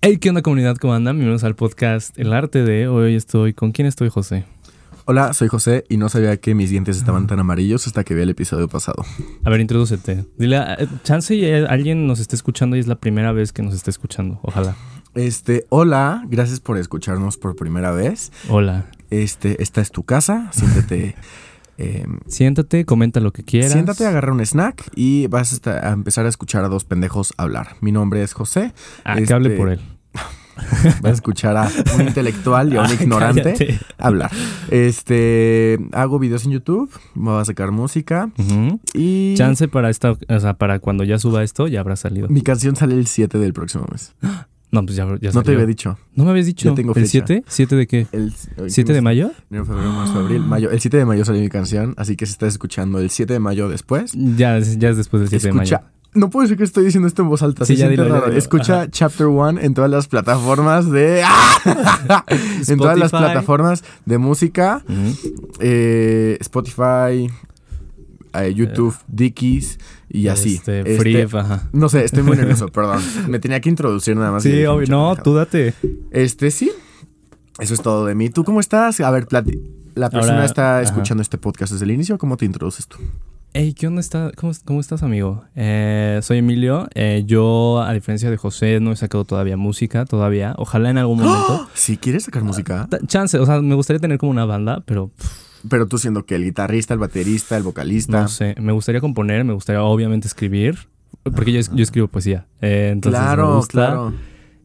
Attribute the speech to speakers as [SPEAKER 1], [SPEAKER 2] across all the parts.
[SPEAKER 1] Hey, ¿qué onda comunidad? ¿Cómo andan? Bienvenidos al podcast El Arte de. Hoy estoy. ¿Con quién estoy, José?
[SPEAKER 2] Hola, soy José y no sabía que mis dientes estaban tan amarillos hasta que vi el episodio pasado.
[SPEAKER 1] A ver, introdúcete. Dile, a- eh, chance y, eh, alguien nos esté escuchando y es la primera vez que nos esté escuchando. Ojalá.
[SPEAKER 2] Este, hola, gracias por escucharnos por primera vez.
[SPEAKER 1] Hola.
[SPEAKER 2] Este, esta es tu casa, siéntate. eh,
[SPEAKER 1] Siéntate, comenta lo que quieras.
[SPEAKER 2] siéntate, agarra un snack y vas a esta- a empezar a escuchar a dos pendejos hablar. Mi nombre es José.
[SPEAKER 1] Ah, que
[SPEAKER 2] este-
[SPEAKER 1] hable por él.
[SPEAKER 2] Vas a escuchar a un intelectual y a un
[SPEAKER 1] Ah,
[SPEAKER 2] ignorante
[SPEAKER 1] cállate.
[SPEAKER 2] hablar. Este, hago videos en YouTube, voy a sacar música
[SPEAKER 1] Ujú.
[SPEAKER 2] y
[SPEAKER 1] Chance para esta, o sea, para cuando ya suba esto, ya habrá salido.
[SPEAKER 2] mi canción sale el 7 del próximo mes.
[SPEAKER 1] No, pues ya, ya
[SPEAKER 2] No te
[SPEAKER 1] salió.
[SPEAKER 2] había dicho.
[SPEAKER 1] ¿No me habías dicho.
[SPEAKER 2] Ya tengo
[SPEAKER 1] ¿El
[SPEAKER 2] fecha.
[SPEAKER 1] 7? ¿7 de qué?
[SPEAKER 2] El,
[SPEAKER 1] ¿7 de mayo?
[SPEAKER 2] Enero, febrero, marzo, abril, mayo. El 7 de mayo salió mi canción, así que si estás escuchando el 7 de mayo después,
[SPEAKER 1] Ya, es- ya es después del 7 de mayo.
[SPEAKER 2] escucha. No puedo decir que estoy diciendo esto en voz alta.
[SPEAKER 1] Sí,
[SPEAKER 2] Sí,
[SPEAKER 1] ya
[SPEAKER 2] ya
[SPEAKER 1] dilo, ya dilo.
[SPEAKER 2] Escucha
[SPEAKER 1] Ajá.
[SPEAKER 2] Chapter One en todas las plataformas de. en todas las
[SPEAKER 1] Spotify.
[SPEAKER 2] plataformas de música:
[SPEAKER 1] Ujú.
[SPEAKER 2] eh, Spotify, eh, YouTube, Dickies y así.
[SPEAKER 1] Este,
[SPEAKER 2] Este,
[SPEAKER 1] Free, ajá.
[SPEAKER 2] no sé, estoy muy nervioso, perdón. Me tenía que introducir nada más. y
[SPEAKER 1] Sí,
[SPEAKER 2] dije
[SPEAKER 1] obvio.
[SPEAKER 2] mucha
[SPEAKER 1] No,
[SPEAKER 2] pendejada.
[SPEAKER 1] tú date.
[SPEAKER 2] Este sí. Eso es todo de mí. ¿Tú cómo estás? A ver, plati- La persona
[SPEAKER 1] Ahora,
[SPEAKER 2] está
[SPEAKER 1] ajá.
[SPEAKER 2] escuchando este podcast desde el inicio. ¿Cómo te introduces tú?
[SPEAKER 1] Hey, ¿qué onda? Está? ¿Cómo, cómo estás, amigo? Eh, soy Emilio. Eh, yo, a diferencia de José, no he sacado todavía música, todavía. Ojalá en algún
[SPEAKER 2] ¡Ah!
[SPEAKER 1] momento.
[SPEAKER 2] Si quieres sacar música,
[SPEAKER 1] Ta- Chance, o sea, me gustaría tener como una banda, pero pff,
[SPEAKER 2] pero tú siendo que el guitarrista, el baterista, el vocalista.
[SPEAKER 1] no sé. Me gustaría componer, me gustaría obviamente escribir, porque yo, es- yo escribo poesía. Eh, entonces me
[SPEAKER 2] claro,
[SPEAKER 1] gusta.
[SPEAKER 2] claro.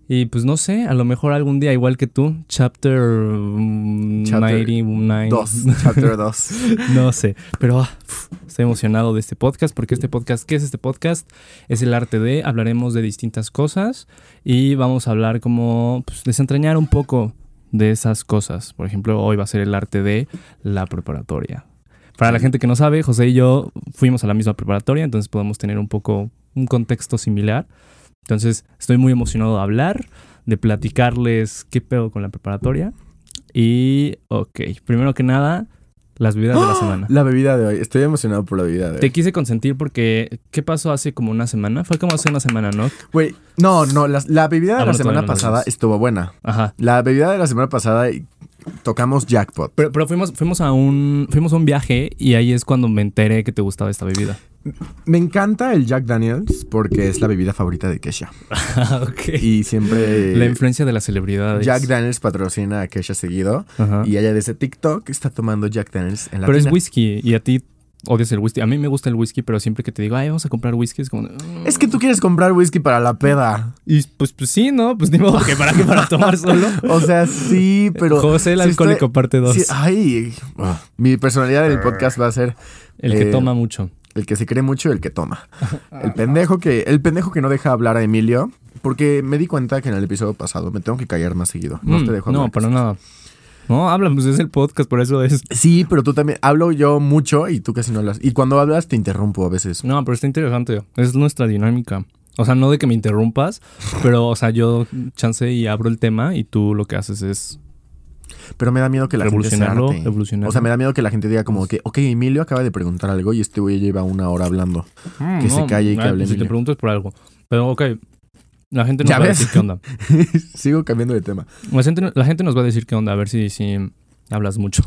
[SPEAKER 1] Y pues no sé, a lo mejor algún día, igual que tú, chapter, mm,
[SPEAKER 2] Chapter
[SPEAKER 1] 99.
[SPEAKER 2] Dos, chapter dos.
[SPEAKER 1] No sé, pero ah, uf, estoy emocionado de este podcast porque este podcast, ¿qué es este podcast? Es el arte de, hablaremos de distintas cosas y vamos a hablar como pues, desentrañar un poco de esas cosas. Por ejemplo, hoy va a ser el arte de la preparatoria. Para la gente que no sabe, José y yo fuimos a la misma preparatoria, entonces podemos tener un poco un contexto similar. Entonces, estoy muy emocionado de hablar, de platicarles qué pedo con la preparatoria. Y, ok, primero que nada, las bebidas de la semana.
[SPEAKER 2] La bebida de hoy. Estoy emocionado por la bebida de
[SPEAKER 1] Te
[SPEAKER 2] hoy.
[SPEAKER 1] quise consentir porque, ¿qué pasó hace como una semana? Fue como hace una semana, ¿no?
[SPEAKER 2] Güey, no, no. las- La, bebida de
[SPEAKER 1] Ah,
[SPEAKER 2] la
[SPEAKER 1] bueno, todavía
[SPEAKER 2] semana
[SPEAKER 1] no la
[SPEAKER 2] pasada
[SPEAKER 1] bebes.
[SPEAKER 2] estuvo buena.
[SPEAKER 1] Ajá.
[SPEAKER 2] La bebida de la semana pasada y tocamos jackpot.
[SPEAKER 1] Pero, pero fuimos, fuimos, a un, fuimos a un viaje y ahí es cuando me enteré que te gustaba esta bebida.
[SPEAKER 2] Me encanta el Jack Daniels porque es la bebida favorita de Kesha.
[SPEAKER 1] Ah, ok.
[SPEAKER 2] Y siempre.
[SPEAKER 1] La influencia de las celebridades.
[SPEAKER 2] Jack Daniels patrocina a Kesha seguido.
[SPEAKER 1] Ajá.
[SPEAKER 2] Y ella desde TikTok está tomando Jack Daniels en la
[SPEAKER 1] Pero es
[SPEAKER 2] tina.
[SPEAKER 1] whisky y a ti odias el whisky. A mí me gusta el whisky, pero siempre que te digo, ay, vamos a comprar whisky, es como... "Mm".
[SPEAKER 2] Es que tú quieres comprar whisky para la peda.
[SPEAKER 1] Y pues, pues sí, ¿no? Pues ni modo que para, que para tomar solo.
[SPEAKER 2] O sea, sí, pero.
[SPEAKER 1] José el
[SPEAKER 2] si
[SPEAKER 1] alcohólico, parte 2.
[SPEAKER 2] estoy- sí, ay, ah, mi personalidad en el podcast va a ser
[SPEAKER 1] el que
[SPEAKER 2] eh,
[SPEAKER 1] toma mucho.
[SPEAKER 2] el que se cree mucho y el que toma. El pendejo que, el pendejo que no deja hablar a Emilio. Porque me di cuenta que en el episodio pasado me tengo que callar más seguido. No
[SPEAKER 1] Mm,
[SPEAKER 2] te dejo hablar.
[SPEAKER 1] No, para nada. No, habla, pues es el podcast, por eso es.
[SPEAKER 2] Sí, pero tú también. Hablo yo mucho y tú casi no hablas. Y cuando hablas te interrumpo a veces.
[SPEAKER 1] No, pero está interesante. Es nuestra dinámica. O sea, no de que me interrumpas, pero, o sea, yo chance y abro el tema y tú lo que haces es.
[SPEAKER 2] Pero me da miedo que la gente se
[SPEAKER 1] Revolucionarlo,
[SPEAKER 2] arte.
[SPEAKER 1] evolucionarlo.
[SPEAKER 2] O sea, me da miedo que la gente diga como que, ok, Emilio acaba de preguntar algo y este güey lleva una hora hablando. Que se calle y
[SPEAKER 1] Mm,
[SPEAKER 2] que
[SPEAKER 1] ay,
[SPEAKER 2] hable
[SPEAKER 1] ah, Si te
[SPEAKER 2] Emilio.
[SPEAKER 1] preguntas por algo. Pero, ok. La gente nos
[SPEAKER 2] ¿Ya
[SPEAKER 1] va
[SPEAKER 2] ves?
[SPEAKER 1] a decir qué onda.
[SPEAKER 2] Sigo cambiando de tema.
[SPEAKER 1] La gente, la gente nos va a decir qué onda, a ver si, si hablas mucho.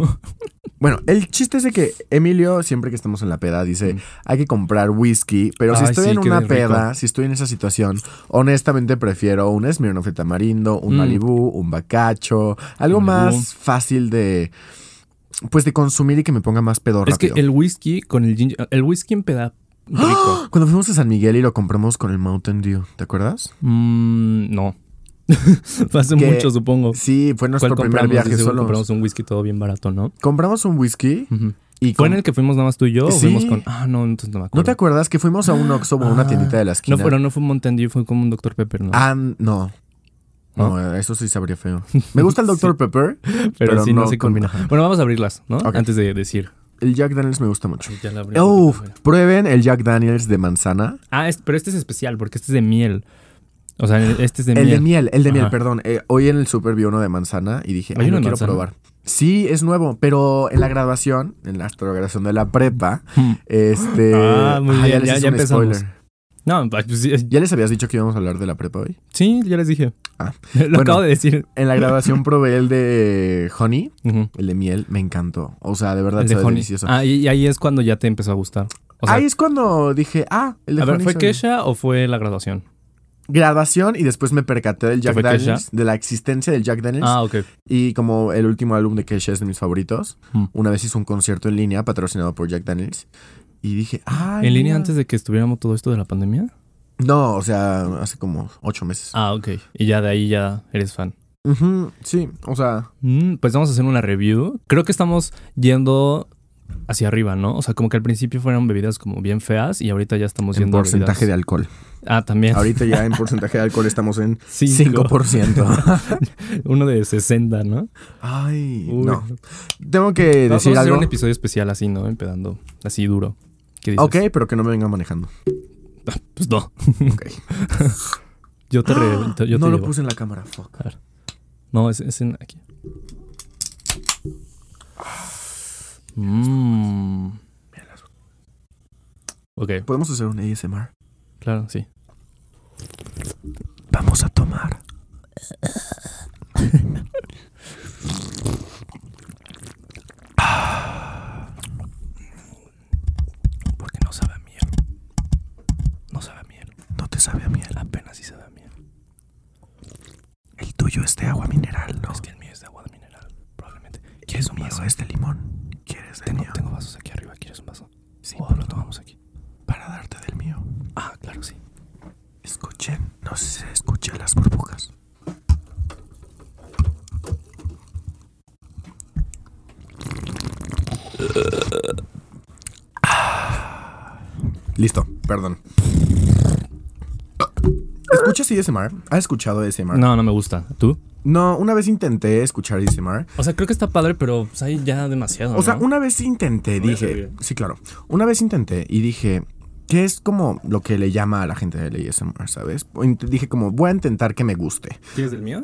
[SPEAKER 2] Bueno, el chiste es de que Emilio, siempre que estamos en la peda, dice,
[SPEAKER 1] Mm.
[SPEAKER 2] hay que comprar whisky, pero si
[SPEAKER 1] Ay,
[SPEAKER 2] estoy
[SPEAKER 1] sí,
[SPEAKER 2] en
[SPEAKER 1] qué
[SPEAKER 2] una
[SPEAKER 1] rico.
[SPEAKER 2] peda, si estoy en esa situación, honestamente prefiero un Smirnoff de tamarindo, un
[SPEAKER 1] Mm.
[SPEAKER 2] Malibu, un bacacho, algo
[SPEAKER 1] Malibú.
[SPEAKER 2] más fácil de... Pues de consumir y que me ponga más pedo
[SPEAKER 1] es que
[SPEAKER 2] rápido.
[SPEAKER 1] el whisky con el ginger. El whisky en peda rico.
[SPEAKER 2] Cuando fuimos a San Miguel y lo compramos con el Mountain Dew, ¿te acuerdas?
[SPEAKER 1] Mm, no. Fue hace
[SPEAKER 2] Que-
[SPEAKER 1] mucho, supongo.
[SPEAKER 2] Sí, fue nuestro
[SPEAKER 1] ¿Cuál
[SPEAKER 2] primer
[SPEAKER 1] compramos?
[SPEAKER 2] viaje
[SPEAKER 1] De seguro
[SPEAKER 2] solo.
[SPEAKER 1] Compramos un whisky todo bien barato, ¿no?
[SPEAKER 2] Compramos un whisky
[SPEAKER 1] Ujú.
[SPEAKER 2] y
[SPEAKER 1] ¿Fue en
[SPEAKER 2] com-
[SPEAKER 1] el que fuimos nada más tú y yo? ¿O
[SPEAKER 2] Sí.
[SPEAKER 1] fuimos con.? Ah, no, entonces no me acuerdo.
[SPEAKER 2] ¿No te acuerdas que fuimos a un Oxxo o a una
[SPEAKER 1] Ah.
[SPEAKER 2] tiendita de la esquina?
[SPEAKER 1] No, pero no fue un Mountain Dew, fue como un Dr. Pepper, ¿no?
[SPEAKER 2] Ah, no. No, eso sí sabría feo. Me gusta el Dr. Pepper,
[SPEAKER 1] pero,
[SPEAKER 2] pero
[SPEAKER 1] sí, no,
[SPEAKER 2] no
[SPEAKER 1] se
[SPEAKER 2] con-
[SPEAKER 1] combina. Bueno, vamos a abrirlas, ¿no?
[SPEAKER 2] Ok.
[SPEAKER 1] Antes de decir.
[SPEAKER 2] el Jack Daniels me gusta mucho.
[SPEAKER 1] Ya la abrí.
[SPEAKER 2] Uf, prueben el Jack Daniels de manzana.
[SPEAKER 1] Ah, es- pero este es especial porque este es de miel. O sea, este es de
[SPEAKER 2] el
[SPEAKER 1] miel.
[SPEAKER 2] de miel, el de miel,
[SPEAKER 1] Ajá.
[SPEAKER 2] perdón. Eh, hoy en el super vi uno de manzana y dije,
[SPEAKER 1] ¿Hay
[SPEAKER 2] ay,
[SPEAKER 1] uno
[SPEAKER 2] lo
[SPEAKER 1] de
[SPEAKER 2] quiero
[SPEAKER 1] manzana?
[SPEAKER 2] probar. Sí, es nuevo, pero en la graduación, en la graduación de la prepa,
[SPEAKER 1] Hmm.
[SPEAKER 2] este...
[SPEAKER 1] Ah, muy
[SPEAKER 2] ay,
[SPEAKER 1] bien,
[SPEAKER 2] les
[SPEAKER 1] ya-
[SPEAKER 2] hice
[SPEAKER 1] ya
[SPEAKER 2] un
[SPEAKER 1] empezamos. No, pues, sí,
[SPEAKER 2] ¿Ya les habías dicho que íbamos a hablar de la prepa hoy?
[SPEAKER 1] sí, ya les dije.
[SPEAKER 2] Ah,
[SPEAKER 1] Lo
[SPEAKER 2] bueno.
[SPEAKER 1] acabo de decir.
[SPEAKER 2] En la grabación probé el de Honey,
[SPEAKER 1] Ujú.
[SPEAKER 2] el de miel, me encantó. O sea, de verdad,
[SPEAKER 1] El de
[SPEAKER 2] sabe
[SPEAKER 1] Honey.
[SPEAKER 2] delicioso.
[SPEAKER 1] Ah, y, y ahí es cuando ya te empezó a gustar. O sea,
[SPEAKER 2] Ahí es cuando dije, ah, el de
[SPEAKER 1] a ver,
[SPEAKER 2] Honey
[SPEAKER 1] ¿fue
[SPEAKER 2] sabe-
[SPEAKER 1] Kesha o fue la graduación?
[SPEAKER 2] Grabación y después me percaté del Jack
[SPEAKER 1] fue Kesha?
[SPEAKER 2] Daniels, de la existencia del Jack Daniels.
[SPEAKER 1] Ah, ok.
[SPEAKER 2] Y como el último álbum de Kesha es de mis favoritos,
[SPEAKER 1] Hmm.
[SPEAKER 2] una vez hizo un concierto en línea patrocinado por Jack Daniels. Y dije, ah.
[SPEAKER 1] ¿En línea antes de que estuviéramos todo esto de la pandemia?
[SPEAKER 2] No, o sea, hace como ocho meses.
[SPEAKER 1] Ah, ok. Y ya de ahí ya eres fan.
[SPEAKER 2] Ujú, sí, o sea,
[SPEAKER 1] Mm, pues vamos a hacer una review. Creo que estamos yendo hacia arriba, ¿no? O sea, como que al principio fueron bebidas como bien feas y ahorita ya estamos
[SPEAKER 2] en
[SPEAKER 1] yendo a
[SPEAKER 2] porcentaje de
[SPEAKER 1] bebidas-
[SPEAKER 2] alcohol.
[SPEAKER 1] Ah, también.
[SPEAKER 2] Ahorita ya en porcentaje de alcohol estamos en
[SPEAKER 1] Cinco.
[SPEAKER 2] 5%.
[SPEAKER 1] Uno de 60, ¿no?
[SPEAKER 2] Ay,
[SPEAKER 1] Uy.
[SPEAKER 2] no. Tengo que
[SPEAKER 1] Vamos
[SPEAKER 2] decir
[SPEAKER 1] a hacer
[SPEAKER 2] algo.
[SPEAKER 1] un episodio especial así, ¿no? Empedando así duro. ¿Qué dices?
[SPEAKER 2] Ok, pero que no me venga manejando.
[SPEAKER 1] Pues no.
[SPEAKER 2] Ok.
[SPEAKER 1] Yo te, re- te- yo te
[SPEAKER 2] no lo
[SPEAKER 1] llevo.
[SPEAKER 2] puse en la cámara, fuck.
[SPEAKER 1] No, es, es en aquí.
[SPEAKER 2] Ah.
[SPEAKER 1] Mm. Ok,
[SPEAKER 2] ¿Podemos hacer un ASMR?
[SPEAKER 1] claro, sí.
[SPEAKER 2] Vamos a tomar.
[SPEAKER 1] Porque no sabe a miel. No sabe a miel.
[SPEAKER 2] No te sabe a miel.
[SPEAKER 1] Apenas sí sabe a miel.
[SPEAKER 2] El tuyo es de agua mineral, ¿no?
[SPEAKER 1] Es que el mío es de agua de mineral, probablemente. ¿Quieres un
[SPEAKER 2] mío
[SPEAKER 1] vaso?
[SPEAKER 2] es de limón. ¿Quieres del
[SPEAKER 1] Tengo,
[SPEAKER 2] mío?
[SPEAKER 1] tengo vasos aquí arriba. ¿Quieres un vaso?
[SPEAKER 2] Sí,
[SPEAKER 1] O
[SPEAKER 2] por
[SPEAKER 1] lo
[SPEAKER 2] favor.
[SPEAKER 1] tomamos aquí.
[SPEAKER 2] Para darte del mío.
[SPEAKER 1] Ah, claro, sí.
[SPEAKER 2] Escuchen. No sé si se escuchan las burbujas. Ah. Listo, perdón. ¿Escuchas ASMR? ¿Has escuchado ASMR?
[SPEAKER 1] No, no me gusta. ¿Tú?
[SPEAKER 2] No, una vez intenté escuchar ASMR.
[SPEAKER 1] O sea, creo que está padre, pero pues, hay ya demasiado.
[SPEAKER 2] O sea,
[SPEAKER 1] ¿no?
[SPEAKER 2] una vez intenté,
[SPEAKER 1] Voy a
[SPEAKER 2] dije.
[SPEAKER 1] servir.
[SPEAKER 2] Sí, claro. Una vez intenté y dije. Que es como lo que le llama a la gente del ASMR, ¿sabes? O int- Dije como, voy a intentar que me guste.
[SPEAKER 1] ¿Quieres del mío?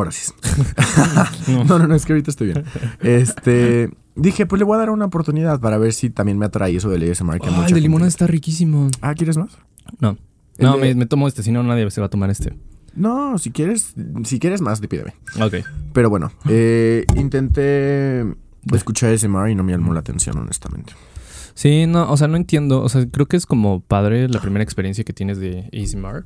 [SPEAKER 2] gracias. no, no, no, es que ahorita estoy bien. Este. Dije, pues le voy a dar una oportunidad para ver si también me atrae eso del ASMR que
[SPEAKER 1] Ah, el
[SPEAKER 2] mucha
[SPEAKER 1] de
[SPEAKER 2] gente-
[SPEAKER 1] limón está riquísimo.
[SPEAKER 2] Ah, ¿quieres más?
[SPEAKER 1] No.
[SPEAKER 2] El
[SPEAKER 1] No,
[SPEAKER 2] de-
[SPEAKER 1] me, me tomo este, si no nadie se va a tomar este.
[SPEAKER 2] No, si quieres, si quieres más, te pídeme.
[SPEAKER 1] Ok.
[SPEAKER 2] Pero bueno, eh, intenté escuchar ASMR y no me llamó la atención, honestamente.
[SPEAKER 1] Sí, no, o sea, no entiendo. O sea, creo que es como padre la primera experiencia que tienes de ASMR.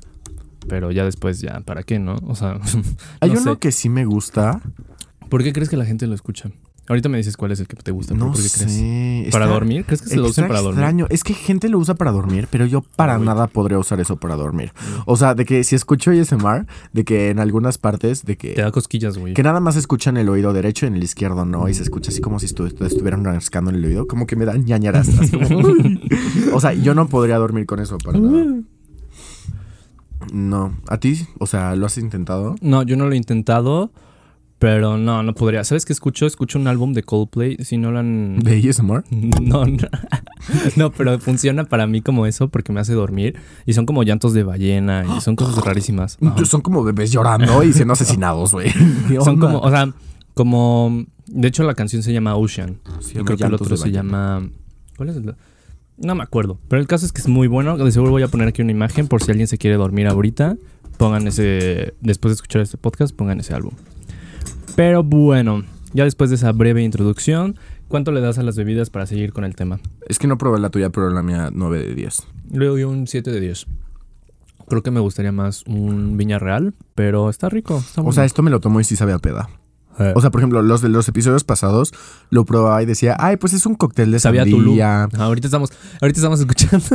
[SPEAKER 1] Pero ya después, ya, ¿para qué, no? O sea,
[SPEAKER 2] Hay
[SPEAKER 1] No
[SPEAKER 2] uno
[SPEAKER 1] sé.
[SPEAKER 2] que sí me gusta.
[SPEAKER 1] ¿por qué crees que la gente lo escucha? Ahorita me dices cuál es el que te gusta. pero
[SPEAKER 2] No
[SPEAKER 1] ¿Por qué
[SPEAKER 2] sé.
[SPEAKER 1] crees?
[SPEAKER 2] está
[SPEAKER 1] ¿Para dormir? ¿Crees que se lo
[SPEAKER 2] extra
[SPEAKER 1] usan para dormir?
[SPEAKER 2] extraño. Es que gente lo usa para dormir, pero yo para
[SPEAKER 1] Ah, güey. Mm.
[SPEAKER 2] nada podría usar eso para dormir. O sea, de que si escucho ASMR, de que en algunas partes, de
[SPEAKER 1] Te
[SPEAKER 2] que,
[SPEAKER 1] da cosquillas, güey.
[SPEAKER 2] que nada más escuchan el oído derecho y en el izquierdo no, y se escucha así como si estu- te estuvieran rascando en el oído, como que me dan ñañaras. así como, "Uy". o sea, yo no podría dormir con eso para nada. No, a ti, o sea, ¿lo has intentado?
[SPEAKER 1] No, yo no lo he intentado. Pero no, no podría. ¿Sabes qué escucho? Escucho un álbum de Coldplay. Si no lo han.
[SPEAKER 2] ¿De ASMR?
[SPEAKER 1] No, no, No, pero funciona para mí como eso porque me hace dormir y son como llantos de ballena y son cosas rarísimas. Ajá.
[SPEAKER 2] Son como bebés llorando y siendo asesinados, güey. ¿Qué
[SPEAKER 1] Son
[SPEAKER 2] onda?
[SPEAKER 1] como, o sea, como, de hecho la canción se llama Ocean
[SPEAKER 2] Se
[SPEAKER 1] y creo
[SPEAKER 2] llama
[SPEAKER 1] que el
[SPEAKER 2] Llantos
[SPEAKER 1] otro
[SPEAKER 2] de
[SPEAKER 1] se
[SPEAKER 2] Ballena.
[SPEAKER 1] llama, ¿cuál es el? No me acuerdo, pero el caso es que es muy bueno. De seguro voy a poner aquí una imagen por si alguien se quiere dormir ahorita. Pongan ese, después de escuchar este podcast, pongan ese álbum. Pero bueno, ya después de esa breve introducción, ¿cuánto le das a las bebidas para seguir con el tema?
[SPEAKER 2] Es que no probé la tuya, pero la mía 9 de 10.
[SPEAKER 1] Le doy un 7 de 10. Creo que me gustaría más un Viña Real, pero está rico. está
[SPEAKER 2] O sea,
[SPEAKER 1] bueno.
[SPEAKER 2] esto me lo tomo y sí sabe a peda.
[SPEAKER 1] Eh,
[SPEAKER 2] O sea, por ejemplo, los de los episodios pasados lo probaba y decía, ay, pues es un cóctel de
[SPEAKER 1] Sabía a Tulum.
[SPEAKER 2] sandía.
[SPEAKER 1] Ajá, ahorita estamos, ahorita estamos escuchando,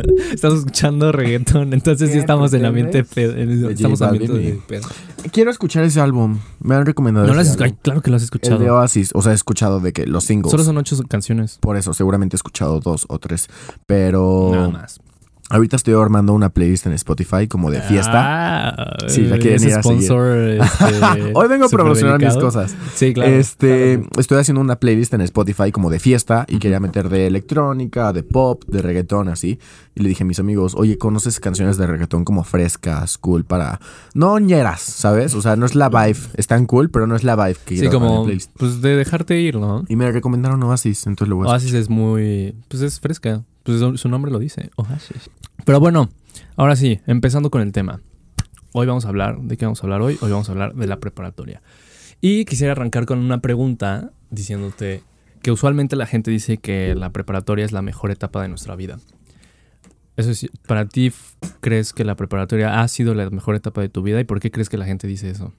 [SPEAKER 1] estamos escuchando reggaetón, entonces sí
[SPEAKER 2] ¿Qué
[SPEAKER 1] estamos en ambiente
[SPEAKER 2] pretendes?
[SPEAKER 1] pedo, en-
[SPEAKER 2] J
[SPEAKER 1] estamos en ambiente
[SPEAKER 2] Balvin y-
[SPEAKER 1] de pedo.
[SPEAKER 2] Quiero escuchar ese álbum. Me han recomendado.
[SPEAKER 1] No lo
[SPEAKER 2] ese
[SPEAKER 1] has
[SPEAKER 2] álbum.
[SPEAKER 1] escuchado, claro que lo has
[SPEAKER 2] El de
[SPEAKER 1] escuchado.
[SPEAKER 2] Oasis. O sea, he escuchado de que los singles.
[SPEAKER 1] Solo son ocho canciones.
[SPEAKER 2] Por eso, seguramente he escuchado dos o tres. Pero
[SPEAKER 1] Nada más.
[SPEAKER 2] ahorita estoy armando una playlist en Spotify como de fiesta.
[SPEAKER 1] Ah,
[SPEAKER 2] Sí, la quieren
[SPEAKER 1] ese
[SPEAKER 2] ir a seguir.
[SPEAKER 1] sponsor, este,
[SPEAKER 2] Hoy vengo a promocionar mis
[SPEAKER 1] superdelicado.
[SPEAKER 2] cosas.
[SPEAKER 1] Sí, claro.
[SPEAKER 2] este,
[SPEAKER 1] claro.
[SPEAKER 2] estoy haciendo una playlist en Spotify como de fiesta y quería meter de electrónica, de pop, de reggaetón, así. Y le dije a mis amigos, oye, ¿conoces canciones de reggaetón como frescas, cool para. No ñeras, ¿sabes? O sea, no es la vibe, es tan cool, pero no es la vibe que
[SPEAKER 1] Sí,
[SPEAKER 2] quiero en la
[SPEAKER 1] como,
[SPEAKER 2] playlist.
[SPEAKER 1] pues de dejarte ir, ¿no?
[SPEAKER 2] Y me recomendaron Oasis, entonces lo voy a
[SPEAKER 1] Oasis es muy, pues es fresca. Pues su- su nombre lo dice, Oasis. Pero bueno, ahora sí, empezando con el tema. Hoy vamos a hablar, ¿de qué vamos a hablar hoy? Hoy vamos a hablar de la preparatoria. Y quisiera arrancar con una pregunta diciéndote que usualmente la gente dice que la preparatoria es la mejor etapa de nuestra vida. Eso es, ¿para ti f- crees que la preparatoria ha sido la mejor etapa de tu vida y por qué crees que la gente dice eso?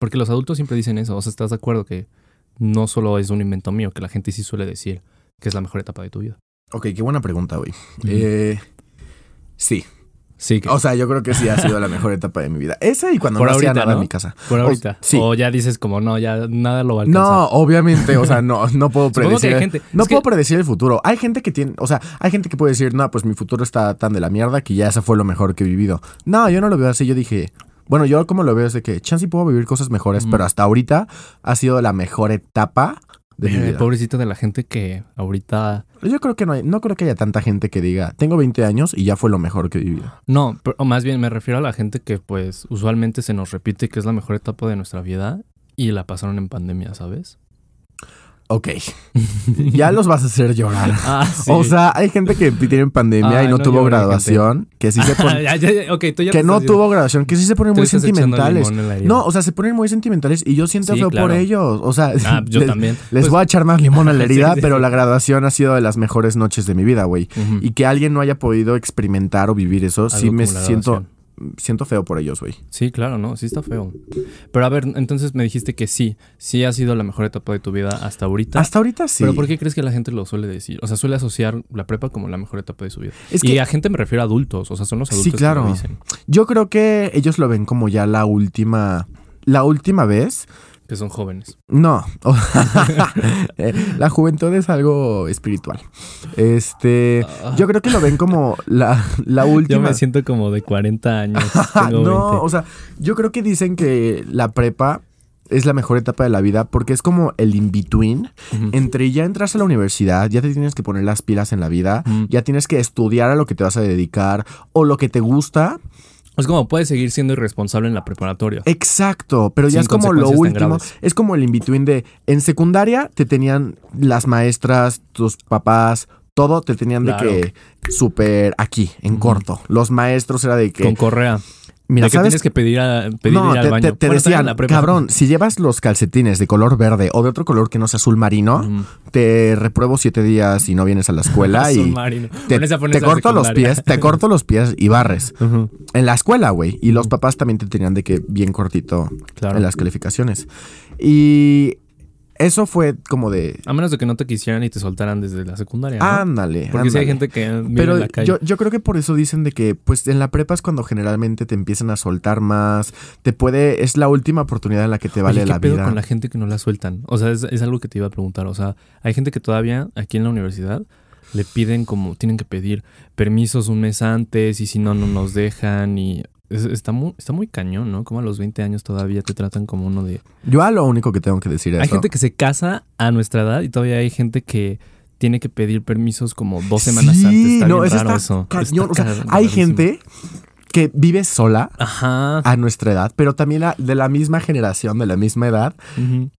[SPEAKER 1] Porque los adultos siempre dicen eso, o sea, ¿estás de acuerdo que no solo es un invento mío, que la gente sí suele decir que es la mejor etapa de tu vida?
[SPEAKER 2] Ok, qué buena pregunta, güey.
[SPEAKER 1] Ujú.
[SPEAKER 2] Eh, sí.
[SPEAKER 1] Sí, que
[SPEAKER 2] O sea, yo creo que sí ha sido la mejor etapa de mi vida. Esa y cuando
[SPEAKER 1] Por
[SPEAKER 2] no hacía
[SPEAKER 1] ahorita,
[SPEAKER 2] nada
[SPEAKER 1] ¿no?
[SPEAKER 2] en mi casa.
[SPEAKER 1] por ahorita.
[SPEAKER 2] oh, sí.
[SPEAKER 1] O ya dices como, no, ya nada lo va a alcanzar.
[SPEAKER 2] No, obviamente, o sea, no, no puedo
[SPEAKER 1] Supongo que
[SPEAKER 2] predecir.
[SPEAKER 1] hay gente-
[SPEAKER 2] no
[SPEAKER 1] es que-
[SPEAKER 2] puedo predecir el futuro. Hay gente que tiene, o sea, hay gente que puede decir, no, pues mi futuro está tan de la mierda que ya esa fue lo mejor que he vivido. No, yo no lo veo así. Yo dije, bueno, yo como lo veo es de que chance y puedo vivir cosas mejores,
[SPEAKER 1] Mm.
[SPEAKER 2] pero hasta ahorita ha sido la mejor etapa de mi
[SPEAKER 1] Verga,
[SPEAKER 2] vida.
[SPEAKER 1] Pobrecita Eh, de la gente que ahorita...
[SPEAKER 2] Yo creo que no hay, no creo que haya tanta gente que diga, tengo 20 años y ya fue lo mejor que he vivido.
[SPEAKER 1] No, pero- o más bien me refiero a la gente que pues usualmente se nos repite que es la mejor etapa de nuestra vida y la pasaron en pandemia, ¿sabes?
[SPEAKER 2] Ok. ya los vas a hacer llorar.
[SPEAKER 1] Ah, sí.
[SPEAKER 2] O sea, hay gente que tiene pandemia
[SPEAKER 1] Ay,
[SPEAKER 2] y no,
[SPEAKER 1] no
[SPEAKER 2] tuvo
[SPEAKER 1] llores,
[SPEAKER 2] graduación, que sí se pone,
[SPEAKER 1] Ya, ya, ya, ok, tú ya
[SPEAKER 2] que
[SPEAKER 1] te
[SPEAKER 2] no
[SPEAKER 1] estás
[SPEAKER 2] tuvo graduación, que sí se ponen
[SPEAKER 1] yendo- tú
[SPEAKER 2] muy
[SPEAKER 1] estás echando
[SPEAKER 2] sentimentales.
[SPEAKER 1] limón en la herida.
[SPEAKER 2] No, o sea, se ponen muy sentimentales y yo siento
[SPEAKER 1] Sí,
[SPEAKER 2] feo
[SPEAKER 1] claro.
[SPEAKER 2] por ellos. O sea,
[SPEAKER 1] Ah, yo
[SPEAKER 2] les,
[SPEAKER 1] también.
[SPEAKER 2] les voy a echar más limón a la herida,
[SPEAKER 1] Sí, sí,
[SPEAKER 2] pero
[SPEAKER 1] sí. Mm.
[SPEAKER 2] la graduación ha sido de las mejores noches de mi vida, güey. Y que alguien no haya podido experimentar o vivir eso, sí me siento, siento feo por ellos, güey.
[SPEAKER 1] Sí, claro, no, sí está feo. Pero a ver, entonces me dijiste que sí, sí ha sido la mejor etapa de tu vida hasta ahorita.
[SPEAKER 2] Hasta ahorita sí.
[SPEAKER 1] Pero ¿por qué crees que la gente lo suele decir? O sea, suele asociar la prepa como la mejor etapa de su vida.
[SPEAKER 2] Es
[SPEAKER 1] y
[SPEAKER 2] que-
[SPEAKER 1] a gente me refiero a adultos, o sea, son los
[SPEAKER 2] Sí,
[SPEAKER 1] adultos que
[SPEAKER 2] claro.
[SPEAKER 1] lo dicen,
[SPEAKER 2] Yo creo que ellos lo ven como ya la última, la última vez
[SPEAKER 1] que son jóvenes.
[SPEAKER 2] No, O- Eh, la juventud es algo espiritual. Este, yo creo que lo ven como la,
[SPEAKER 1] Ah.
[SPEAKER 2] la
[SPEAKER 1] Yo
[SPEAKER 2] última.
[SPEAKER 1] me siento como de 40 años.
[SPEAKER 2] Ah,
[SPEAKER 1] tengo
[SPEAKER 2] no,
[SPEAKER 1] 20.
[SPEAKER 2] o sea, yo creo que dicen que la prepa es la mejor etapa de la vida porque es como el in-between
[SPEAKER 1] Ujú.
[SPEAKER 2] entre ya entras a la universidad, ya te tienes que poner las pilas en la vida,
[SPEAKER 1] Ujú.
[SPEAKER 2] ya tienes que estudiar a lo que te vas a dedicar o lo que te gusta.
[SPEAKER 1] Es como puedes seguir siendo irresponsable en la preparatoria.
[SPEAKER 2] Exacto, pero ya
[SPEAKER 1] Sin
[SPEAKER 2] es como lo
[SPEAKER 1] consecuencias tan
[SPEAKER 2] último.
[SPEAKER 1] graves.
[SPEAKER 2] Es como el in-between de en secundaria te tenían las maestras, tus papás, todo te tenían
[SPEAKER 1] Claro.
[SPEAKER 2] de que súper aquí, en corto. Los maestros era de que.
[SPEAKER 1] Con correa.
[SPEAKER 2] mira,
[SPEAKER 1] de que
[SPEAKER 2] ¿sabes?
[SPEAKER 1] tienes que pedir, a, pedir
[SPEAKER 2] no,
[SPEAKER 1] ir al
[SPEAKER 2] te,
[SPEAKER 1] baño.
[SPEAKER 2] te- te
[SPEAKER 1] Bueno, también en
[SPEAKER 2] decían,
[SPEAKER 1] la prepa.
[SPEAKER 2] cabrón, si llevas los calcetines de color verde o de otro color que no sea azul marino,
[SPEAKER 1] Ujú.
[SPEAKER 2] te repruebo siete días y no vienes a la escuela y
[SPEAKER 1] Submarino.
[SPEAKER 2] te,
[SPEAKER 1] Con esa pones
[SPEAKER 2] te
[SPEAKER 1] la
[SPEAKER 2] corto los
[SPEAKER 1] secundaria.
[SPEAKER 2] pies, te corto los pies y barres.
[SPEAKER 1] Ujú,
[SPEAKER 2] En la escuela, güey. Y los papás también te tenían de que bien cortito
[SPEAKER 1] Claro.
[SPEAKER 2] en las calificaciones. Y eso fue como de.
[SPEAKER 1] A menos de que no te quisieran y te soltaran desde la secundaria. ¿no?
[SPEAKER 2] Ándale.
[SPEAKER 1] Porque si hay
[SPEAKER 2] Ah,
[SPEAKER 1] gente
[SPEAKER 2] ándale".
[SPEAKER 1] que vive
[SPEAKER 2] Pero
[SPEAKER 1] en la calle.
[SPEAKER 2] yo, yo creo que por eso dicen de que, pues, en la prepa es cuando generalmente te empiezan a soltar más. Te puede. Es la última oportunidad en la que te vale
[SPEAKER 1] Oye, ¿qué
[SPEAKER 2] la
[SPEAKER 1] pedo
[SPEAKER 2] vida.
[SPEAKER 1] con la gente que no la sueltan? O sea, es, es algo que te iba a preguntar. O sea, hay gente que todavía aquí en la universidad le piden como, tienen que pedir permisos un mes antes y si no, no nos dejan y... es- está, muy, está muy cañón, ¿no? Como a los 20 años todavía te tratan como uno de...
[SPEAKER 2] Yo a lo único que tengo que decir es.
[SPEAKER 1] Hay gente que se casa a nuestra edad y todavía hay gente que tiene que pedir permisos como dos semanas
[SPEAKER 2] Sí,
[SPEAKER 1] antes. Está
[SPEAKER 2] no,
[SPEAKER 1] bien
[SPEAKER 2] eso
[SPEAKER 1] raro
[SPEAKER 2] está
[SPEAKER 1] eso.
[SPEAKER 2] cañón.
[SPEAKER 1] Está
[SPEAKER 2] O sea,
[SPEAKER 1] car-
[SPEAKER 2] hay
[SPEAKER 1] rarísimo.
[SPEAKER 2] gente Ah, que vive sola
[SPEAKER 1] Ajá.
[SPEAKER 2] a nuestra edad, pero también la- de la misma generación, de la misma edad,
[SPEAKER 1] ujú,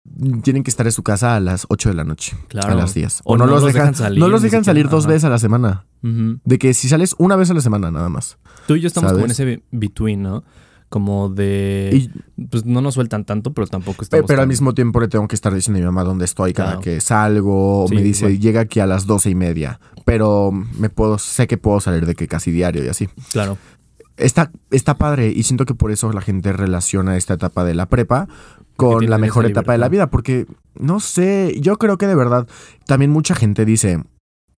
[SPEAKER 2] tienen que estar en su casa a las 8 de la noche.
[SPEAKER 1] Claro.
[SPEAKER 2] A las 10.
[SPEAKER 1] O
[SPEAKER 2] O,
[SPEAKER 1] no
[SPEAKER 2] no, los
[SPEAKER 1] los
[SPEAKER 2] dejan,
[SPEAKER 1] dejan salir,
[SPEAKER 2] No los
[SPEAKER 1] ni
[SPEAKER 2] dejan
[SPEAKER 1] siquiera,
[SPEAKER 2] salir dos
[SPEAKER 1] ajá.
[SPEAKER 2] veces a la semana.
[SPEAKER 1] ujú.
[SPEAKER 2] De que si sales una vez a la semana, nada más.
[SPEAKER 1] Tú y yo estamos como en
[SPEAKER 2] ¿Sabes?
[SPEAKER 1] ese be- between, ¿no? Como de...
[SPEAKER 2] Y-
[SPEAKER 1] Pues no nos sueltan tanto, pero tampoco
[SPEAKER 2] pe-
[SPEAKER 1] estamos...
[SPEAKER 2] Eh, pero al
[SPEAKER 1] tan-
[SPEAKER 2] mismo tiempo le tengo que estar diciendo a mi mamá dónde estoy cada
[SPEAKER 1] Claro.
[SPEAKER 2] que salgo. O
[SPEAKER 1] Sí,
[SPEAKER 2] me dice,
[SPEAKER 1] igual.
[SPEAKER 2] llega aquí a las doce y media. Pero me puedo, sé que puedo salir de que casi diario y así.
[SPEAKER 1] Claro.
[SPEAKER 2] Está, está padre y siento que por eso la gente relaciona esta etapa de la prepa con
[SPEAKER 1] tienen
[SPEAKER 2] la
[SPEAKER 1] esa
[SPEAKER 2] mejor etapa de la
[SPEAKER 1] libertad.
[SPEAKER 2] vida, porque no sé, yo creo que de verdad también mucha gente dice,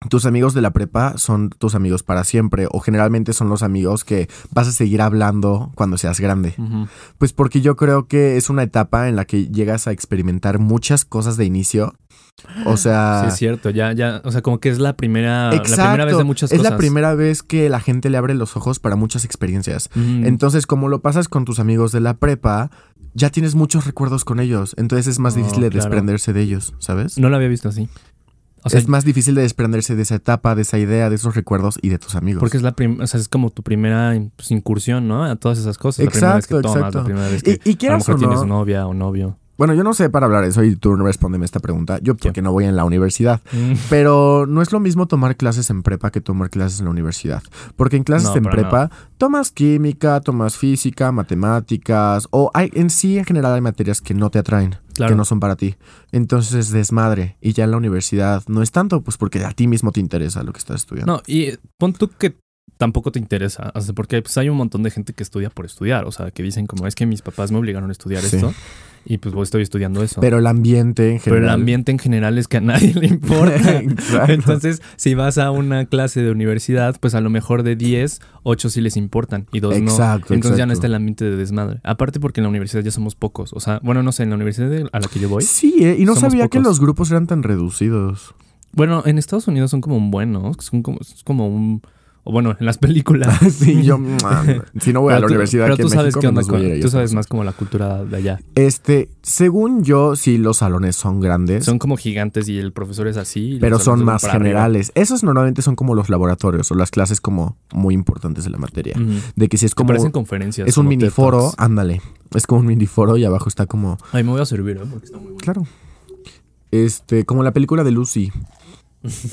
[SPEAKER 2] tus amigos de la prepa son tus amigos para siempre o generalmente son los amigos que vas a seguir hablando cuando seas grande.
[SPEAKER 1] Ujú.
[SPEAKER 2] Pues porque yo creo que es una etapa en la que llegas a experimentar muchas cosas de inicio. O sea,
[SPEAKER 1] Sí, es cierto. Ya, ya... O sea, como que es la primera...
[SPEAKER 2] Ah. exacto,
[SPEAKER 1] La primera vez de muchas
[SPEAKER 2] es
[SPEAKER 1] cosas.
[SPEAKER 2] la primera vez que la gente le abre los ojos para muchas experiencias.
[SPEAKER 1] Ujú.
[SPEAKER 2] Entonces, como lo pasas con tus amigos de la prepa, ya tienes muchos recuerdos con ellos. Entonces es más
[SPEAKER 1] Oh,
[SPEAKER 2] difícil de
[SPEAKER 1] claro.
[SPEAKER 2] desprenderse de ellos, ¿sabes?
[SPEAKER 1] No lo había visto así. O sea,
[SPEAKER 2] es más difícil de desprenderse de esa etapa, de esa idea, de esos recuerdos y de tus amigos.
[SPEAKER 1] Porque es la prim- o sea, es como tu primera pues, incursión, ¿no? A todas esas cosas. la primera vez que
[SPEAKER 2] Exacto,
[SPEAKER 1] tomas,
[SPEAKER 2] exacto.
[SPEAKER 1] la primera vez que
[SPEAKER 2] y, y
[SPEAKER 1] a lo
[SPEAKER 2] quieras
[SPEAKER 1] mejor
[SPEAKER 2] o no,
[SPEAKER 1] tienes novia o novio.
[SPEAKER 2] Bueno, yo no sé para hablar eso y tú respóndeme esta pregunta. Yo porque no voy en la universidad.
[SPEAKER 1] Mm.
[SPEAKER 2] Pero no es lo mismo tomar clases en prepa que tomar clases en la universidad. Porque en clases
[SPEAKER 1] No,
[SPEAKER 2] en
[SPEAKER 1] para
[SPEAKER 2] prepa tomas química, tomas física, matemáticas, o hay, en sí en general hay materias que no te atraen,
[SPEAKER 1] Claro.
[SPEAKER 2] que no son para ti. Entonces es desmadre. Y ya en la universidad no es tanto, pues porque a ti mismo te interesa lo que estás estudiando.
[SPEAKER 1] No, y eh, pon tú que tampoco te interesa, o sea, porque pues, hay un montón de gente que estudia por estudiar, o sea, que dicen como es que mis papás me obligaron a estudiar
[SPEAKER 2] Sí.
[SPEAKER 1] esto y pues voy- estoy estudiando eso.
[SPEAKER 2] Pero el ambiente en
[SPEAKER 1] Pero
[SPEAKER 2] general.
[SPEAKER 1] el ambiente en general es que a nadie le importa.
[SPEAKER 2] Exacto.
[SPEAKER 1] Entonces, si vas a una clase de universidad, pues a lo mejor de 10, 8 sí les importan y 2 no.
[SPEAKER 2] Exacto,
[SPEAKER 1] Entonces ya no
[SPEAKER 2] exacto.
[SPEAKER 1] está el ambiente de desmadre. Aparte porque en la universidad ya somos pocos. O sea, bueno, no sé, en la universidad de- a la que yo voy.
[SPEAKER 2] Sí, eh, y no
[SPEAKER 1] Somos
[SPEAKER 2] sabía que
[SPEAKER 1] pocos.
[SPEAKER 2] los grupos eran tan reducidos.
[SPEAKER 1] Bueno, en Estados Unidos son como un bueno, son como, es como un... O bueno, en las películas.
[SPEAKER 2] sí, yo. man, si no voy a la
[SPEAKER 1] Pero tú-
[SPEAKER 2] universidad,
[SPEAKER 1] Pero
[SPEAKER 2] aquí
[SPEAKER 1] tú
[SPEAKER 2] en
[SPEAKER 1] sabes
[SPEAKER 2] México,
[SPEAKER 1] qué onda
[SPEAKER 2] menos voy a ir
[SPEAKER 1] con-
[SPEAKER 2] a
[SPEAKER 1] Tú sabes
[SPEAKER 2] Estados
[SPEAKER 1] más como la cultura de allá.
[SPEAKER 2] Este, según yo, sí, los salones son grandes,
[SPEAKER 1] Son como gigantes y el profesor es así. y los
[SPEAKER 2] pero son
[SPEAKER 1] alumnos
[SPEAKER 2] más
[SPEAKER 1] para arriba.
[SPEAKER 2] generales. Esos normalmente son como los laboratorios o las clases como muy importantes de la materia.
[SPEAKER 1] Ujú.
[SPEAKER 2] De que si es
[SPEAKER 1] Que Mm.
[SPEAKER 2] como...
[SPEAKER 1] parecen conferencias.
[SPEAKER 2] Es un
[SPEAKER 1] como TED
[SPEAKER 2] miniforo,
[SPEAKER 1] Talks.
[SPEAKER 2] ándale. Es como un miniforo y abajo está como...
[SPEAKER 1] Ay, me voy a servir, ¿eh? Porque está muy bueno.
[SPEAKER 2] Claro. Este, como la película de Lucy.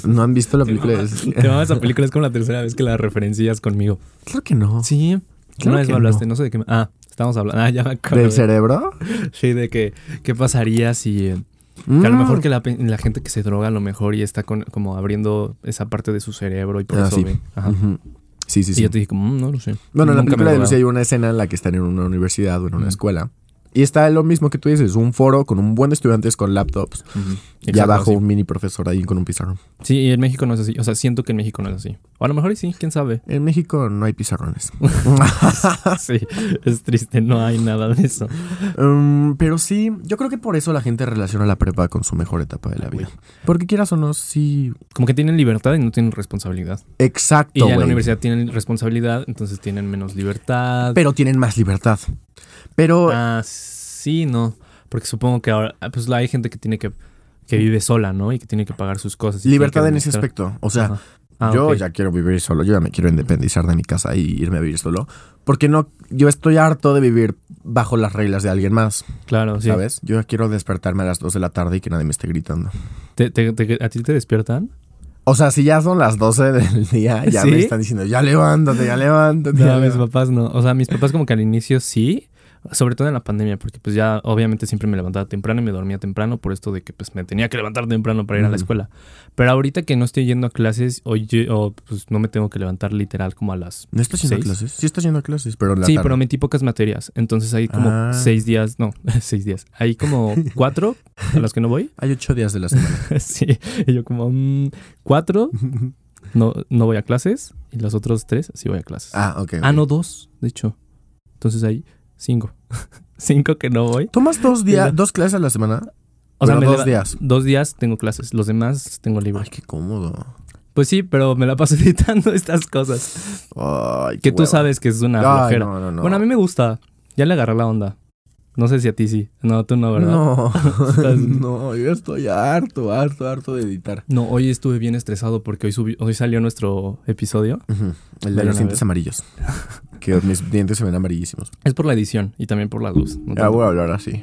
[SPEAKER 2] ¿No han visto la película de Lucy?
[SPEAKER 1] Te mamas esa película, es como la tercera vez que la referencias conmigo.
[SPEAKER 2] Claro que no.
[SPEAKER 1] Sí,
[SPEAKER 2] Claro
[SPEAKER 1] una vez
[SPEAKER 2] que
[SPEAKER 1] me hablaste, no. sé de qué. me- Ah, estábamos hablando. Ah, ya me acuerdo.
[SPEAKER 2] ¿Del cerebro?
[SPEAKER 1] Sí, de que qué pasaría si. eh, que a
[SPEAKER 2] Mm.
[SPEAKER 1] lo mejor que la, pe- la gente que se droga, a lo mejor y está con- como abriendo esa parte de su cerebro y por
[SPEAKER 2] Ah,
[SPEAKER 1] eso
[SPEAKER 2] sí.
[SPEAKER 1] ve. Ajá.
[SPEAKER 2] Ujú. Sí, sí,
[SPEAKER 1] Y
[SPEAKER 2] sí.
[SPEAKER 1] yo te dije, como, "Mm, no lo sé.
[SPEAKER 2] Bueno, en la
[SPEAKER 1] Nunca me
[SPEAKER 2] película
[SPEAKER 1] he
[SPEAKER 2] de Lucy
[SPEAKER 1] drogado".
[SPEAKER 2] hay una escena en la que están en una universidad o en una
[SPEAKER 1] Ujú.
[SPEAKER 2] escuela. Y está lo mismo que tú dices, un foro con un buen de estudiantes con laptops.
[SPEAKER 1] Ujú.
[SPEAKER 2] y
[SPEAKER 1] Exacto,
[SPEAKER 2] abajo
[SPEAKER 1] sí.
[SPEAKER 2] un mini profesor ahí con un pizarrón.
[SPEAKER 1] Sí, y en México no es así. O sea, siento que en México no es así. O a lo mejor y sí, quién sabe.
[SPEAKER 2] En México no hay pizarrones.
[SPEAKER 1] sí, es triste, no hay nada de eso.
[SPEAKER 2] Um, pero sí, yo creo que por eso la gente relaciona la prepa con su mejor etapa de la
[SPEAKER 1] Ah,
[SPEAKER 2] vida. Porque quieras o no, sí.
[SPEAKER 1] Como que tienen libertad y no tienen responsabilidad. Y
[SPEAKER 2] Exacto,
[SPEAKER 1] ya en la
[SPEAKER 2] güey.
[SPEAKER 1] universidad tienen responsabilidad, entonces tienen menos libertad.
[SPEAKER 2] Pero tienen más libertad. Pero
[SPEAKER 1] Ah, sí, no. Porque supongo que ahora, ah, pues la- hay gente que tiene que, que vive sola, ¿no? Y que tiene que pagar sus cosas. y tiene
[SPEAKER 2] libertad
[SPEAKER 1] que
[SPEAKER 2] en ese
[SPEAKER 1] demostrar.
[SPEAKER 2] aspecto. O sea,
[SPEAKER 1] Ajá. Ah,
[SPEAKER 2] yo
[SPEAKER 1] ok.
[SPEAKER 2] ya quiero vivir solo, yo ya me quiero independizar de mi casa y irme a vivir solo. Porque no, yo estoy harto de vivir bajo las reglas de alguien más,
[SPEAKER 1] Claro, sí.
[SPEAKER 2] ¿sabes? Yo ya quiero despertarme a las 2 de la tarde y que nadie me esté gritando.
[SPEAKER 1] Te- te- te- ¿A ti te despiertan?
[SPEAKER 2] O sea, si ya son las 12 del día, ya
[SPEAKER 1] ¿Sí?
[SPEAKER 2] me están diciendo, ya levántate, ya levántate.
[SPEAKER 1] No,
[SPEAKER 2] ya
[SPEAKER 1] mis
[SPEAKER 2] levántate".
[SPEAKER 1] papás no. O sea, mis papás como que al inicio sí, sobre todo en la pandemia, porque pues ya obviamente siempre me levantaba temprano y me dormía temprano por esto de que pues me tenía que levantar temprano para ir a la
[SPEAKER 2] Ujú.
[SPEAKER 1] escuela. Pero ahorita que no estoy yendo a clases o, ye- o, pues no me tengo que levantar literal como a las...
[SPEAKER 2] ¿No estás yendo a
[SPEAKER 1] ¿Seis?
[SPEAKER 2] clases? Sí estás yendo a clases, pero en la
[SPEAKER 1] Sí,
[SPEAKER 2] tarde.
[SPEAKER 1] pero metí pocas materias. Entonces hay como
[SPEAKER 2] Ah.
[SPEAKER 1] seis días, no, seis días. Hay como cuatro a los que no voy.
[SPEAKER 2] Hay ocho días de la semana.
[SPEAKER 1] sí. Y yo como mm, cuatro, no, no voy a clases. Y los otros tres sí voy a clases.
[SPEAKER 2] ah, ok.
[SPEAKER 1] Ah,
[SPEAKER 2] ok.
[SPEAKER 1] no, dos, de hecho. Entonces hay cinco. cinco que no voy.
[SPEAKER 2] ¿Tomas dos días,
[SPEAKER 1] Mira.
[SPEAKER 2] dos clases a la semana?
[SPEAKER 1] O sea,
[SPEAKER 2] Bueno,
[SPEAKER 1] me leva-
[SPEAKER 2] dos días.
[SPEAKER 1] Dos días tengo clases, los demás tengo libre.
[SPEAKER 2] Ay, qué cómodo.
[SPEAKER 1] Pues sí, pero me la paso editando estas cosas.
[SPEAKER 2] Ay, qué
[SPEAKER 1] Que tú
[SPEAKER 2] hueva.
[SPEAKER 1] sabes que es una
[SPEAKER 2] Ay,
[SPEAKER 1] flojera.
[SPEAKER 2] no, no, no.
[SPEAKER 1] Bueno, a mí me gusta. Ya le agarré la onda. No sé si a ti sí. No, tú no, ¿verdad?
[SPEAKER 2] No,
[SPEAKER 1] ¿eh? Estás-
[SPEAKER 2] no, yo estoy harto, harto, harto de editar.
[SPEAKER 1] No, hoy estuve bien estresado porque hoy, subi- hoy salió nuestro episodio.
[SPEAKER 2] El de
[SPEAKER 1] Vayan a
[SPEAKER 2] los dientes
[SPEAKER 1] ver.
[SPEAKER 2] amarillos. Que mis dientes se ven amarillísimos.
[SPEAKER 1] Es por la edición y también por la luz. no
[SPEAKER 2] Ya
[SPEAKER 1] tanto.
[SPEAKER 2] Ah, voy a hablar así.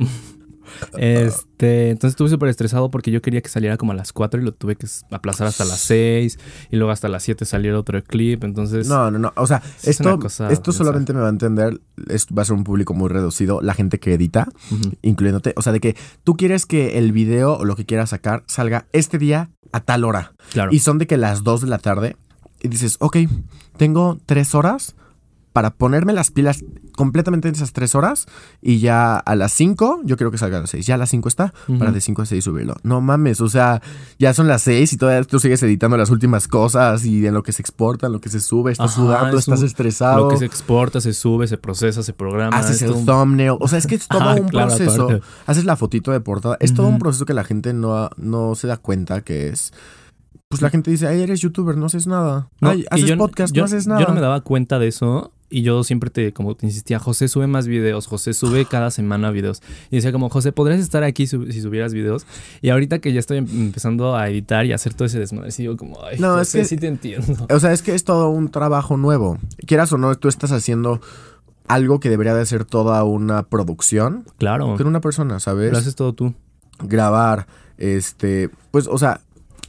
[SPEAKER 1] Este, entonces estuve súper estresado porque yo quería que saliera como a las 4 y lo tuve que s- aplazar hasta las 6 y luego hasta las 7 saliera otro clip, entonces...
[SPEAKER 2] No, no, no. O sea,
[SPEAKER 1] es
[SPEAKER 2] esto,
[SPEAKER 1] una cosa
[SPEAKER 2] esto
[SPEAKER 1] densa.
[SPEAKER 2] solamente me va a entender. es- va a ser un público muy reducido. La gente que edita,
[SPEAKER 1] Ujú.
[SPEAKER 2] incluyéndote. O sea, de que tú quieres que el video o lo que quieras sacar salga este día a tal hora.
[SPEAKER 1] Claro.
[SPEAKER 2] Y son de que las 2 de la tarde. Y dices, ok, tengo 3 horas para ponerme las pilas completamente en esas 3 horas. Y ya a las 5, yo creo que salga a las 6. Ya a las 5 está,
[SPEAKER 1] Ujú.
[SPEAKER 2] para de 5 a 6 subirlo. No mames, o sea, ya son las 6 y todavía tú sigues editando las últimas cosas y en lo que se exporta, en lo que se sube. Estás
[SPEAKER 1] Ajá,
[SPEAKER 2] sudando,
[SPEAKER 1] es
[SPEAKER 2] estás
[SPEAKER 1] un-
[SPEAKER 2] estresado.
[SPEAKER 1] Lo que se exporta, se sube, se procesa, se programa.
[SPEAKER 2] Haces
[SPEAKER 1] es
[SPEAKER 2] el
[SPEAKER 1] todo un-
[SPEAKER 2] thumbnail. O sea, es que es todo
[SPEAKER 1] Ah,
[SPEAKER 2] un
[SPEAKER 1] claro,
[SPEAKER 2] proceso.
[SPEAKER 1] aparte.
[SPEAKER 2] Haces la fotito de portada. Es todo un
[SPEAKER 1] Ujú.
[SPEAKER 2] proceso que la gente no, ha- no se da cuenta que es. Pues la gente dice, ay, eres youtuber, no haces nada.
[SPEAKER 1] No,
[SPEAKER 2] ay,
[SPEAKER 1] y
[SPEAKER 2] haces
[SPEAKER 1] yo no-
[SPEAKER 2] podcast,
[SPEAKER 1] yo-
[SPEAKER 2] no haces nada.
[SPEAKER 1] Yo no me daba cuenta de eso y yo siempre te, como te insistía, José, sube más videos, José, sube cada semana videos. Y decía como, José, ¿podrías estar aquí sub- si subieras videos? Y ahorita que ya estoy em- empezando a editar y hacer todo ese desmadre, sigo como, ay,
[SPEAKER 2] No,
[SPEAKER 1] no,
[SPEAKER 2] es que-
[SPEAKER 1] sí te entiendo.
[SPEAKER 2] O sea, es que es todo un trabajo nuevo. Quieras o no, tú estás haciendo algo que debería de ser toda una producción
[SPEAKER 1] Claro.
[SPEAKER 2] con una persona, ¿sabes?
[SPEAKER 1] Lo haces todo tú.
[SPEAKER 2] Grabar, este, pues, o sea,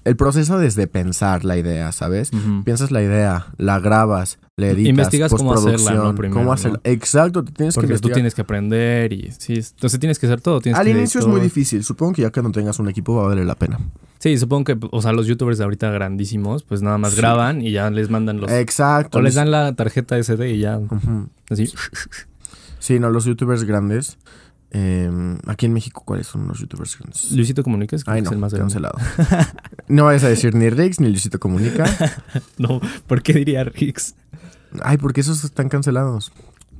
[SPEAKER 2] el proceso desde pensar la idea, ¿sabes? Piensas la idea, la grabas, le editas,
[SPEAKER 1] Investigas cómo hacerla, ¿no?
[SPEAKER 2] postproducción,
[SPEAKER 1] Primero,
[SPEAKER 2] cómo
[SPEAKER 1] ¿no?
[SPEAKER 2] hacerla. Exacto, te tienes que
[SPEAKER 1] Porque tú
[SPEAKER 2] investigar.
[SPEAKER 1] tienes que aprender y sí, es- entonces tienes que hacer todo. tienes
[SPEAKER 2] Al
[SPEAKER 1] que
[SPEAKER 2] inicio es
[SPEAKER 1] todo.
[SPEAKER 2] muy difícil. Supongo que ya que no tengas un equipo va a valer la pena.
[SPEAKER 1] Sí, supongo que, o sea, los youtubers de ahorita grandísimos, pues nada más
[SPEAKER 2] Sí. Eh,
[SPEAKER 1] graban y ya les mandan los.
[SPEAKER 2] Exacto.
[SPEAKER 1] o les
[SPEAKER 2] los-
[SPEAKER 1] dan la tarjeta SD y ya.
[SPEAKER 2] Ujú.
[SPEAKER 1] Así.
[SPEAKER 2] Sí, no, los youtubers grandes. eh, aquí en México, ¿cuáles son los youtubers grandes?
[SPEAKER 1] Luisito Comunicas, creo
[SPEAKER 2] Ay,
[SPEAKER 1] que
[SPEAKER 2] no,
[SPEAKER 1] es el más grande.
[SPEAKER 2] cancelado. no vayas a decir ni Riggs ni Luisito Comunica.
[SPEAKER 1] No, ¿por qué diría Rix?
[SPEAKER 2] Ay, porque esos están cancelados.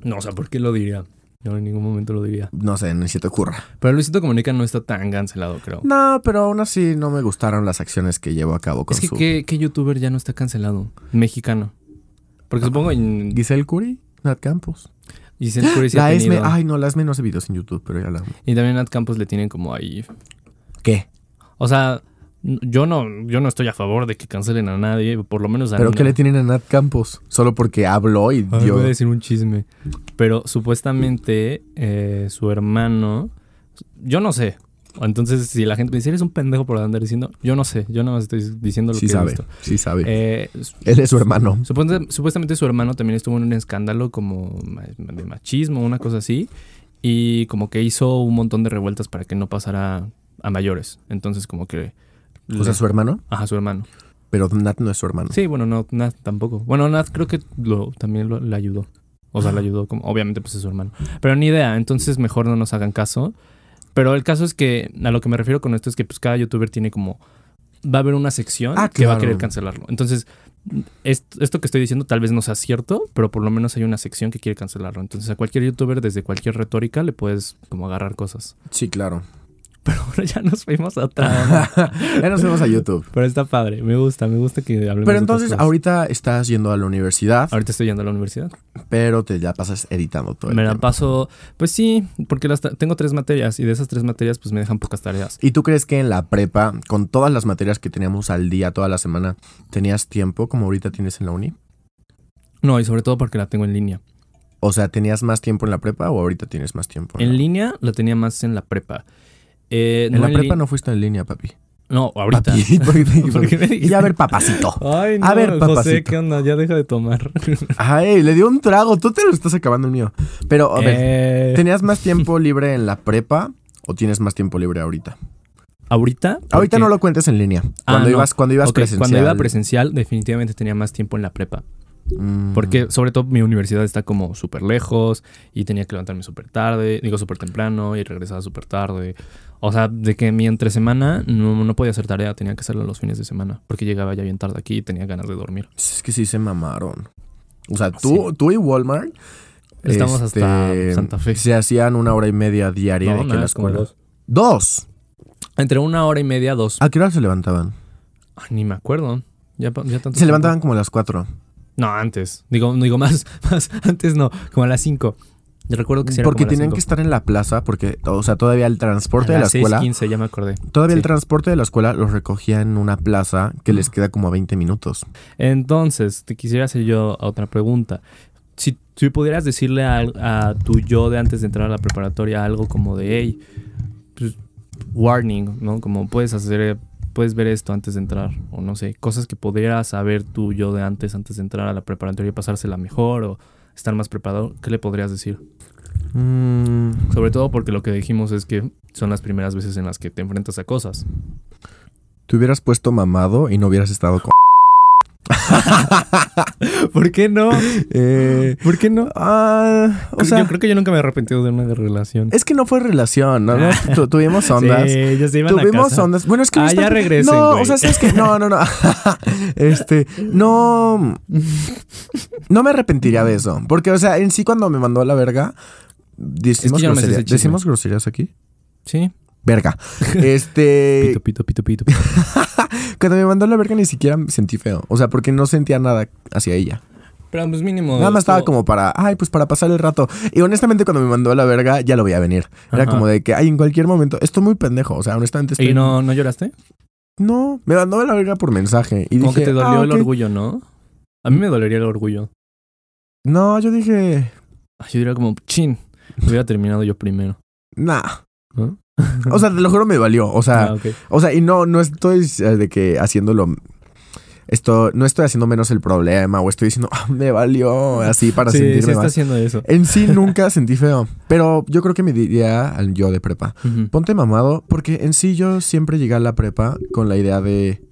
[SPEAKER 1] No, o sea, ¿por qué lo diría? No, en ningún momento lo diría.
[SPEAKER 2] No sé, ni se te ocurra.
[SPEAKER 1] Pero Luisito Comunica no está tan cancelado, creo.
[SPEAKER 2] No, pero aún así no me gustaron las acciones que llevó a cabo con
[SPEAKER 1] es que
[SPEAKER 2] su...
[SPEAKER 1] ¿qué, qué youtuber ya no está cancelado? Mexicano.
[SPEAKER 2] Ah.
[SPEAKER 1] Porque supongo en
[SPEAKER 2] Giselle Curry, Nat Campos.
[SPEAKER 1] Giselle Curry sí ha
[SPEAKER 2] la Esme,
[SPEAKER 1] tenido.
[SPEAKER 2] ay no, la Esme no hace videos en YouTube, pero ya la amo.
[SPEAKER 1] Y también Nat Campos le tienen como ahí.
[SPEAKER 2] ¿Qué?
[SPEAKER 1] O sea, n- yo no, yo no estoy a favor de que cancelen a nadie, por lo menos a
[SPEAKER 2] ¿Pero
[SPEAKER 1] mí
[SPEAKER 2] qué
[SPEAKER 1] no.
[SPEAKER 2] le tienen a Nat Campos? Solo porque habló y
[SPEAKER 1] Ay,
[SPEAKER 2] dio...
[SPEAKER 1] voy a decir un chisme. Pero supuestamente eh, su hermano. Yo no sé. Entonces, si la gente me dice, eres un pendejo por andar diciendo, yo no sé. Yo nada más estoy diciendo lo
[SPEAKER 2] Sí
[SPEAKER 1] que he
[SPEAKER 2] sabe,
[SPEAKER 1] visto.
[SPEAKER 2] sí sabe.
[SPEAKER 1] Eh,
[SPEAKER 2] Él es su hermano.
[SPEAKER 1] supuesta- supuestamente su hermano también estuvo en un escándalo como ma- de machismo, una cosa así. Y como que hizo un montón de revueltas para que no pasara a mayores. Entonces, como que.
[SPEAKER 2] O sea, su hermano,
[SPEAKER 1] Ajá, su hermano.
[SPEAKER 2] pero Nat no es su hermano.
[SPEAKER 1] Sí, bueno, no, Nat tampoco. Bueno, Nat creo que lo, también lo, le ayudó. O sea, le ayudó como, obviamente, pues es su hermano. Pero ni idea, entonces mejor no nos hagan caso. Pero el caso es que, a lo que me refiero con esto es que pues cada youtuber tiene como, va a haber una sección
[SPEAKER 2] Ah,
[SPEAKER 1] que va a
[SPEAKER 2] claro.
[SPEAKER 1] querer cancelarlo. Entonces, est- esto que estoy diciendo tal vez no sea cierto, pero por lo menos hay una sección que quiere cancelarlo. Entonces a cualquier youtuber, desde cualquier retórica, le puedes como agarrar cosas.
[SPEAKER 2] Sí, claro.
[SPEAKER 1] Pero ahora ya nos fuimos a otra.
[SPEAKER 2] Ya nos vemos a YouTube.
[SPEAKER 1] pero está padre, me gusta, me gusta que hablemos
[SPEAKER 2] Pero
[SPEAKER 1] de otras
[SPEAKER 2] entonces
[SPEAKER 1] cosas.
[SPEAKER 2] ahorita estás yendo a la universidad,
[SPEAKER 1] Ahorita estoy yendo a la universidad.
[SPEAKER 2] pero te ya pasas editando todo el
[SPEAKER 1] Me la
[SPEAKER 2] tiempo.
[SPEAKER 1] paso, pues sí, porque las ta- tengo tres materias y de esas tres materias pues me dejan pocas tareas.
[SPEAKER 2] ¿Y tú crees que en la prepa, con todas las materias que teníamos al día, toda la semana, tenías tiempo como ahorita tienes en la uni?
[SPEAKER 1] No, y sobre todo porque la tengo en línea.
[SPEAKER 2] O sea, ¿tenías más tiempo en la prepa o ahorita tienes más tiempo?
[SPEAKER 1] En
[SPEAKER 2] la-
[SPEAKER 1] línea la tenía más en la prepa. Eh,
[SPEAKER 2] En la
[SPEAKER 1] en
[SPEAKER 2] prepa
[SPEAKER 1] li-
[SPEAKER 2] no fuiste en línea, papi.
[SPEAKER 1] No, ahorita.
[SPEAKER 2] Papi, ¿por qué te-
[SPEAKER 1] ¿Por qué me dijiste?
[SPEAKER 2] Y a ver, papacito.
[SPEAKER 1] Ay,
[SPEAKER 2] A
[SPEAKER 1] José,
[SPEAKER 2] ver, papacito.
[SPEAKER 1] ¿qué onda? Ya deja de tomar.
[SPEAKER 2] Ay, le dio un trago. Tú te lo estás acabando el mío. Pero, a ver,
[SPEAKER 1] Eh,
[SPEAKER 2] ¿tenías más tiempo libre en la prepa o tienes más tiempo libre ahorita?
[SPEAKER 1] ahorita.
[SPEAKER 2] Ahorita
[SPEAKER 1] porque-
[SPEAKER 2] no lo cuentes en línea.
[SPEAKER 1] Ah,
[SPEAKER 2] Cuando
[SPEAKER 1] no.
[SPEAKER 2] ibas, cuando ibas
[SPEAKER 1] Ok,
[SPEAKER 2] presencial.
[SPEAKER 1] Cuando iba presencial, definitivamente tenía más tiempo en la prepa.
[SPEAKER 2] Mm.
[SPEAKER 1] Porque, sobre todo, mi universidad está como súper lejos y tenía que levantarme súper tarde, digo súper temprano y regresaba súper tarde. O sea, de que mi entre semana no, no podía hacer tarea, tenía que hacerlo los fines de semana porque llegaba ya bien tarde aquí y tenía ganas de dormir.
[SPEAKER 2] Es que sí se mamaron. O sea, tú, tú y Walmart.
[SPEAKER 1] Ah, Estamos
[SPEAKER 2] este,
[SPEAKER 1] hasta Santa Fe.
[SPEAKER 2] Se hacían una hora y media diaria
[SPEAKER 1] No,
[SPEAKER 2] de que
[SPEAKER 1] nada,
[SPEAKER 2] la
[SPEAKER 1] como
[SPEAKER 2] escuela. Dos.
[SPEAKER 1] dos. Entre una hora y media, dos.
[SPEAKER 2] ¿A qué hora se levantaban?
[SPEAKER 1] Ay, ni me acuerdo. Ya, pa- ya tanto
[SPEAKER 2] Se
[SPEAKER 1] tiempo.
[SPEAKER 2] levantaban como a las cuatro.
[SPEAKER 1] No, antes. Digo, no digo más, más. Antes no, como a las cinco. Yo recuerdo que sí era
[SPEAKER 2] Porque
[SPEAKER 1] como a las
[SPEAKER 2] tenían que
[SPEAKER 1] cinco.
[SPEAKER 2] estar en la plaza, porque, o sea, todavía el transporte
[SPEAKER 1] A
[SPEAKER 2] de la
[SPEAKER 1] las seis,
[SPEAKER 2] escuela.
[SPEAKER 1] quince, ya me acordé.
[SPEAKER 2] Todavía el
[SPEAKER 1] Sí. Mm.
[SPEAKER 2] transporte de la escuela los recogía en una plaza que les queda como a 20 minutos.
[SPEAKER 1] Entonces, te quisiera hacer yo otra pregunta. Si, si pudieras decirle a, a tu yo de antes de entrar a la preparatoria algo como de, hey, pues, warning, ¿no? Como puedes hacer, puedes ver esto antes de entrar, o no sé, cosas que pudieras saber tu yo de antes, antes de entrar a la preparatoria y pasársela mejor o estar más preparado, ¿qué le podrías decir?
[SPEAKER 2] Mm,
[SPEAKER 1] Sobre todo porque lo que dijimos es que son las primeras veces en las que te enfrentas a cosas.
[SPEAKER 2] te hubieras puesto mamado y no hubieras estado con.
[SPEAKER 1] ¿Por qué no?
[SPEAKER 2] Eh,
[SPEAKER 1] ¿Por qué no?
[SPEAKER 2] ah, o sea,
[SPEAKER 1] yo creo que yo nunca me he arrepentido de una relación.
[SPEAKER 2] es que no fue relación, ¿no? No, tu- tuvimos ondas.
[SPEAKER 1] Ah. Sí, ellos se iban a
[SPEAKER 2] Tuvimos
[SPEAKER 1] casa.
[SPEAKER 2] ondas. Bueno, es que no
[SPEAKER 1] Ah,
[SPEAKER 2] está-
[SPEAKER 1] ya regresen,
[SPEAKER 2] No,
[SPEAKER 1] güey.
[SPEAKER 2] o sea, es que no, no, no. este, no no me arrepentiría de eso, porque o sea, en sí cuando me mandó a la verga decimos
[SPEAKER 1] yo no me sé
[SPEAKER 2] groserías.
[SPEAKER 1] ese chisme.
[SPEAKER 2] ¿Decimos groserías aquí?
[SPEAKER 1] Sí.
[SPEAKER 2] Verga. Este,
[SPEAKER 1] Pito, pito, pito, pito. pito.
[SPEAKER 2] cuando me mandó a la verga ni siquiera me sentí feo, o sea, porque no sentía nada hacia ella.
[SPEAKER 1] Pero pues mínimo.
[SPEAKER 2] Nada más estaba
[SPEAKER 1] estuvo-
[SPEAKER 2] como para, ay, pues para pasar el rato. Y honestamente cuando me mandó a la verga ya lo veía venir. Era
[SPEAKER 1] Ajá.
[SPEAKER 2] como de este, que, ay, en cualquier momento, estoy muy pendejo, o sea, honestamente estoy
[SPEAKER 1] ¿Y no, no lloraste?
[SPEAKER 2] No, me mandó a la verga por mensaje. Y
[SPEAKER 1] Como
[SPEAKER 2] dije,
[SPEAKER 1] que te dolió
[SPEAKER 2] "Ah,
[SPEAKER 1] el
[SPEAKER 2] ok".
[SPEAKER 1] orgullo, ¿no? A mí me dolería el orgullo.
[SPEAKER 2] No, yo dije,
[SPEAKER 1] Ah, Yo diría como, chin, hubiera terminado yo primero.
[SPEAKER 2] Nah.
[SPEAKER 1] ¿No?
[SPEAKER 2] O sea, te lo juro, me valió. O sea,
[SPEAKER 1] Ah, ok.
[SPEAKER 2] o sea, y no, no estoy eh, de que haciéndolo. Esto, no estoy haciendo menos el problema o estoy diciendo, "Ah, me valió, así para
[SPEAKER 1] sí,
[SPEAKER 2] sentirme Eh,
[SPEAKER 1] sí está
[SPEAKER 2] más.
[SPEAKER 1] haciendo eso.
[SPEAKER 2] En sí nunca sentí feo, pero yo creo que me diría al yo de prepa.
[SPEAKER 1] Ujú.
[SPEAKER 2] Ponte mamado, porque en sí yo siempre llegué a la prepa con la idea de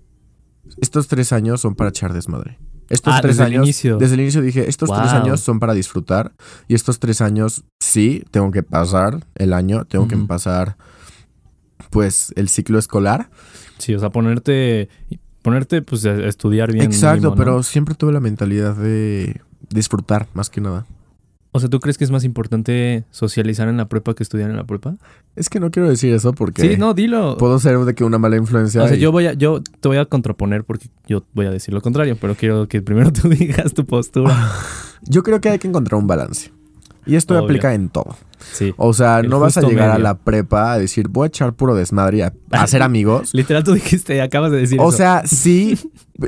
[SPEAKER 2] estos tres años son para echar desmadre. Estos
[SPEAKER 1] Ah,
[SPEAKER 2] tres
[SPEAKER 1] desde el
[SPEAKER 2] años,
[SPEAKER 1] inicio.
[SPEAKER 2] desde el inicio dije, estos tres
[SPEAKER 1] Wow.
[SPEAKER 2] años son para disfrutar y estos tres años sí tengo que pasar el año, tengo que
[SPEAKER 1] Ujú.
[SPEAKER 2] pasar pues el ciclo escolar.
[SPEAKER 1] Sí, o sea, ponerte, ponerte pues, a a estudiar bien.
[SPEAKER 2] Exacto,
[SPEAKER 1] mínimo, ¿no?
[SPEAKER 2] pero siempre tuve la mentalidad de disfrutar más que nada.
[SPEAKER 1] O sea, ¿tú crees que es más importante socializar en la prepa que estudiar en la prepa?
[SPEAKER 2] Es que no quiero decir eso porque
[SPEAKER 1] Sí, no, dilo.
[SPEAKER 2] puedo ser de que una mala influencia.
[SPEAKER 1] O sea,
[SPEAKER 2] y-
[SPEAKER 1] yo voy a, yo te voy a contraponer porque yo voy a decir lo contrario, pero quiero que primero tú digas tu postura.
[SPEAKER 2] yo creo que hay que encontrar un balance. Y esto
[SPEAKER 1] Obvio.
[SPEAKER 2] aplica en todo.
[SPEAKER 1] Sí.
[SPEAKER 2] O sea,
[SPEAKER 1] El
[SPEAKER 2] no vas a
[SPEAKER 1] justo
[SPEAKER 2] llegar a
[SPEAKER 1] medio.
[SPEAKER 2] la prepa a decir, voy a echar puro desmadre y a a hacer amigos.
[SPEAKER 1] Literal, tú dijiste, acabas de decir
[SPEAKER 2] O
[SPEAKER 1] eso.
[SPEAKER 2] sea, sí.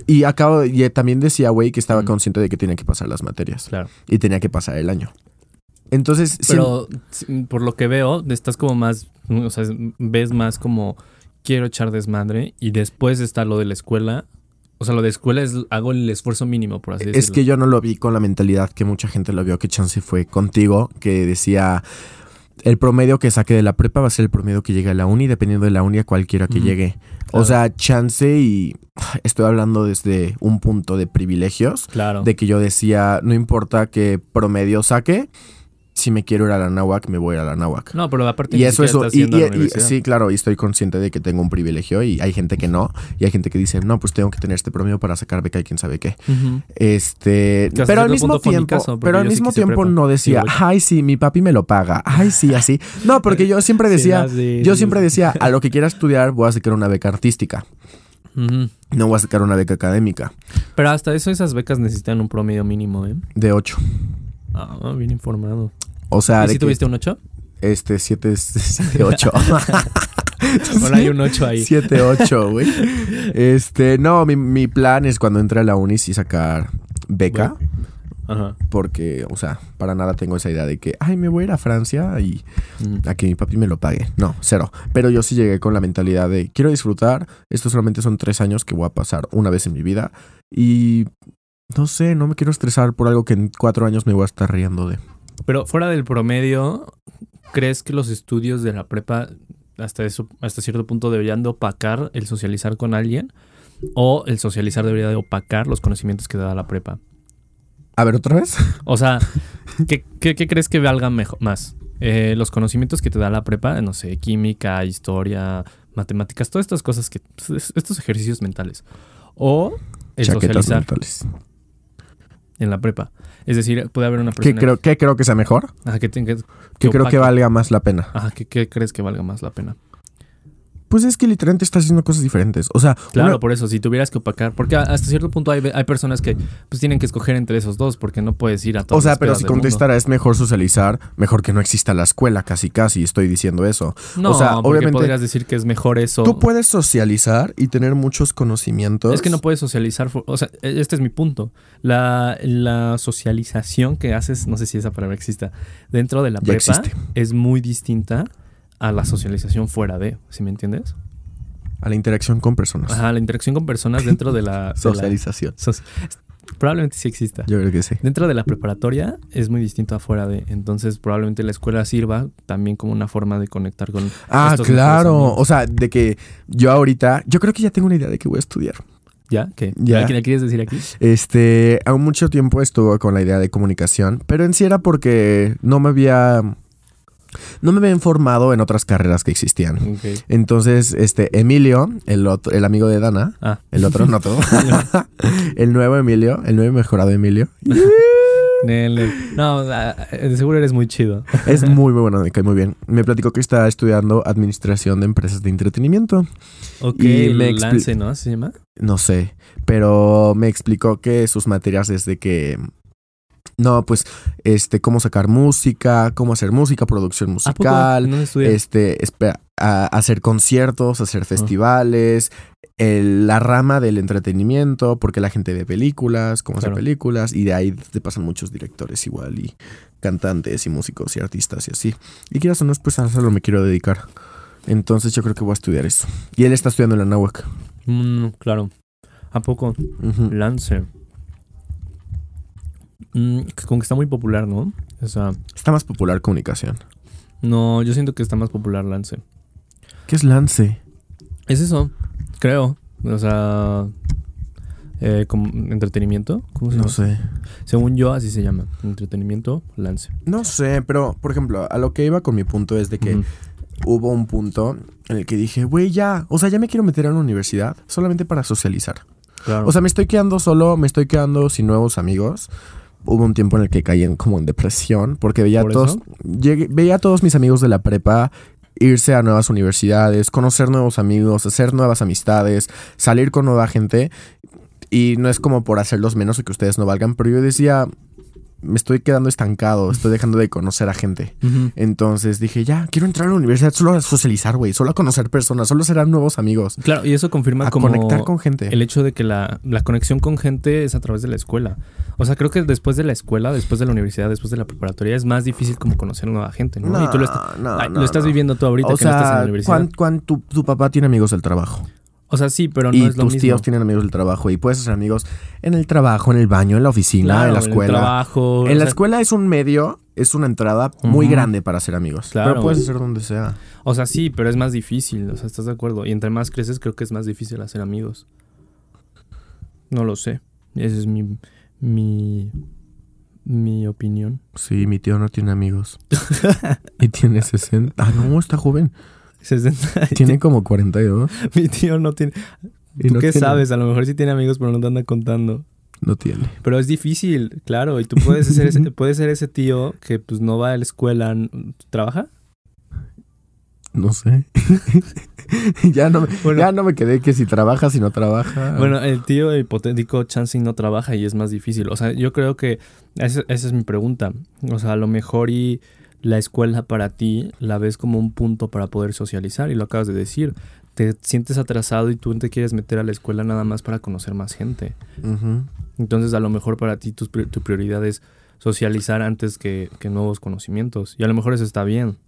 [SPEAKER 2] Y acabo, y también decía, güey, que estaba
[SPEAKER 1] Mm.
[SPEAKER 2] consciente de que tenía que pasar las materias.
[SPEAKER 1] Claro.
[SPEAKER 2] Y tenía que pasar el año. Entonces, sí,
[SPEAKER 1] Pero sí, por lo que veo, estás como más, o sea, ves más como quiero echar desmadre y después está lo de la escuela. O sea, lo de escuela es hago el esfuerzo mínimo, por así decirlo.
[SPEAKER 2] es que yo no lo vi con la mentalidad que mucha gente lo vio, que chance fue contigo, que decía, el promedio que saque de la prepa va a ser el promedio que llegue a la uni, dependiendo de la uni a cualquiera que
[SPEAKER 1] Ujú.
[SPEAKER 2] llegue. O
[SPEAKER 1] Claro.
[SPEAKER 2] sea, chance y estoy hablando desde un punto de privilegios.
[SPEAKER 1] Claro.
[SPEAKER 2] de que yo decía, no importa qué promedio saque, si me quiero ir a la náhuac, me voy a la náhuac.
[SPEAKER 1] No, pero aparte
[SPEAKER 2] Y
[SPEAKER 1] ni
[SPEAKER 2] eso es...
[SPEAKER 1] siquiera estás
[SPEAKER 2] y-
[SPEAKER 1] yendo a
[SPEAKER 2] y-
[SPEAKER 1] la
[SPEAKER 2] y-
[SPEAKER 1] universidad.
[SPEAKER 2] sí, claro, y estoy consciente de que tengo un privilegio y hay gente que no, y hay gente que dice, no, pues tengo que tener este promedio para sacar beca y quién sabe qué.
[SPEAKER 1] Ujú.
[SPEAKER 2] Este,
[SPEAKER 1] Que hasta
[SPEAKER 2] pero al
[SPEAKER 1] cierto
[SPEAKER 2] mismo
[SPEAKER 1] punto fue mi
[SPEAKER 2] tiempo,
[SPEAKER 1] caso, porque
[SPEAKER 2] pero al
[SPEAKER 1] yo sí
[SPEAKER 2] mismo
[SPEAKER 1] quise
[SPEAKER 2] tiempo
[SPEAKER 1] prepa.
[SPEAKER 2] no decía,
[SPEAKER 1] Digo,
[SPEAKER 2] ay, sí, mi papi me lo paga, ay, sí, así. No, porque yo siempre
[SPEAKER 1] Sí,
[SPEAKER 2] decía,
[SPEAKER 1] no, sí,
[SPEAKER 2] yo
[SPEAKER 1] sí,
[SPEAKER 2] siempre
[SPEAKER 1] sí.
[SPEAKER 2] decía, a lo que quiera estudiar voy a sacar una beca artística,
[SPEAKER 1] Ujú.
[SPEAKER 2] no voy a sacar una beca académica
[SPEAKER 1] Pero hasta eso esas becas necesitan un promedio mínimo, ¿eh?
[SPEAKER 2] de 8.
[SPEAKER 1] Ah, bien informado.
[SPEAKER 2] O
[SPEAKER 1] ¿Y
[SPEAKER 2] sea, Ah, de
[SPEAKER 1] si
[SPEAKER 2] que-
[SPEAKER 1] tuviste un 8?
[SPEAKER 2] Este, 7, 8.
[SPEAKER 1] Bueno, hay un 8 ahí.
[SPEAKER 2] 7, 8, güey. Este, no, mi, mi plan es cuando entre a la uni sí sacar beca.
[SPEAKER 1] Ajá.
[SPEAKER 2] Porque, o sea, para nada tengo esa idea de que, ay, me voy a ir a Francia y
[SPEAKER 1] Mm.
[SPEAKER 2] a que mi papi me lo pague. No, cero. Pero yo sí llegué con la mentalidad de, quiero disfrutar. Estos solamente son tres años que voy a pasar una vez en mi vida. Y no sé, no me quiero estresar por algo que en cuatro años me voy a estar riendo de.
[SPEAKER 1] Pero fuera del promedio, ¿crees que los estudios de la prepa hasta eso, hasta cierto punto deberían de opacar el socializar con alguien? ¿O el socializar debería de opacar los conocimientos que da la prepa?
[SPEAKER 2] A ver, otra vez.
[SPEAKER 1] O sea, ¿qué, qué- qué crees que valga mejo- más? Eh, los conocimientos que te da la prepa, no sé, química, historia, matemáticas, todas estas cosas que. pues, Estos ejercicios mentales. O el
[SPEAKER 2] Chaquetas
[SPEAKER 1] socializar
[SPEAKER 2] mentales.
[SPEAKER 1] en la prepa. Es decir, puede haber una
[SPEAKER 2] ¿Qué
[SPEAKER 1] persona.
[SPEAKER 2] creo, ¿Qué creo que sea mejor?
[SPEAKER 1] Ajá, que tenga- que
[SPEAKER 2] que creo
[SPEAKER 1] opaque.
[SPEAKER 2] que valga más la pena.
[SPEAKER 1] Ajá, ¿qué, qué crees que valga más la pena?
[SPEAKER 2] Pues es que literalmente estás haciendo cosas diferentes. O sea,
[SPEAKER 1] Claro,
[SPEAKER 2] una-
[SPEAKER 1] por eso, si tuvieras que opacar, porque a- hasta cierto punto hay, ve- hay personas que pues tienen que escoger entre esos dos, porque no puedes ir a todas
[SPEAKER 2] o sea,
[SPEAKER 1] las
[SPEAKER 2] pero
[SPEAKER 1] pedas
[SPEAKER 2] si
[SPEAKER 1] del mundo.
[SPEAKER 2] contestara es mejor socializar, mejor que no exista la escuela, casi casi estoy diciendo eso.
[SPEAKER 1] No,
[SPEAKER 2] o sea,
[SPEAKER 1] porque
[SPEAKER 2] obviamente-
[SPEAKER 1] podrías decir que es mejor eso.
[SPEAKER 2] Tú puedes socializar y tener muchos conocimientos.
[SPEAKER 1] Es que no puedes socializar, fu- o sea, e- este es mi punto. La, la socialización que haces, no sé si esa palabra exista, dentro de la
[SPEAKER 2] Ya
[SPEAKER 1] prepa
[SPEAKER 2] existe.
[SPEAKER 1] es muy distinta a la socialización fuera de, ¿sí me entiendes?
[SPEAKER 2] A la interacción con personas.
[SPEAKER 1] Ajá, la interacción con personas dentro de la... de la-
[SPEAKER 2] Socialización.
[SPEAKER 1] soci- probablemente sí exista.
[SPEAKER 2] Yo creo que sí.
[SPEAKER 1] Dentro de la preparatoria es muy distinto afuera de, entonces probablemente la escuela sirva también como una forma de conectar con...
[SPEAKER 2] Ah,
[SPEAKER 1] estos mejores
[SPEAKER 2] claro.
[SPEAKER 1] amigos.
[SPEAKER 2] O sea, de que yo ahorita, yo creo que ya tengo una idea de que voy a estudiar.
[SPEAKER 1] ¿Ya? ¿Qué?
[SPEAKER 2] Ya.
[SPEAKER 1] ¿La, la quieres decir aquí?
[SPEAKER 2] Este, aún mucho tiempo estuvo con la idea de comunicación, pero en sí era porque no me había, no me había informado en otras carreras que existían.
[SPEAKER 1] Ok.
[SPEAKER 2] Entonces, este, Emilio, el otro, el amigo de Dana,
[SPEAKER 1] Ah,
[SPEAKER 2] el otro no todo. el nuevo Emilio, el nuevo y mejorado Emilio.
[SPEAKER 1] Nele. No, ah, de seguro eres muy chido.
[SPEAKER 2] Es muy, muy bueno, me cae muy bien. Me platicó que está estudiando administración de empresas de entretenimiento.
[SPEAKER 1] Ok,
[SPEAKER 2] Y me expli-
[SPEAKER 1] Lance, ¿no? ¿Se llama?
[SPEAKER 2] No sé, pero me explicó que sus materias es de que. No, pues, este, cómo sacar música, cómo hacer música, producción
[SPEAKER 1] ¿A poco?
[SPEAKER 2] musical,
[SPEAKER 1] ¿En dónde estudia? Ah.
[SPEAKER 2] este, espera, a- hacer conciertos, hacer festivales, el- la rama del entretenimiento, porque la gente ve películas, cómo
[SPEAKER 1] Claro.
[SPEAKER 2] hace películas, y de ahí te pasan muchos directores igual, y cantantes, y músicos, y artistas, y así. Y quieras o no, pues a eso me quiero dedicar. Entonces yo creo que voy a estudiar eso. Y él está estudiando en la náhuac.
[SPEAKER 1] Mm, claro. ¿A poco?
[SPEAKER 2] Ujú.
[SPEAKER 1] Lance. Mm, con que está muy popular, ¿no? O sea,
[SPEAKER 2] Está más popular comunicación.
[SPEAKER 1] no, yo siento que está más popular Lance.
[SPEAKER 2] ¿Qué es lance?
[SPEAKER 1] Es eso, creo. O sea, eh, como entretenimiento. ¿Cómo se
[SPEAKER 2] No
[SPEAKER 1] llama?
[SPEAKER 2] sé.
[SPEAKER 1] Según yo, así se llama. Entretenimiento, lance.
[SPEAKER 2] No sé, pero por ejemplo, a lo que iba con mi punto es de que
[SPEAKER 1] Ujú.
[SPEAKER 2] hubo un punto en el que dije, güey, ya, o sea, ya me quiero meter a una universidad solamente para socializar.
[SPEAKER 1] Claro.
[SPEAKER 2] O sea, me estoy quedando solo, me estoy quedando sin nuevos amigos. Hubo un tiempo en el que caí en, como en depresión porque veía,
[SPEAKER 1] ¿Por
[SPEAKER 2] a todos,
[SPEAKER 1] eso?
[SPEAKER 2] llegué- veía a todos mis amigos de la prepa irse a nuevas universidades, conocer nuevos amigos, hacer nuevas amistades, salir con nueva gente. Y no es como por hacerlos menos o que ustedes no valgan, pero yo decía, me estoy quedando estancado, estoy dejando de conocer a gente.
[SPEAKER 1] Ujú.
[SPEAKER 2] Entonces dije, ya, quiero entrar a la universidad solo a socializar, güey, solo a conocer personas, solo serán nuevos amigos,
[SPEAKER 1] Claro, y eso confirma
[SPEAKER 2] a
[SPEAKER 1] como
[SPEAKER 2] conectar con gente.
[SPEAKER 1] el hecho de que la, la conexión con gente es a través de la escuela. O sea, creo que después de la escuela, después de la universidad, después de la preparatoria, es más difícil como conocer nueva gente, ¿no? y tú lo, estás-
[SPEAKER 2] no,
[SPEAKER 1] ay,
[SPEAKER 2] no,
[SPEAKER 1] lo estás
[SPEAKER 2] no.
[SPEAKER 1] viviendo tú ahorita
[SPEAKER 2] o
[SPEAKER 1] que no estás en
[SPEAKER 2] sea,
[SPEAKER 1] la universidad.
[SPEAKER 2] ¿cuán, cuán tu, tu papá tiene amigos del trabajo.
[SPEAKER 1] O sea, sí, pero no
[SPEAKER 2] y
[SPEAKER 1] es lo
[SPEAKER 2] tus
[SPEAKER 1] mismo.
[SPEAKER 2] tíos tienen amigos del trabajo. Y puedes hacer amigos en el trabajo, en el baño, en la oficina,
[SPEAKER 1] Claro,
[SPEAKER 2] en la
[SPEAKER 1] En el
[SPEAKER 2] escuela.
[SPEAKER 1] trabajo.
[SPEAKER 2] En,
[SPEAKER 1] o
[SPEAKER 2] la
[SPEAKER 1] sea,
[SPEAKER 2] escuela es un medio, es una entrada muy
[SPEAKER 1] Ujú.
[SPEAKER 2] grande para hacer amigos.
[SPEAKER 1] Claro.
[SPEAKER 2] Pero puedes hacer donde sea.
[SPEAKER 1] O sea, sí, pero es más difícil, o sea, ¿estás de acuerdo? Y entre más creces, creo que es más difícil hacer amigos. No lo sé. Esa es mi. mi. mi opinión.
[SPEAKER 2] Sí, mi tío no tiene amigos. y tiene 60. Ah, no, está joven.
[SPEAKER 1] 60.
[SPEAKER 2] Tiene como 42.
[SPEAKER 1] Mi tío no tiene.
[SPEAKER 2] Y
[SPEAKER 1] ¿Tú
[SPEAKER 2] no
[SPEAKER 1] qué
[SPEAKER 2] tiene-
[SPEAKER 1] sabes? A lo mejor sí tiene amigos, pero no te anda contando.
[SPEAKER 2] No tiene.
[SPEAKER 1] Pero es difícil, claro. Y tú puedes ser ese, puedes ser ese tío que pues no va a la escuela, n- trabaja.
[SPEAKER 2] No sé. ya, no, me-
[SPEAKER 1] Bueno.
[SPEAKER 2] ya no me quedé que si trabaja, si no trabaja.
[SPEAKER 1] Bueno, el tío hipotético Chansey no trabaja y es más difícil. O sea, yo creo que esa, esa es mi pregunta. O sea, a lo mejor y la escuela para ti la ves como un punto para poder socializar y lo acabas de decir. Te sientes atrasado y tú te quieres meter a la escuela nada más para conocer más gente.
[SPEAKER 2] Ujú.
[SPEAKER 1] Entonces, a lo mejor para ti tus pri- tu prioridad es socializar antes que, que nuevos conocimientos. Y a lo mejor eso está bien.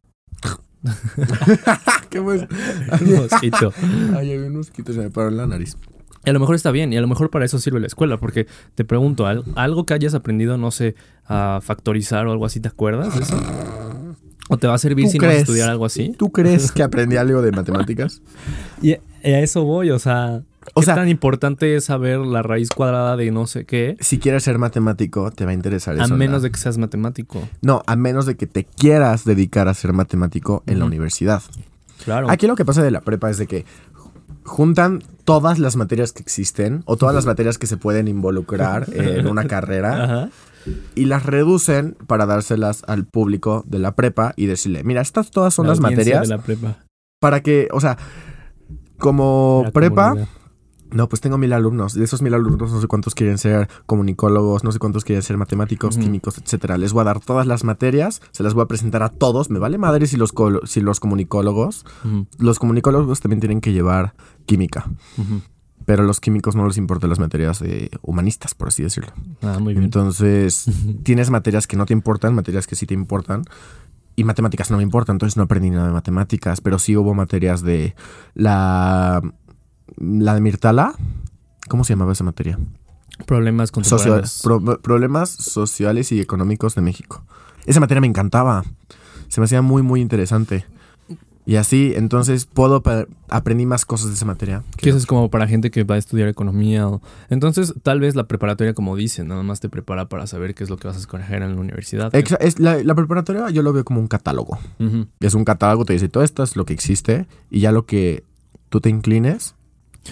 [SPEAKER 2] ¿Qué pues?
[SPEAKER 1] Mosquito.
[SPEAKER 2] Ay, había un mosquito, se me paró en la nariz.
[SPEAKER 1] Y a lo mejor está bien, y a lo mejor para eso sirve la escuela, porque te pregunto, ¿al- algo que hayas aprendido, no sé, a factorizar o algo así, ¿te acuerdas de eso? ¿O te va a servir
[SPEAKER 2] ¿Tú
[SPEAKER 1] si no vas a
[SPEAKER 2] crees?
[SPEAKER 1] estudiar algo así?
[SPEAKER 2] ¿Tú crees que aprendí algo de matemáticas?
[SPEAKER 1] Y a eso voy, o sea,
[SPEAKER 2] O
[SPEAKER 1] ¿qué
[SPEAKER 2] sea-
[SPEAKER 1] tan importante es saber la raíz cuadrada de no sé qué,
[SPEAKER 2] Si quieres ser matemático, te va a interesar
[SPEAKER 1] a
[SPEAKER 2] eso.
[SPEAKER 1] menos
[SPEAKER 2] ¿no?
[SPEAKER 1] de que seas matemático?
[SPEAKER 2] No, a menos de que te quieras dedicar a ser matemático en la
[SPEAKER 1] Ujú.
[SPEAKER 2] universidad.
[SPEAKER 1] Claro.
[SPEAKER 2] Aquí lo que pasa de la prepa es de que juntan todas las materias que existen o todas las materias que se pueden involucrar en una carrera
[SPEAKER 1] Ajá.
[SPEAKER 2] y las reducen para dárselas al público de la prepa y decirle, mira, estas todas son
[SPEAKER 1] La
[SPEAKER 2] las
[SPEAKER 1] audiencia
[SPEAKER 2] materias
[SPEAKER 1] De la prepa.
[SPEAKER 2] para que, o sea, como
[SPEAKER 1] La
[SPEAKER 2] prepa...
[SPEAKER 1] comunidad.
[SPEAKER 2] No, pues tengo mil alumnos. De esos mil alumnos, no sé cuántos quieren ser comunicólogos, no sé cuántos quieren ser matemáticos,
[SPEAKER 1] Ujú.
[SPEAKER 2] químicos, etcétera. Les voy a dar todas las materias, se las voy a presentar a todos. Me vale madre si los, colo- si los comunicólogos.
[SPEAKER 1] Ujú,
[SPEAKER 2] Los comunicólogos también tienen que llevar química,
[SPEAKER 1] ujú.
[SPEAKER 2] pero a los químicos no les importan las materias de humanistas, por así decirlo.
[SPEAKER 1] Ah, muy bien.
[SPEAKER 2] Entonces, tienes materias que no te importan, materias que sí te importan. Y matemáticas no me importan, entonces no aprendí nada de matemáticas, pero sí hubo materias de la, la de Mirtala. ¿Cómo se llamaba esa materia?
[SPEAKER 1] Problemas
[SPEAKER 2] Socio-
[SPEAKER 1] contemporáneos.
[SPEAKER 2] pro- problemas sociales y económicos de México. Esa materia me encantaba. Se me hacía muy, muy interesante. Y así, entonces, puedo pa- aprendí más cosas de esa materia.
[SPEAKER 1] Que eso es como para gente que va a estudiar economía. o- Entonces, tal vez la preparatoria, como dicen, nada más te prepara para saber qué es lo que vas a escoger en la universidad.
[SPEAKER 2] Exa- es la, la preparatoria yo lo veo como un catálogo.
[SPEAKER 1] Ujú.
[SPEAKER 2] Es un catálogo, te dice todo esto es lo que existe y ya lo que tú te inclines.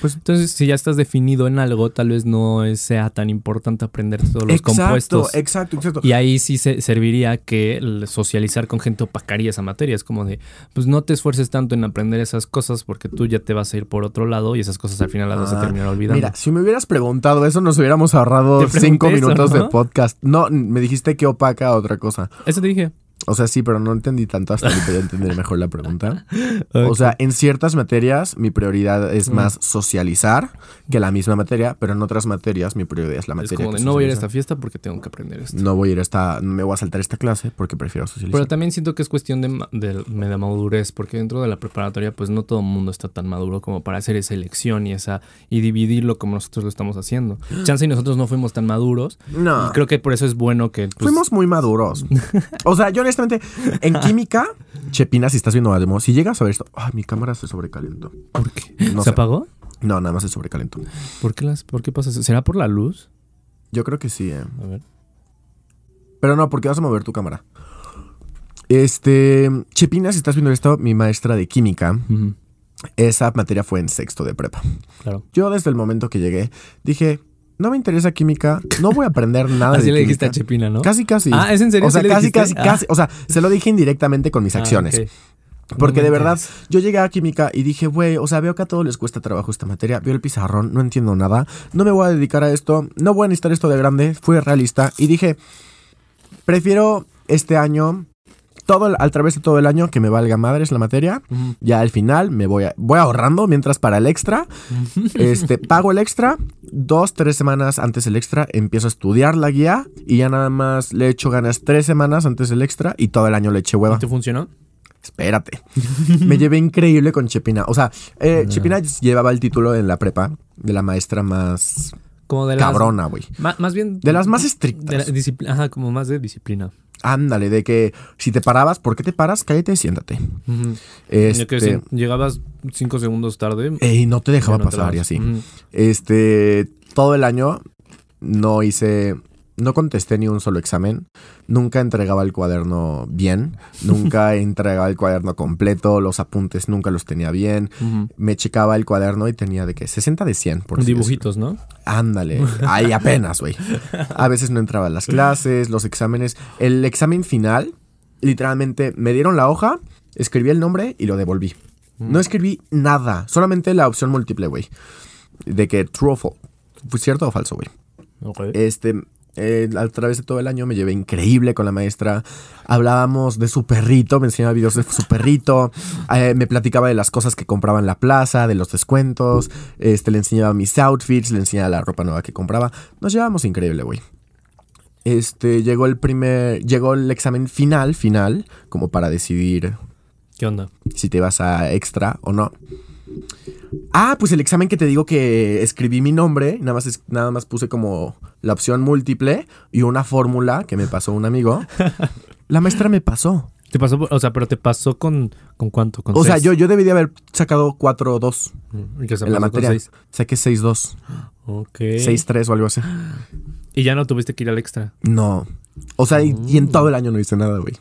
[SPEAKER 2] Pues
[SPEAKER 1] Entonces, si ya estás definido en algo, tal vez no es- sea tan importante aprender todos los compuestos.
[SPEAKER 2] exacto, exacto.
[SPEAKER 1] Y ahí sí se serviría que el socializar con gente opacaría esa materia. Es como de, pues no te esfuerces tanto en aprender esas cosas porque tú ya te vas a ir por otro lado y esas cosas al final las vas a
[SPEAKER 2] Ah,
[SPEAKER 1] terminar olvidando.
[SPEAKER 2] Mira, si me hubieras preguntado eso, nos hubiéramos ahorrado
[SPEAKER 1] Te pregunté
[SPEAKER 2] cinco
[SPEAKER 1] eso,
[SPEAKER 2] minutos
[SPEAKER 1] ¿no?
[SPEAKER 2] de podcast. No, me dijiste que opaca otra cosa.
[SPEAKER 1] Eso te dije.
[SPEAKER 2] O sea, sí, pero no entendí tanto hasta ahorita ya entender mejor la pregunta. O sea, en ciertas materias mi prioridad
[SPEAKER 1] Mm.
[SPEAKER 2] es más socializar que la misma materia, pero en otras materias mi prioridad es la
[SPEAKER 1] Es
[SPEAKER 2] materia.
[SPEAKER 1] como de,
[SPEAKER 2] que
[SPEAKER 1] no voy a ir a
[SPEAKER 2] socializa.
[SPEAKER 1] esta fiesta porque tengo que aprender esto.
[SPEAKER 2] No voy a ir a esta, me voy a saltar esta clase porque prefiero
[SPEAKER 1] Pero
[SPEAKER 2] socializar.
[SPEAKER 1] también siento que es cuestión de, ma- de- me da madurez, porque dentro de la preparatoria, pues no todo el mundo está tan maduro como para hacer esa elección y esa y dividirlo como nosotros lo estamos haciendo. Chance y nosotros no fuimos tan maduros.
[SPEAKER 2] no.
[SPEAKER 1] Y creo que por eso es bueno que. pues,
[SPEAKER 2] Ah. Fuimos muy maduros. O sea, yo honestamente, en química, Chepina, si estás viendo Ademo, si llegas a ver esto, ay, mi cámara se sobrecalentó.
[SPEAKER 1] ¿por qué?
[SPEAKER 2] No
[SPEAKER 1] ¿Se
[SPEAKER 2] sé.
[SPEAKER 1] apagó?
[SPEAKER 2] No, nada más se sobrecalentó.
[SPEAKER 1] ¿Por qué, las, ¿Por qué pasa eso? ¿Será por la luz?
[SPEAKER 2] Yo creo que sí, eh.
[SPEAKER 1] A ver.
[SPEAKER 2] Pero no, porque vas a mover tu cámara. Este, Chepina, si estás viendo esto, mi maestra de química,
[SPEAKER 1] Ujú,
[SPEAKER 2] esa materia fue en sexto de prepa.
[SPEAKER 1] Claro.
[SPEAKER 2] Yo desde el momento que llegué, dije, no me interesa química, no voy a aprender nada
[SPEAKER 1] Así
[SPEAKER 2] de
[SPEAKER 1] le dijiste a
[SPEAKER 2] química".
[SPEAKER 1] Chepina, ¿no?
[SPEAKER 2] Casi, casi.
[SPEAKER 1] Ah, ¿es en serio?
[SPEAKER 2] O sea,
[SPEAKER 1] ¿Sí le
[SPEAKER 2] casi,
[SPEAKER 1] dijiste?
[SPEAKER 2] casi,
[SPEAKER 1] Ah.
[SPEAKER 2] casi. O sea, se lo dije indirectamente con mis
[SPEAKER 1] Ah,
[SPEAKER 2] acciones.
[SPEAKER 1] ok.
[SPEAKER 2] Porque
[SPEAKER 1] No
[SPEAKER 2] de
[SPEAKER 1] me
[SPEAKER 2] verdad, yo llegué a química y dije, güey, o sea, veo que a todos les cuesta trabajo esta materia, veo el pizarrón, no entiendo nada, no me voy a dedicar a esto, no voy a necesitar esto de grande, fui realista y dije, prefiero este año, todo el- al través de todo el año, que me valga madres la materia,
[SPEAKER 1] Ujú.
[SPEAKER 2] ya al final me voy, a- voy ahorrando mientras para el extra, este, pago el extra, dos, tres semanas antes el extra, empiezo a estudiar la guía y ya nada más le echo ganas tres semanas antes el extra y todo el año le eché hueva.
[SPEAKER 1] ¿Y te funcionó?
[SPEAKER 2] Espérate. Me llevé increíble con Chepina. O sea,
[SPEAKER 1] Ah.
[SPEAKER 2] eh, Chepina llevaba el título en la prepa de la maestra más
[SPEAKER 1] Como de las-
[SPEAKER 2] cabrona, güey.
[SPEAKER 1] ma- más bien.
[SPEAKER 2] De las más
[SPEAKER 1] de la
[SPEAKER 2] estrictas.
[SPEAKER 1] discipli- Ajá, como más de disciplina.
[SPEAKER 2] Ándale, de que si te parabas, ¿por qué te paras? Cállate y siéntate.
[SPEAKER 1] Ujú.
[SPEAKER 2] Este,
[SPEAKER 1] Yo creo que si llegabas cinco segundos tarde.
[SPEAKER 2] eh, y no te dejaba
[SPEAKER 1] ya no
[SPEAKER 2] pasar y
[SPEAKER 1] entrabas.
[SPEAKER 2] así.
[SPEAKER 1] Ujú.
[SPEAKER 2] Este, todo el año no hice, no contesté ni un solo examen. Nunca entregaba el cuaderno bien. Nunca entregaba el cuaderno completo. Los apuntes nunca los tenía bien.
[SPEAKER 1] Ujú.
[SPEAKER 2] me checaba el cuaderno y tenía de que 60 de 100, por así
[SPEAKER 1] Dibujitos, ¿no?
[SPEAKER 2] decirlo. Ándale, ahí apenas, güey. A veces no entraba a las clases, los exámenes. El examen final, literalmente, me dieron la hoja, escribí el nombre y lo devolví. No escribí nada, solamente la opción múltiple, güey. De que true o false. ¿Fue cierto o falso, güey? Este, eh, a través de todo el año me llevé increíble con la maestra. Hablábamos de su perrito, me enseñaba videos de su perrito. eh, me platicaba de las cosas que compraba en la plaza, de los descuentos. Este, le enseñaba mis outfits, le enseñaba la ropa nueva que compraba. Nos llevábamos increíble, güey. Este, llegó el primer, llegó el examen final, final, como para decidir
[SPEAKER 1] ¿Qué onda?
[SPEAKER 2] si te vas a extra o no. Ah, pues el examen que te digo que escribí mi nombre, nada más, es- nada más puse como la opción múltiple y una fórmula que me pasó un amigo. La maestra me pasó.
[SPEAKER 1] ¿Te pasó, por- o sea, pero te pasó con, con cuánto? ¿Con
[SPEAKER 2] O sea,
[SPEAKER 1] seis?
[SPEAKER 2] yo, yo debí de haber sacado 4 o 2
[SPEAKER 1] Mm, que se
[SPEAKER 2] en la
[SPEAKER 1] pasó con
[SPEAKER 2] materia.
[SPEAKER 1] seis.
[SPEAKER 2] Saqué 6-2,
[SPEAKER 1] Ok.
[SPEAKER 2] 6-3 o algo así.
[SPEAKER 1] Y ya no tuviste que ir al extra.
[SPEAKER 2] No. O sea, y, y en
[SPEAKER 1] Mm.
[SPEAKER 2] todo el año no hice nada, güey.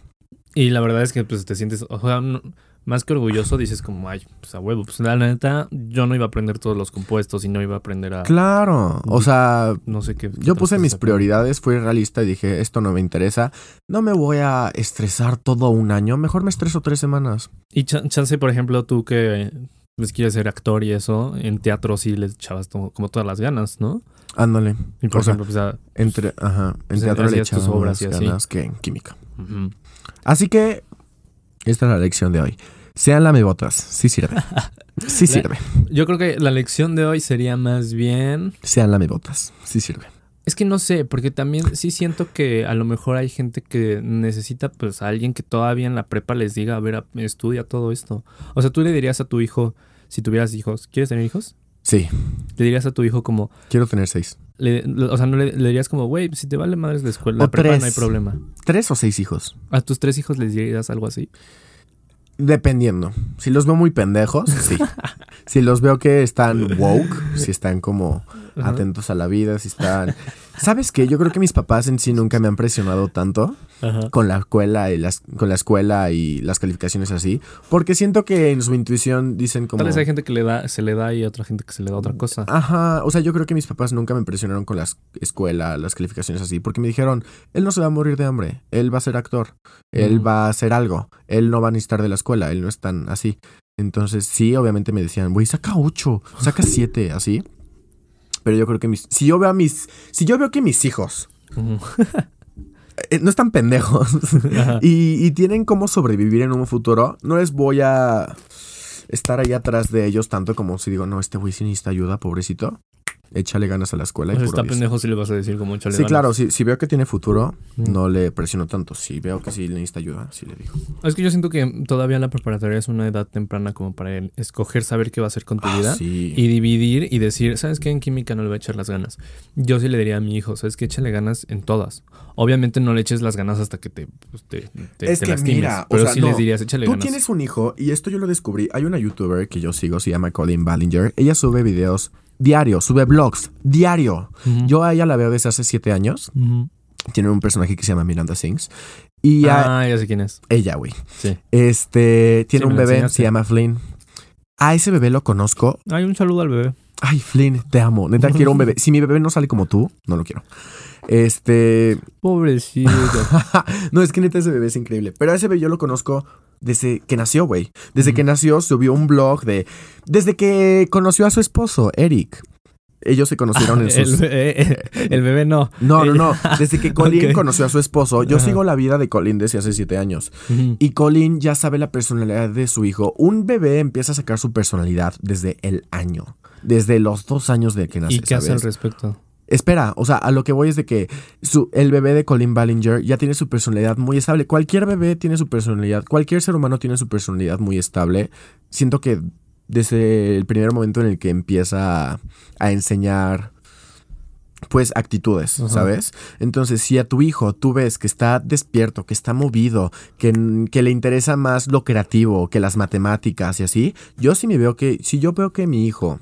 [SPEAKER 1] Y la verdad es que pues te sientes, o sea, no- más que orgulloso, dices como, ay, pues a huevo, pues la neta, yo no iba a aprender todos los compuestos y no iba a aprender a
[SPEAKER 2] Claro. O sea,
[SPEAKER 1] no sé qué. qué
[SPEAKER 2] Yo
[SPEAKER 1] otras
[SPEAKER 2] puse
[SPEAKER 1] cosas
[SPEAKER 2] mis
[SPEAKER 1] aprender.
[SPEAKER 2] prioridades, fui realista y dije, esto no me interesa, no me voy a estresar todo un año, mejor me estreso tres semanas.
[SPEAKER 1] Y chan- chance, por ejemplo, tú que pues, quieres ser actor y eso, en teatro sí les echabas to- como todas las ganas, ¿no?
[SPEAKER 2] Ándale.
[SPEAKER 1] Y por
[SPEAKER 2] O sea,
[SPEAKER 1] ejemplo, pues a-
[SPEAKER 2] Entre, ajá, en
[SPEAKER 1] Pues,
[SPEAKER 2] teatro le
[SPEAKER 1] hacías tus
[SPEAKER 2] echaba
[SPEAKER 1] obras
[SPEAKER 2] obras
[SPEAKER 1] y así.
[SPEAKER 2] ganas que en química.
[SPEAKER 1] ujú.
[SPEAKER 2] Así que, esta es la lección de hoy. Sean lamebotas, sí sirve. Sí
[SPEAKER 1] La-
[SPEAKER 2] sirve.
[SPEAKER 1] Yo creo que la lección de hoy sería más bien.
[SPEAKER 2] Sean lamebotas, sí sirve.
[SPEAKER 1] Es que no sé, porque también sí siento que a lo mejor hay gente que necesita pues a alguien que todavía en la prepa les diga, a ver, a- estudia todo esto. O sea, tú le dirías a tu hijo, si tuvieras hijos, ¿quieres tener hijos?
[SPEAKER 2] Sí,
[SPEAKER 1] Le dirías a tu hijo como,
[SPEAKER 2] quiero tener seis.
[SPEAKER 1] le- le- o sea, no le, le dirías como, güey, si te vale madres la escuela, la
[SPEAKER 2] O
[SPEAKER 1] prepa
[SPEAKER 2] tres.
[SPEAKER 1] no hay problema.
[SPEAKER 2] ¿Tres o seis hijos?
[SPEAKER 1] A tus tres hijos les dirías algo así.
[SPEAKER 2] Dependiendo. Si los veo muy pendejos, sí. si los veo que están woke, si están como
[SPEAKER 1] Ajá.
[SPEAKER 2] atentos a la vida, si están... ¿Sabes qué? Yo creo que mis papás en sí nunca me han presionado tanto
[SPEAKER 1] Ajá.
[SPEAKER 2] con la escuela y las, con la escuela y las calificaciones así, porque siento que en su intuición dicen como...
[SPEAKER 1] Tal vez hay gente que le da, se le da y otra gente que se le da otra cosa.
[SPEAKER 2] Ajá, o sea, yo creo que mis papás nunca me presionaron con la escuela, las calificaciones así, porque me dijeron, él no se va a morir de hambre, él va a ser actor, él
[SPEAKER 1] Mm.
[SPEAKER 2] va a hacer algo, él no va a necesitar de la escuela, él no es tan así. Entonces, sí, obviamente me decían, güey, saca ocho, saca siete, así. Pero yo creo que mis, si yo veo a mis, si yo veo que mis hijos
[SPEAKER 1] Ujú.
[SPEAKER 2] eh, no están pendejos y, y tienen cómo sobrevivir en un futuro, no les voy a estar ahí atrás de ellos tanto como si digo, no, este güey sí necesita ayuda, pobrecito. Échale ganas a la escuela.
[SPEAKER 1] O
[SPEAKER 2] y
[SPEAKER 1] sea,
[SPEAKER 2] puro
[SPEAKER 1] Pues está
[SPEAKER 2] 10.
[SPEAKER 1] pendejo si le vas a decir como échale
[SPEAKER 2] Sí,
[SPEAKER 1] ganas.
[SPEAKER 2] claro, si, si veo que tiene futuro,
[SPEAKER 1] Mm.
[SPEAKER 2] no le presiono tanto. Si veo que sí le necesita ayuda, sí le digo.
[SPEAKER 1] Es que yo siento que todavía la preparatoria es una edad temprana como para el escoger saber qué va a hacer con tu vida.
[SPEAKER 2] Ah, sí.
[SPEAKER 1] Y dividir y decir, ¿sabes qué? En química no le voy a echar las ganas. Yo sí le diría a mi hijo, ¿sabes qué? Échale ganas en todas. Obviamente no le eches las ganas hasta que te, pues, te, te-
[SPEAKER 2] Es
[SPEAKER 1] te
[SPEAKER 2] que
[SPEAKER 1] lastimes.
[SPEAKER 2] mira, o
[SPEAKER 1] pero
[SPEAKER 2] sea,
[SPEAKER 1] sí
[SPEAKER 2] no.
[SPEAKER 1] les dirías, échale
[SPEAKER 2] Tú
[SPEAKER 1] ganas.
[SPEAKER 2] tienes un hijo, y esto yo lo descubrí. Hay una youtuber que yo sigo, se llama Colin Ballinger. Ella sube videos diario, sube blogs diario.
[SPEAKER 1] Ujú.
[SPEAKER 2] Yo a ella la veo desde hace siete años.
[SPEAKER 1] Ujú.
[SPEAKER 2] Tiene un personaje que se llama Miranda Sings. Y a
[SPEAKER 1] Ah, ya sé quién es.
[SPEAKER 2] ella, güey.
[SPEAKER 1] Sí.
[SPEAKER 2] Este tiene
[SPEAKER 1] Sí, me
[SPEAKER 2] un
[SPEAKER 1] lo
[SPEAKER 2] bebé,
[SPEAKER 1] enseñaste.
[SPEAKER 2] se llama Flynn. A ese bebé lo conozco
[SPEAKER 1] Hay un saludo al bebé.
[SPEAKER 2] Ay, Flynn, te amo. Neta, quiero un bebé. Si mi bebé no sale como tú, no lo quiero. Este.
[SPEAKER 1] Pobrecito.
[SPEAKER 2] no, es que neta, ese bebé es increíble. Pero a ese bebé yo lo conozco desde que nació, güey. Desde que nació, subió un blog de. Desde que conoció a su esposo, Eric. Ellos se conocieron en
[SPEAKER 1] Ah, el,
[SPEAKER 2] sus.
[SPEAKER 1] bebé, el bebé no.
[SPEAKER 2] No, no, no. Desde que Colin
[SPEAKER 1] Ok.
[SPEAKER 2] conoció a su esposo, yo
[SPEAKER 1] Ajá.
[SPEAKER 2] sigo la vida de Colin desde hace siete años.
[SPEAKER 1] Ujú.
[SPEAKER 2] Y Colin ya sabe la personalidad de su hijo. Un bebé empieza a sacar su personalidad desde el año. Desde los dos años de que nace.
[SPEAKER 1] ¿Y qué hace al
[SPEAKER 2] ¿sabes?
[SPEAKER 1] respecto?
[SPEAKER 2] Espera, o sea, a lo que voy es de que su- el bebé de Colin Ballinger ya tiene su personalidad muy estable. Cualquier bebé tiene su personalidad, cualquier ser humano tiene su personalidad muy estable. Siento que desde el primer momento en el que empieza a, a enseñar, pues, actitudes,
[SPEAKER 1] Ajá.
[SPEAKER 2] ¿sabes? Entonces, si a tu hijo tú ves que está despierto, que está movido, que, que le interesa más lo creativo que las matemáticas y así, yo sí me veo que, si yo veo que mi hijo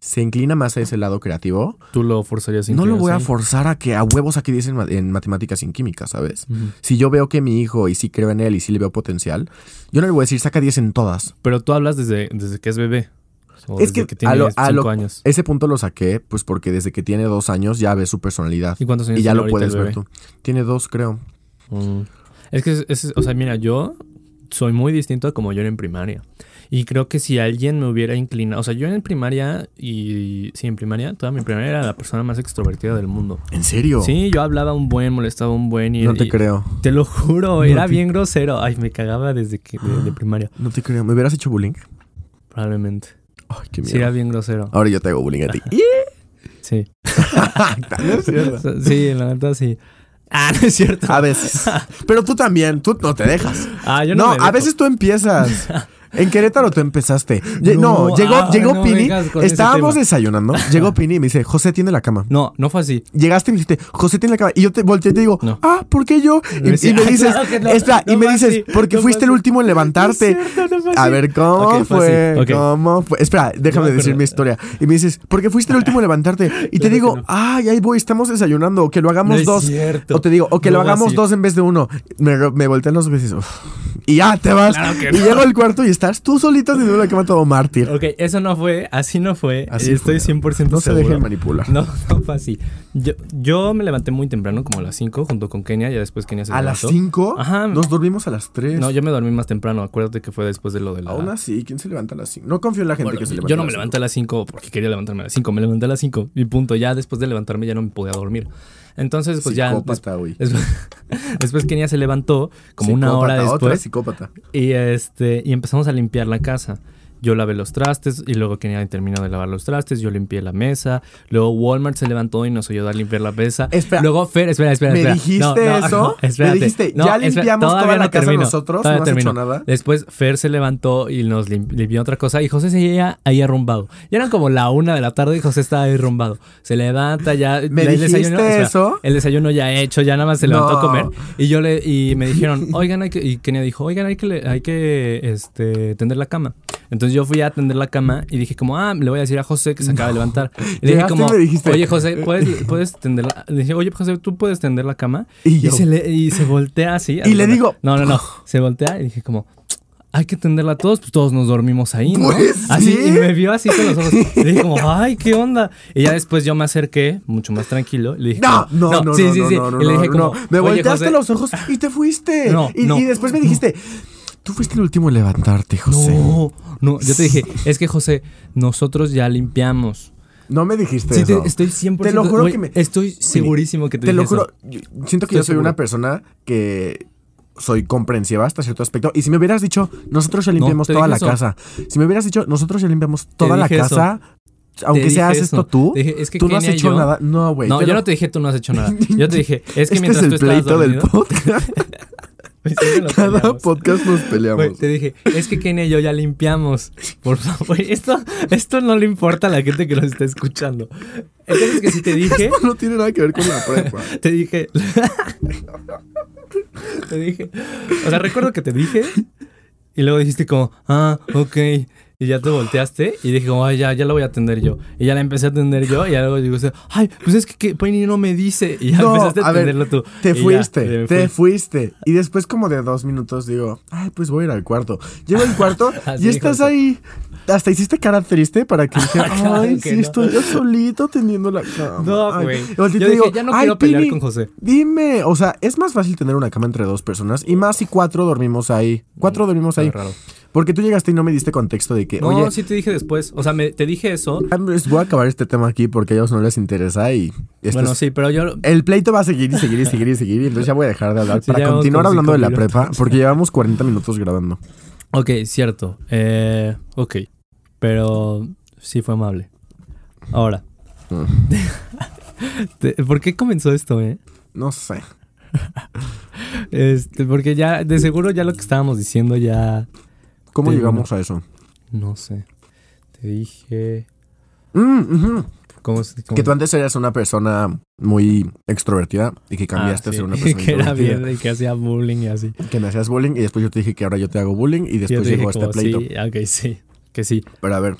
[SPEAKER 2] se inclina más a ese lado creativo,
[SPEAKER 1] ¿Tú lo forzarías a
[SPEAKER 2] no lo voy a
[SPEAKER 1] inclinarse?
[SPEAKER 2] forzar a que a huevos aquí dicen ma- en matemáticas sin química, ¿sabes?
[SPEAKER 1] Ujú.
[SPEAKER 2] Si yo veo que mi hijo y sí creo en él y sí le veo potencial, yo no le voy a decir saca 10 en todas.
[SPEAKER 1] Pero tú hablas desde, desde que es bebé. O
[SPEAKER 2] Es
[SPEAKER 1] desde
[SPEAKER 2] que
[SPEAKER 1] que, tiene
[SPEAKER 2] a lo-
[SPEAKER 1] 5
[SPEAKER 2] a lo-
[SPEAKER 1] años.
[SPEAKER 2] Ese punto lo saqué, pues porque desde que tiene dos años ya ves su personalidad.
[SPEAKER 1] ¿Y cuántos años
[SPEAKER 2] Y ya
[SPEAKER 1] tiene
[SPEAKER 2] lo
[SPEAKER 1] ahorita el
[SPEAKER 2] puedes ver
[SPEAKER 1] bebé?
[SPEAKER 2] tú. Tiene dos, creo.
[SPEAKER 1] Mm. Es que, es- es- o sea, mira, yo soy muy distinto a como yo era en primaria. Y creo que si alguien me hubiera inclinado, o sea, yo en primaria y sí, en primaria, toda mi primaria era la persona más extrovertida del mundo.
[SPEAKER 2] ¿En serio?
[SPEAKER 1] Sí, yo hablaba un buen, molestaba un buen y
[SPEAKER 2] No te
[SPEAKER 1] y-
[SPEAKER 2] creo.
[SPEAKER 1] te lo juro,
[SPEAKER 2] No
[SPEAKER 1] era
[SPEAKER 2] te-
[SPEAKER 1] bien grosero. Ay, me cagaba desde que de, de primaria,
[SPEAKER 2] No te creo. ¿Me hubieras hecho bullying?
[SPEAKER 1] probablemente.
[SPEAKER 2] Ay, qué
[SPEAKER 1] Sí,
[SPEAKER 2] miedo.
[SPEAKER 1] era bien grosero.
[SPEAKER 2] Ahora yo te hago bullying a ti.
[SPEAKER 1] Sí.
[SPEAKER 2] No es cierto.
[SPEAKER 1] Sí, la verdad sí. Ah, no es cierto.
[SPEAKER 2] A veces. Pero tú también, tú no te dejas.
[SPEAKER 1] Ah, yo no.
[SPEAKER 2] no,
[SPEAKER 1] me
[SPEAKER 2] a
[SPEAKER 1] dejo.
[SPEAKER 2] veces tú empiezas. En Querétaro tú empezaste. Lle- no,
[SPEAKER 1] No,
[SPEAKER 2] llegó,
[SPEAKER 1] ay,
[SPEAKER 2] llegó
[SPEAKER 1] no
[SPEAKER 2] Pini.
[SPEAKER 1] vengas con ese
[SPEAKER 2] Estábamos
[SPEAKER 1] tema.
[SPEAKER 2] desayunando. Llegó Pini y me dice, José tiene la cama.
[SPEAKER 1] No, no fue así.
[SPEAKER 2] Llegaste y me dijiste, José tiene la cama. Y yo te volteé y te digo,
[SPEAKER 1] No.
[SPEAKER 2] ah, ¿por qué yo? Y,
[SPEAKER 1] Me decía,
[SPEAKER 2] y me
[SPEAKER 1] "Ah,
[SPEAKER 2] dices,
[SPEAKER 1] claro que no,
[SPEAKER 2] espera, y
[SPEAKER 1] no
[SPEAKER 2] me
[SPEAKER 1] fue
[SPEAKER 2] dices,
[SPEAKER 1] así,
[SPEAKER 2] porque
[SPEAKER 1] no fue
[SPEAKER 2] fuiste el
[SPEAKER 1] así".
[SPEAKER 2] último en levantarte.
[SPEAKER 1] No es cierto, no fue
[SPEAKER 2] A
[SPEAKER 1] así.
[SPEAKER 2] ver, ¿cómo
[SPEAKER 1] Ok, fue
[SPEAKER 2] fue?
[SPEAKER 1] así, ok.
[SPEAKER 2] ¿Cómo fue? Espera, déjame
[SPEAKER 1] No, pero-
[SPEAKER 2] decir mi historia. Y me dices, porque fuiste el último en levantarte. Y te
[SPEAKER 1] Claro
[SPEAKER 2] digo,
[SPEAKER 1] que no.
[SPEAKER 2] ay, ahí voy, estamos desayunando, que lo hagamos
[SPEAKER 1] No es
[SPEAKER 2] dos.
[SPEAKER 1] cierto.
[SPEAKER 2] O te digo, o que
[SPEAKER 1] No
[SPEAKER 2] lo
[SPEAKER 1] fue
[SPEAKER 2] hagamos
[SPEAKER 1] así.
[SPEAKER 2] dos en vez de uno. Me, ro- me voltean los veces. uf, Y ya te vas.
[SPEAKER 1] Claro que
[SPEAKER 2] y
[SPEAKER 1] no.
[SPEAKER 2] llego al cuarto y estás tú solito teniendo la cama todo mártir.
[SPEAKER 1] Ok, eso no fue, así no fue.
[SPEAKER 2] Así
[SPEAKER 1] Estoy
[SPEAKER 2] fue.
[SPEAKER 1] 100%
[SPEAKER 2] No se
[SPEAKER 1] seguro.
[SPEAKER 2] dejen manipular.
[SPEAKER 1] No, no fue así. Yo, yo me levanté muy temprano, como a las 5, junto con Kenia. Ya después Kenia se
[SPEAKER 2] A las
[SPEAKER 1] levantó.
[SPEAKER 2] 5
[SPEAKER 1] Ajá.
[SPEAKER 2] nos dormimos a las 3.
[SPEAKER 1] No, yo me dormí más temprano. Acuérdate que fue después de lo de la.
[SPEAKER 2] Aún así, ¿quién se levanta a las 5? No confío en la gente
[SPEAKER 1] Bueno,
[SPEAKER 2] que se levanta.
[SPEAKER 1] yo
[SPEAKER 2] a
[SPEAKER 1] no
[SPEAKER 2] las
[SPEAKER 1] me
[SPEAKER 2] cinco.
[SPEAKER 1] levanté a las 5 porque quería levantarme a las 5. Me levanté a las 5 y punto. Ya después de levantarme ya no me podía dormir. Entonces, pues ya.
[SPEAKER 2] Psicópata, güey.
[SPEAKER 1] des- Después, después Kenia se levantó como una hora
[SPEAKER 2] Psicópata, Otra
[SPEAKER 1] después.
[SPEAKER 2] psicópata.
[SPEAKER 1] Y este, y empezamos a limpiar la casa. Yo lavé los trastes y luego Kenia terminó de lavar los trastes, yo limpié la mesa, luego Walmart se levantó y nos ayudó a limpiar la mesa.
[SPEAKER 2] Espera.
[SPEAKER 1] Luego Fer, espera, espera,
[SPEAKER 2] ¿Me
[SPEAKER 1] espera.
[SPEAKER 2] dijiste
[SPEAKER 1] No, no,
[SPEAKER 2] eso?
[SPEAKER 1] no,
[SPEAKER 2] ¿Me
[SPEAKER 1] espérate.
[SPEAKER 2] dijiste,
[SPEAKER 1] No,
[SPEAKER 2] ya
[SPEAKER 1] espera,
[SPEAKER 2] limpiamos toda
[SPEAKER 1] todavía
[SPEAKER 2] la
[SPEAKER 1] no
[SPEAKER 2] casa
[SPEAKER 1] termino,
[SPEAKER 2] nosotros?
[SPEAKER 1] todavía
[SPEAKER 2] ¿No has hecho
[SPEAKER 1] termino.
[SPEAKER 2] nada?
[SPEAKER 1] Después Fer se levantó y nos lim- limpió otra cosa y José seguía ahí arrumbado. Ya eran como la una de la tarde y José estaba ahí arrumbado. Se levanta ya.
[SPEAKER 2] ¿Me
[SPEAKER 1] el
[SPEAKER 2] dijiste
[SPEAKER 1] desayuno, espera,
[SPEAKER 2] eso?
[SPEAKER 1] el desayuno ya hecho, ya nada más se levantó
[SPEAKER 2] No.
[SPEAKER 1] a comer. Y yo le, y me dijeron, oigan, hay que, y Kenia dijo, oigan, hay que, le- hay que, este, tender la cama. Entonces yo fui a tender la cama y dije como, ah, le voy a decir a José que se acaba de levantar. Y le dije
[SPEAKER 2] Llegaste y
[SPEAKER 1] como,
[SPEAKER 2] me dijiste.
[SPEAKER 1] oye, José, ¿puedes, puedes tender la, le dije, oye, José, ¿tú puedes tender la cama?
[SPEAKER 2] Y
[SPEAKER 1] Y,
[SPEAKER 2] yo.
[SPEAKER 1] se, le, y se voltea así.
[SPEAKER 2] Y le digo, "Ah".
[SPEAKER 1] No, no, no. Se voltea y dije como, hay que tenderla todos, pues todos nos dormimos ahí, ¿no?
[SPEAKER 2] Pues
[SPEAKER 1] así,
[SPEAKER 2] sí.
[SPEAKER 1] y me vio así con los ojos. Le dije como, ay, ¿qué onda? Y ya después yo me acerqué, mucho más tranquilo. y Le dije,
[SPEAKER 2] No,
[SPEAKER 1] como,
[SPEAKER 2] no, no, no,
[SPEAKER 1] sí, sí,
[SPEAKER 2] no,
[SPEAKER 1] sí.
[SPEAKER 2] no, no,
[SPEAKER 1] y le dije
[SPEAKER 2] no,
[SPEAKER 1] como,
[SPEAKER 2] no. Me
[SPEAKER 1] "Oye,
[SPEAKER 2] volteaste
[SPEAKER 1] José,
[SPEAKER 2] los ojos y te fuiste.
[SPEAKER 1] No,
[SPEAKER 2] y,
[SPEAKER 1] no.
[SPEAKER 2] y después me dijiste, tú fuiste el último en levantarte, José.
[SPEAKER 1] No, no, yo te dije, es que José, nosotros ya limpiamos.
[SPEAKER 2] No me dijiste
[SPEAKER 1] Sí, te-
[SPEAKER 2] eso.
[SPEAKER 1] estoy 100%.
[SPEAKER 2] Te lo juro
[SPEAKER 1] güey,
[SPEAKER 2] que me-
[SPEAKER 1] Estoy segurísimo que te,
[SPEAKER 2] Te lo
[SPEAKER 1] dije eso.
[SPEAKER 2] juro, yo- siento
[SPEAKER 1] Estoy
[SPEAKER 2] que yo soy
[SPEAKER 1] seguro.
[SPEAKER 2] una persona que soy comprensiva hasta cierto aspecto. Y si me hubieras dicho, nosotros ya limpiamos
[SPEAKER 1] te
[SPEAKER 2] toda
[SPEAKER 1] dije
[SPEAKER 2] la
[SPEAKER 1] eso.
[SPEAKER 2] casa. Si me hubieras dicho, nosotros ya limpiamos toda la
[SPEAKER 1] dije eso.
[SPEAKER 2] casa, aunque
[SPEAKER 1] Te dije
[SPEAKER 2] seas
[SPEAKER 1] eso.
[SPEAKER 2] esto tú,
[SPEAKER 1] Te dije, es que
[SPEAKER 2] tú no has
[SPEAKER 1] Kenia y
[SPEAKER 2] hecho
[SPEAKER 1] yo-
[SPEAKER 2] nada. No, güey.
[SPEAKER 1] No, yo, no te dije tú no has hecho nada. Yo te dije, es que
[SPEAKER 2] Este
[SPEAKER 1] mientras
[SPEAKER 2] es el
[SPEAKER 1] tú estabas
[SPEAKER 2] pleito del
[SPEAKER 1] dormido-
[SPEAKER 2] podcast.
[SPEAKER 1] Siempre nos
[SPEAKER 2] Cada
[SPEAKER 1] peleamos.
[SPEAKER 2] podcast nos
[SPEAKER 1] Güey,
[SPEAKER 2] peleamos.
[SPEAKER 1] te dije, es que Kenia y yo ya limpiamos. Por favor, Güey, esto, esto no le importa a la gente que nos está escuchando. Entonces que si te dije,
[SPEAKER 2] No tiene nada que ver con la prepa.
[SPEAKER 1] te dije. te dije. O sea, recuerdo que te dije. Y luego dijiste como, ah, ok. Y ya te volteaste y dije, como, ay, ya, ya lo voy a atender yo. Y ya la empecé a atender yo. Y ya luego digo, ay, pues es que, que Penny no me dice. Y ya
[SPEAKER 2] No,
[SPEAKER 1] empezaste a
[SPEAKER 2] a ver,
[SPEAKER 1] atenderlo tú.
[SPEAKER 2] Te
[SPEAKER 1] Y ya,
[SPEAKER 2] fuiste,
[SPEAKER 1] y me
[SPEAKER 2] te
[SPEAKER 1] fui.
[SPEAKER 2] fuiste. Y después como de dos minutos digo, ay, pues voy a ir al cuarto. Llego al cuarto
[SPEAKER 1] Así,
[SPEAKER 2] y estás
[SPEAKER 1] hijo de-
[SPEAKER 2] ahí. Hasta hiciste cara triste para que dijera,
[SPEAKER 1] Claro
[SPEAKER 2] ay,
[SPEAKER 1] que
[SPEAKER 2] sí,
[SPEAKER 1] no.
[SPEAKER 2] estoy yo solito teniendo la cama.
[SPEAKER 1] No,
[SPEAKER 2] Ay.
[SPEAKER 1] güey.
[SPEAKER 2] Y
[SPEAKER 1] Yo
[SPEAKER 2] volteo y te
[SPEAKER 1] dije,
[SPEAKER 2] digo,
[SPEAKER 1] ya no
[SPEAKER 2] "Ay,
[SPEAKER 1] quiero pelear
[SPEAKER 2] Pini,
[SPEAKER 1] con José.
[SPEAKER 2] Dime, o sea, es más fácil tener una cama entre dos personas y más si cuatro dormimos ahí. Cuatro dormimos ahí.
[SPEAKER 1] Mm, Está raro.
[SPEAKER 2] Porque tú llegaste y no me diste contexto de que,
[SPEAKER 1] No,
[SPEAKER 2] oye,
[SPEAKER 1] sí te dije después. O sea, me, te dije eso.
[SPEAKER 2] voy a acabar este tema aquí porque a ellos no les interesa y esto
[SPEAKER 1] bueno,
[SPEAKER 2] es
[SPEAKER 1] sí, pero yo.
[SPEAKER 2] El pleito va a seguir y seguir y seguir y seguir. y Entonces ya voy a dejar de hablar
[SPEAKER 1] Sí,
[SPEAKER 2] para
[SPEAKER 1] llevamos
[SPEAKER 2] continuar
[SPEAKER 1] como
[SPEAKER 2] hablando de la
[SPEAKER 1] cinco
[SPEAKER 2] prepa, porque llevamos 40 minutos grabando.
[SPEAKER 1] Ok, cierto. Eh, ok. Pero sí fue amable. Ahora. Mm. Te- ¿Por qué comenzó esto, eh?
[SPEAKER 2] No sé.
[SPEAKER 1] Este, porque ya, de seguro, ya lo que estábamos diciendo ya.
[SPEAKER 2] ¿Cómo
[SPEAKER 1] Sí,
[SPEAKER 2] llegamos a eso?
[SPEAKER 1] No sé. Te dije.
[SPEAKER 2] Mm, ujú.
[SPEAKER 1] ¿Cómo se.? cómo-
[SPEAKER 2] Que tú antes eras una persona muy extrovertida y que
[SPEAKER 1] Ah, sí.
[SPEAKER 2] cambiaste a ser una persona
[SPEAKER 1] que era
[SPEAKER 2] introvertida.
[SPEAKER 1] bien y que hacía bullying y así.
[SPEAKER 2] Que me hacías bullying y después yo te dije que ahora yo te hago bullying y
[SPEAKER 1] Yo
[SPEAKER 2] después
[SPEAKER 1] te dije
[SPEAKER 2] llegó este
[SPEAKER 1] como,
[SPEAKER 2] pleito.
[SPEAKER 1] sí, ok, sí. Que sí.
[SPEAKER 2] Pero a ver,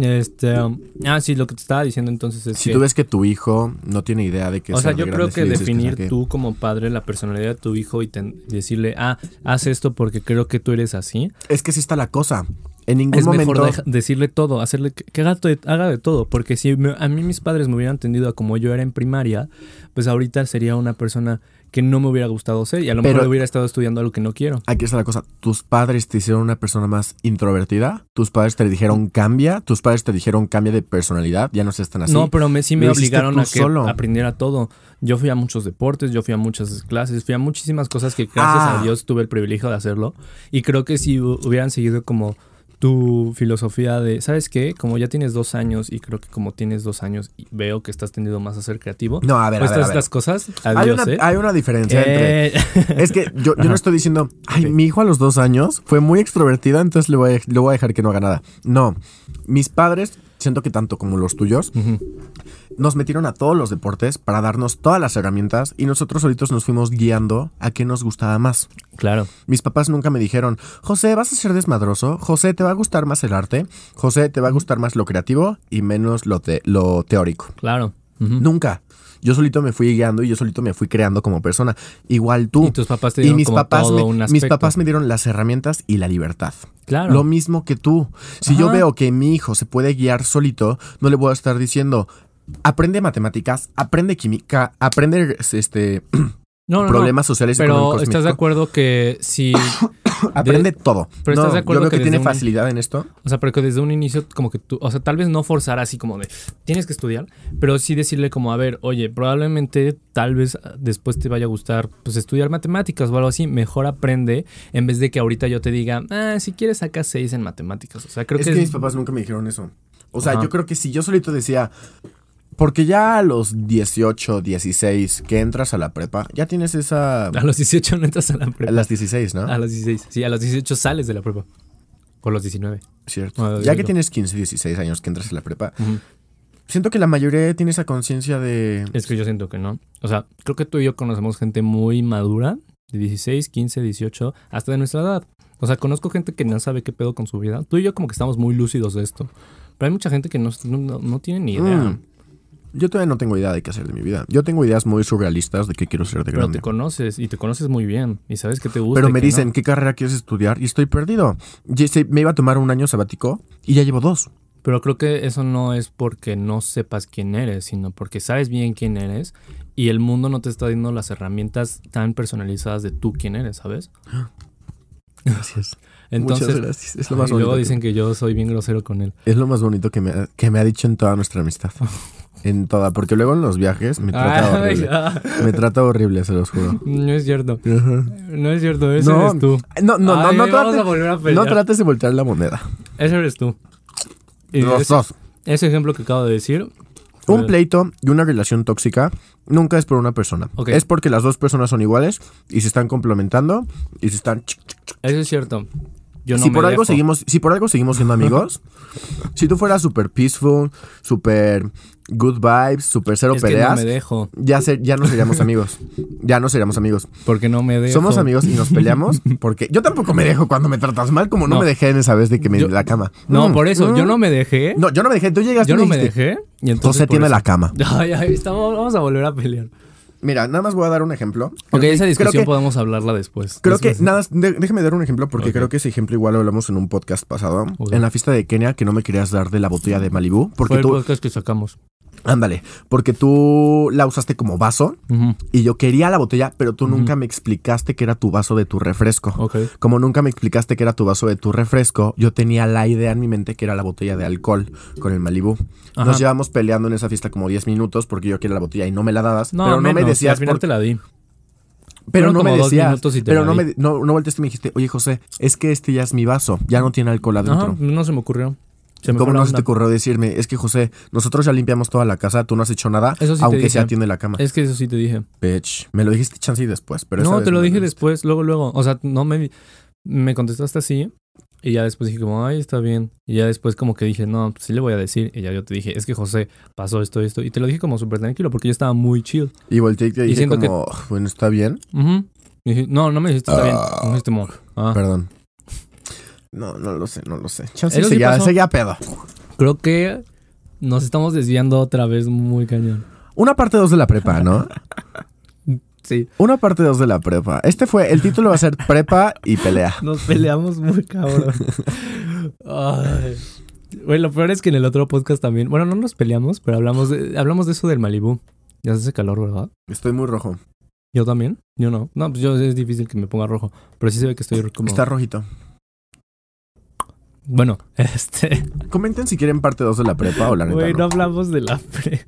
[SPEAKER 1] Este. um, ah, sí, lo que te estaba diciendo entonces es
[SPEAKER 2] si
[SPEAKER 1] que.
[SPEAKER 2] tú ves que tu hijo no tiene idea de que
[SPEAKER 1] O sea,
[SPEAKER 2] ser
[SPEAKER 1] yo creo
[SPEAKER 2] grande
[SPEAKER 1] que
[SPEAKER 2] si dices
[SPEAKER 1] definir
[SPEAKER 2] saque-
[SPEAKER 1] tú como padre la personalidad de tu hijo y ten- decirle, ah, haz esto porque creo que tú eres así,
[SPEAKER 2] Es que sí está la cosa. En ningún
[SPEAKER 1] es
[SPEAKER 2] momento.
[SPEAKER 1] mejor deja- decirle todo, hacerle que, que haga, to- haga de todo, porque si me- a mí mis padres me hubieran atendido a como yo era en primaria, pues ahorita sería una persona que no me hubiera gustado ser y a lo
[SPEAKER 2] Pero-
[SPEAKER 1] mejor hubiera estado estudiando algo que no quiero.
[SPEAKER 2] Aquí está la cosa. Tus padres te hicieron una persona más introvertida. Tus padres te dijeron cambia. Tus padres te dijeron cambia de personalidad. Ya no seas tan así.
[SPEAKER 1] No, pero me, sí me
[SPEAKER 2] ¿Ah, Lo hiciste
[SPEAKER 1] obligaron
[SPEAKER 2] tú
[SPEAKER 1] a que
[SPEAKER 2] solo.
[SPEAKER 1] aprendiera todo. Yo fui a muchos deportes, yo fui a muchas clases, fui a muchísimas cosas que gracias
[SPEAKER 2] Ah.
[SPEAKER 1] a Dios tuve el privilegio de hacerlo. Y creo que si hu- hubieran seguido como tu filosofía de, ¿sabes qué? Como ya tienes dos años y creo que como tienes dos años y veo que estás tendido más a ser creativo.
[SPEAKER 2] No, a ver,
[SPEAKER 1] pues
[SPEAKER 2] a ver,
[SPEAKER 1] todas
[SPEAKER 2] a ver.
[SPEAKER 1] estas cosas,
[SPEAKER 2] Hay
[SPEAKER 1] adiós,
[SPEAKER 2] una,
[SPEAKER 1] ¿eh?
[SPEAKER 2] hay una diferencia entre...
[SPEAKER 1] Eh,
[SPEAKER 2] Es que yo, yo no estoy diciendo, ay, mi hijo a los dos años fue muy extrovertida, entonces le voy, a, le voy a dejar que no haga nada. No, mis padres, siento que tanto como los tuyos,
[SPEAKER 1] Ujú.
[SPEAKER 2] nos metieron a todos los deportes para darnos todas las herramientas y nosotros solitos nos fuimos guiando a qué nos gustaba más.
[SPEAKER 1] claro.
[SPEAKER 2] Mis papás nunca me dijeron, José, vas a ser desmadroso, José, te va a gustar más el arte, José, te va a gustar más lo creativo y menos lo, te- lo teórico.
[SPEAKER 1] Claro. Ujú.
[SPEAKER 2] Nunca. Yo solito me fui guiando y yo solito me fui creando como persona. Igual tú.
[SPEAKER 1] Y tus papás te dieron
[SPEAKER 2] mis
[SPEAKER 1] como
[SPEAKER 2] papás
[SPEAKER 1] todo
[SPEAKER 2] me,
[SPEAKER 1] un
[SPEAKER 2] mis
[SPEAKER 1] aspecto.
[SPEAKER 2] papás me dieron las herramientas y la libertad.
[SPEAKER 1] Claro.
[SPEAKER 2] Lo mismo que tú. Si yo
[SPEAKER 1] Ajá.
[SPEAKER 2] veo que mi hijo se puede guiar solito, no le voy a estar diciendo, aprende matemáticas, aprende química, aprende este,
[SPEAKER 1] No, no, no.
[SPEAKER 2] problemas sociales y
[SPEAKER 1] Pero
[SPEAKER 2] económicos
[SPEAKER 1] estás de
[SPEAKER 2] mixtos".
[SPEAKER 1] acuerdo que si
[SPEAKER 2] Aprende todo.
[SPEAKER 1] Pero estás
[SPEAKER 2] No,
[SPEAKER 1] de acuerdo
[SPEAKER 2] yo veo
[SPEAKER 1] que
[SPEAKER 2] que, tiene
[SPEAKER 1] desde un-
[SPEAKER 2] facilidad en esto.
[SPEAKER 1] O sea, pero que desde un inicio, como que tú, o sea, tal vez no forzar así como de tienes que estudiar, pero sí decirle como, a ver, oye, probablemente tal vez ah, después te vaya a gustar, pues estudiar matemáticas o algo así, mejor aprende, en vez de que ahorita yo te diga, ah, si quieres saca seis en matemáticas. O sea, creo
[SPEAKER 2] es
[SPEAKER 1] que,
[SPEAKER 2] que,
[SPEAKER 1] es-
[SPEAKER 2] mis papás nunca me dijeron eso. O sea,
[SPEAKER 1] Ajá.
[SPEAKER 2] yo creo que si yo solito decía, porque ya a los 18, 16 que entras a la prepa, ya tienes esa...
[SPEAKER 1] a los 18 no entras a la
[SPEAKER 2] A
[SPEAKER 1] prepa.
[SPEAKER 2] las 16, ¿no?
[SPEAKER 1] A los 16, sí, a los 18 sales de la prepa. O los 19.
[SPEAKER 2] Cierto.
[SPEAKER 1] a los
[SPEAKER 2] ya que
[SPEAKER 1] 18.
[SPEAKER 2] tienes 15, 16 años que entras a la prepa,
[SPEAKER 1] Ujú.
[SPEAKER 2] siento que la mayoría tiene esa conciencia de...
[SPEAKER 1] Es que yo siento que no. O sea, creo que tú y yo conocemos gente muy madura, de 16, 15, 18, hasta de nuestra edad. O sea, conozco gente que no sabe qué pedo con su vida. Tú y yo como que estamos muy lúcidos de esto. Pero hay mucha gente que no, no, no tiene ni idea.
[SPEAKER 2] "Mm, yo todavía no tengo idea de qué hacer de mi vida. Yo tengo ideas muy surrealistas de qué quiero ser de
[SPEAKER 1] Pero
[SPEAKER 2] grande.
[SPEAKER 1] te conoces y te conoces muy bien y sabes que te gusta.
[SPEAKER 2] Pero
[SPEAKER 1] y
[SPEAKER 2] me
[SPEAKER 1] qué no.
[SPEAKER 2] dicen, ¿qué carrera quieres estudiar? Y estoy perdido. Y se- me iba a tomar un año sabático y ya llevo dos.
[SPEAKER 1] Pero creo que eso no es porque no sepas quién eres, sino porque sabes bien quién eres y el mundo no te está dando las herramientas tan personalizadas de tú quién eres, ¿sabes?
[SPEAKER 2] Gracias.
[SPEAKER 1] Entonces,
[SPEAKER 2] Muchas gracias. Es lo más
[SPEAKER 1] y luego
[SPEAKER 2] bonito. que-
[SPEAKER 1] dicen que yo soy bien grosero con él.
[SPEAKER 2] Es lo más bonito que me, ha, que me ha dicho en toda nuestra amistad. En toda, porque luego en los viajes me trata
[SPEAKER 1] Ay,
[SPEAKER 2] horrible.
[SPEAKER 1] ah,
[SPEAKER 2] Me trata horrible, se los juro.
[SPEAKER 1] no es cierto. No es cierto, ese
[SPEAKER 2] No,
[SPEAKER 1] eres tú.
[SPEAKER 2] No, no, no,
[SPEAKER 1] Ay,
[SPEAKER 2] no,
[SPEAKER 1] vamos
[SPEAKER 2] trates-
[SPEAKER 1] a volver a
[SPEAKER 2] no
[SPEAKER 1] pelear.
[SPEAKER 2] trates de voltear la moneda.
[SPEAKER 1] Ese eres tú. Y
[SPEAKER 2] Los
[SPEAKER 1] ese,
[SPEAKER 2] dos.
[SPEAKER 1] ese ejemplo que acabo de decir,
[SPEAKER 2] Un pleito y una relación tóxica nunca es por una persona.
[SPEAKER 1] Ok.
[SPEAKER 2] Es porque las dos personas son iguales y se están complementando y se están.
[SPEAKER 1] eso es cierto. Yo no
[SPEAKER 2] si
[SPEAKER 1] me
[SPEAKER 2] por algo
[SPEAKER 1] dejo.
[SPEAKER 2] seguimos, si por algo seguimos siendo amigos, si tú fueras super peaceful, super good vibes, super cero
[SPEAKER 1] es que no
[SPEAKER 2] peleas,
[SPEAKER 1] me dejo,
[SPEAKER 2] ya se- ya no seríamos amigos. Ya no seríamos amigos.
[SPEAKER 1] porque no me dejo.
[SPEAKER 2] Somos amigos y nos peleamos porque yo tampoco me dejo cuando me tratas mal, como no,
[SPEAKER 1] No.
[SPEAKER 2] me dejé en esa vez de que me
[SPEAKER 1] Yo-
[SPEAKER 2] la cama.
[SPEAKER 1] No,
[SPEAKER 2] Mm,
[SPEAKER 1] por eso,
[SPEAKER 2] mm.
[SPEAKER 1] yo no me dejé.
[SPEAKER 2] No, yo no me dejé, tú llegaste
[SPEAKER 1] yo
[SPEAKER 2] y
[SPEAKER 1] no me
[SPEAKER 2] dijiste,
[SPEAKER 1] dejé. Y entonces
[SPEAKER 2] José
[SPEAKER 1] por
[SPEAKER 2] tiene
[SPEAKER 1] eso-
[SPEAKER 2] la cama.
[SPEAKER 1] Ay, ay, estamos- vamos a volver a pelear.
[SPEAKER 2] Mira, nada más voy a dar un ejemplo. Creo
[SPEAKER 1] Ok,
[SPEAKER 2] que-
[SPEAKER 1] esa discusión
[SPEAKER 2] creo que-
[SPEAKER 1] podemos hablarla después.
[SPEAKER 2] Creo
[SPEAKER 1] Es
[SPEAKER 2] que,
[SPEAKER 1] más-
[SPEAKER 2] nada, de- déjame dar un ejemplo porque
[SPEAKER 1] Ok.
[SPEAKER 2] creo que ese ejemplo igual lo hablamos en un podcast pasado.
[SPEAKER 1] Ok.
[SPEAKER 2] En la fiesta de Kenia, que no me querías dar de la botella de Malibú.
[SPEAKER 1] fue
[SPEAKER 2] Porque
[SPEAKER 1] el
[SPEAKER 2] tú,
[SPEAKER 1] podcast que sacamos.
[SPEAKER 2] ándale, porque tú la usaste como vaso
[SPEAKER 1] Ujú,
[SPEAKER 2] y yo quería la botella, pero tú nunca me explicaste que era tu vaso de tu refresco.
[SPEAKER 1] Ok.
[SPEAKER 2] Como nunca me explicaste que era tu vaso de tu refresco, yo tenía la idea en mi mente que era la botella de alcohol con el Malibú.
[SPEAKER 1] Ajá.
[SPEAKER 2] Nos llevamos peleando en esa fiesta como 10 minutos porque yo quería la botella y no me la dabas.
[SPEAKER 1] No,
[SPEAKER 2] pero no
[SPEAKER 1] menos,
[SPEAKER 2] me decías
[SPEAKER 1] Al final
[SPEAKER 2] por-
[SPEAKER 1] te la di.
[SPEAKER 2] Pero
[SPEAKER 1] Fueron
[SPEAKER 2] no
[SPEAKER 1] como
[SPEAKER 2] me
[SPEAKER 1] dos
[SPEAKER 2] decías.
[SPEAKER 1] minutos y te
[SPEAKER 2] Pero
[SPEAKER 1] la
[SPEAKER 2] no
[SPEAKER 1] di.
[SPEAKER 2] me no, no volteaste y me dijiste, oye José, es que este ya es mi vaso, ya no tiene alcohol adentro.
[SPEAKER 1] Ajá, pues, no se me ocurrió. Se me
[SPEAKER 2] ¿Cómo
[SPEAKER 1] fue la
[SPEAKER 2] no se te
[SPEAKER 1] onda.
[SPEAKER 2] ocurrió decirme? Es que José, nosotros ya limpiamos toda la casa, tú no has hecho nada,
[SPEAKER 1] Eso sí te
[SPEAKER 2] aunque
[SPEAKER 1] dije.
[SPEAKER 2] se atiende la cama.
[SPEAKER 1] Es que eso sí te dije.
[SPEAKER 2] Bitch. Me lo dijiste chance y después, pero esa
[SPEAKER 1] no,
[SPEAKER 2] vez
[SPEAKER 1] te lo
[SPEAKER 2] me
[SPEAKER 1] dije
[SPEAKER 2] dijiste.
[SPEAKER 1] después, luego, luego. O sea, no me... Me contestaste así y ya después dije como, ay, está bien. Y ya después como que dije, no, pues sí le voy a decir. Y ya yo te dije, es que José pasó esto, esto. Y te lo dije como súper tranquilo porque yo estaba muy chill.
[SPEAKER 2] Y volteé y te dije
[SPEAKER 1] siento que-
[SPEAKER 2] como, "Ugh, bueno, está bien,
[SPEAKER 1] Ujú. Y dije, no, no me dijiste, está bien. Me dijiste como, ah.
[SPEAKER 2] perdón. No, no lo sé, no lo sé. Chance
[SPEAKER 1] Eso sí
[SPEAKER 2] seguía,
[SPEAKER 1] pasó.
[SPEAKER 2] seguía pedo.
[SPEAKER 1] Creo que nos estamos desviando otra vez muy cañón.
[SPEAKER 2] Una parte 2 de la prepa, ¿no?
[SPEAKER 1] Sí.
[SPEAKER 2] Una parte 2 de la prepa. Este fue, el título va a ser prepa y pelea.
[SPEAKER 1] Nos peleamos muy cabrón. Ay. Güey, lo peor es que en el otro podcast también. Bueno, no nos peleamos, pero hablamos de, hablamos de eso del Malibú. Ya hace calor, ¿verdad?
[SPEAKER 2] Estoy muy rojo.
[SPEAKER 1] Yo también. Yo no. No, pues yo es difícil que me ponga rojo. Pero sí se ve que estoy como.
[SPEAKER 2] Está rojito.
[SPEAKER 1] Bueno, este.
[SPEAKER 2] Comenten si quieren parte 2 de la prepa o la neta.
[SPEAKER 1] Güey,
[SPEAKER 2] no.
[SPEAKER 1] no hablamos de la prepa.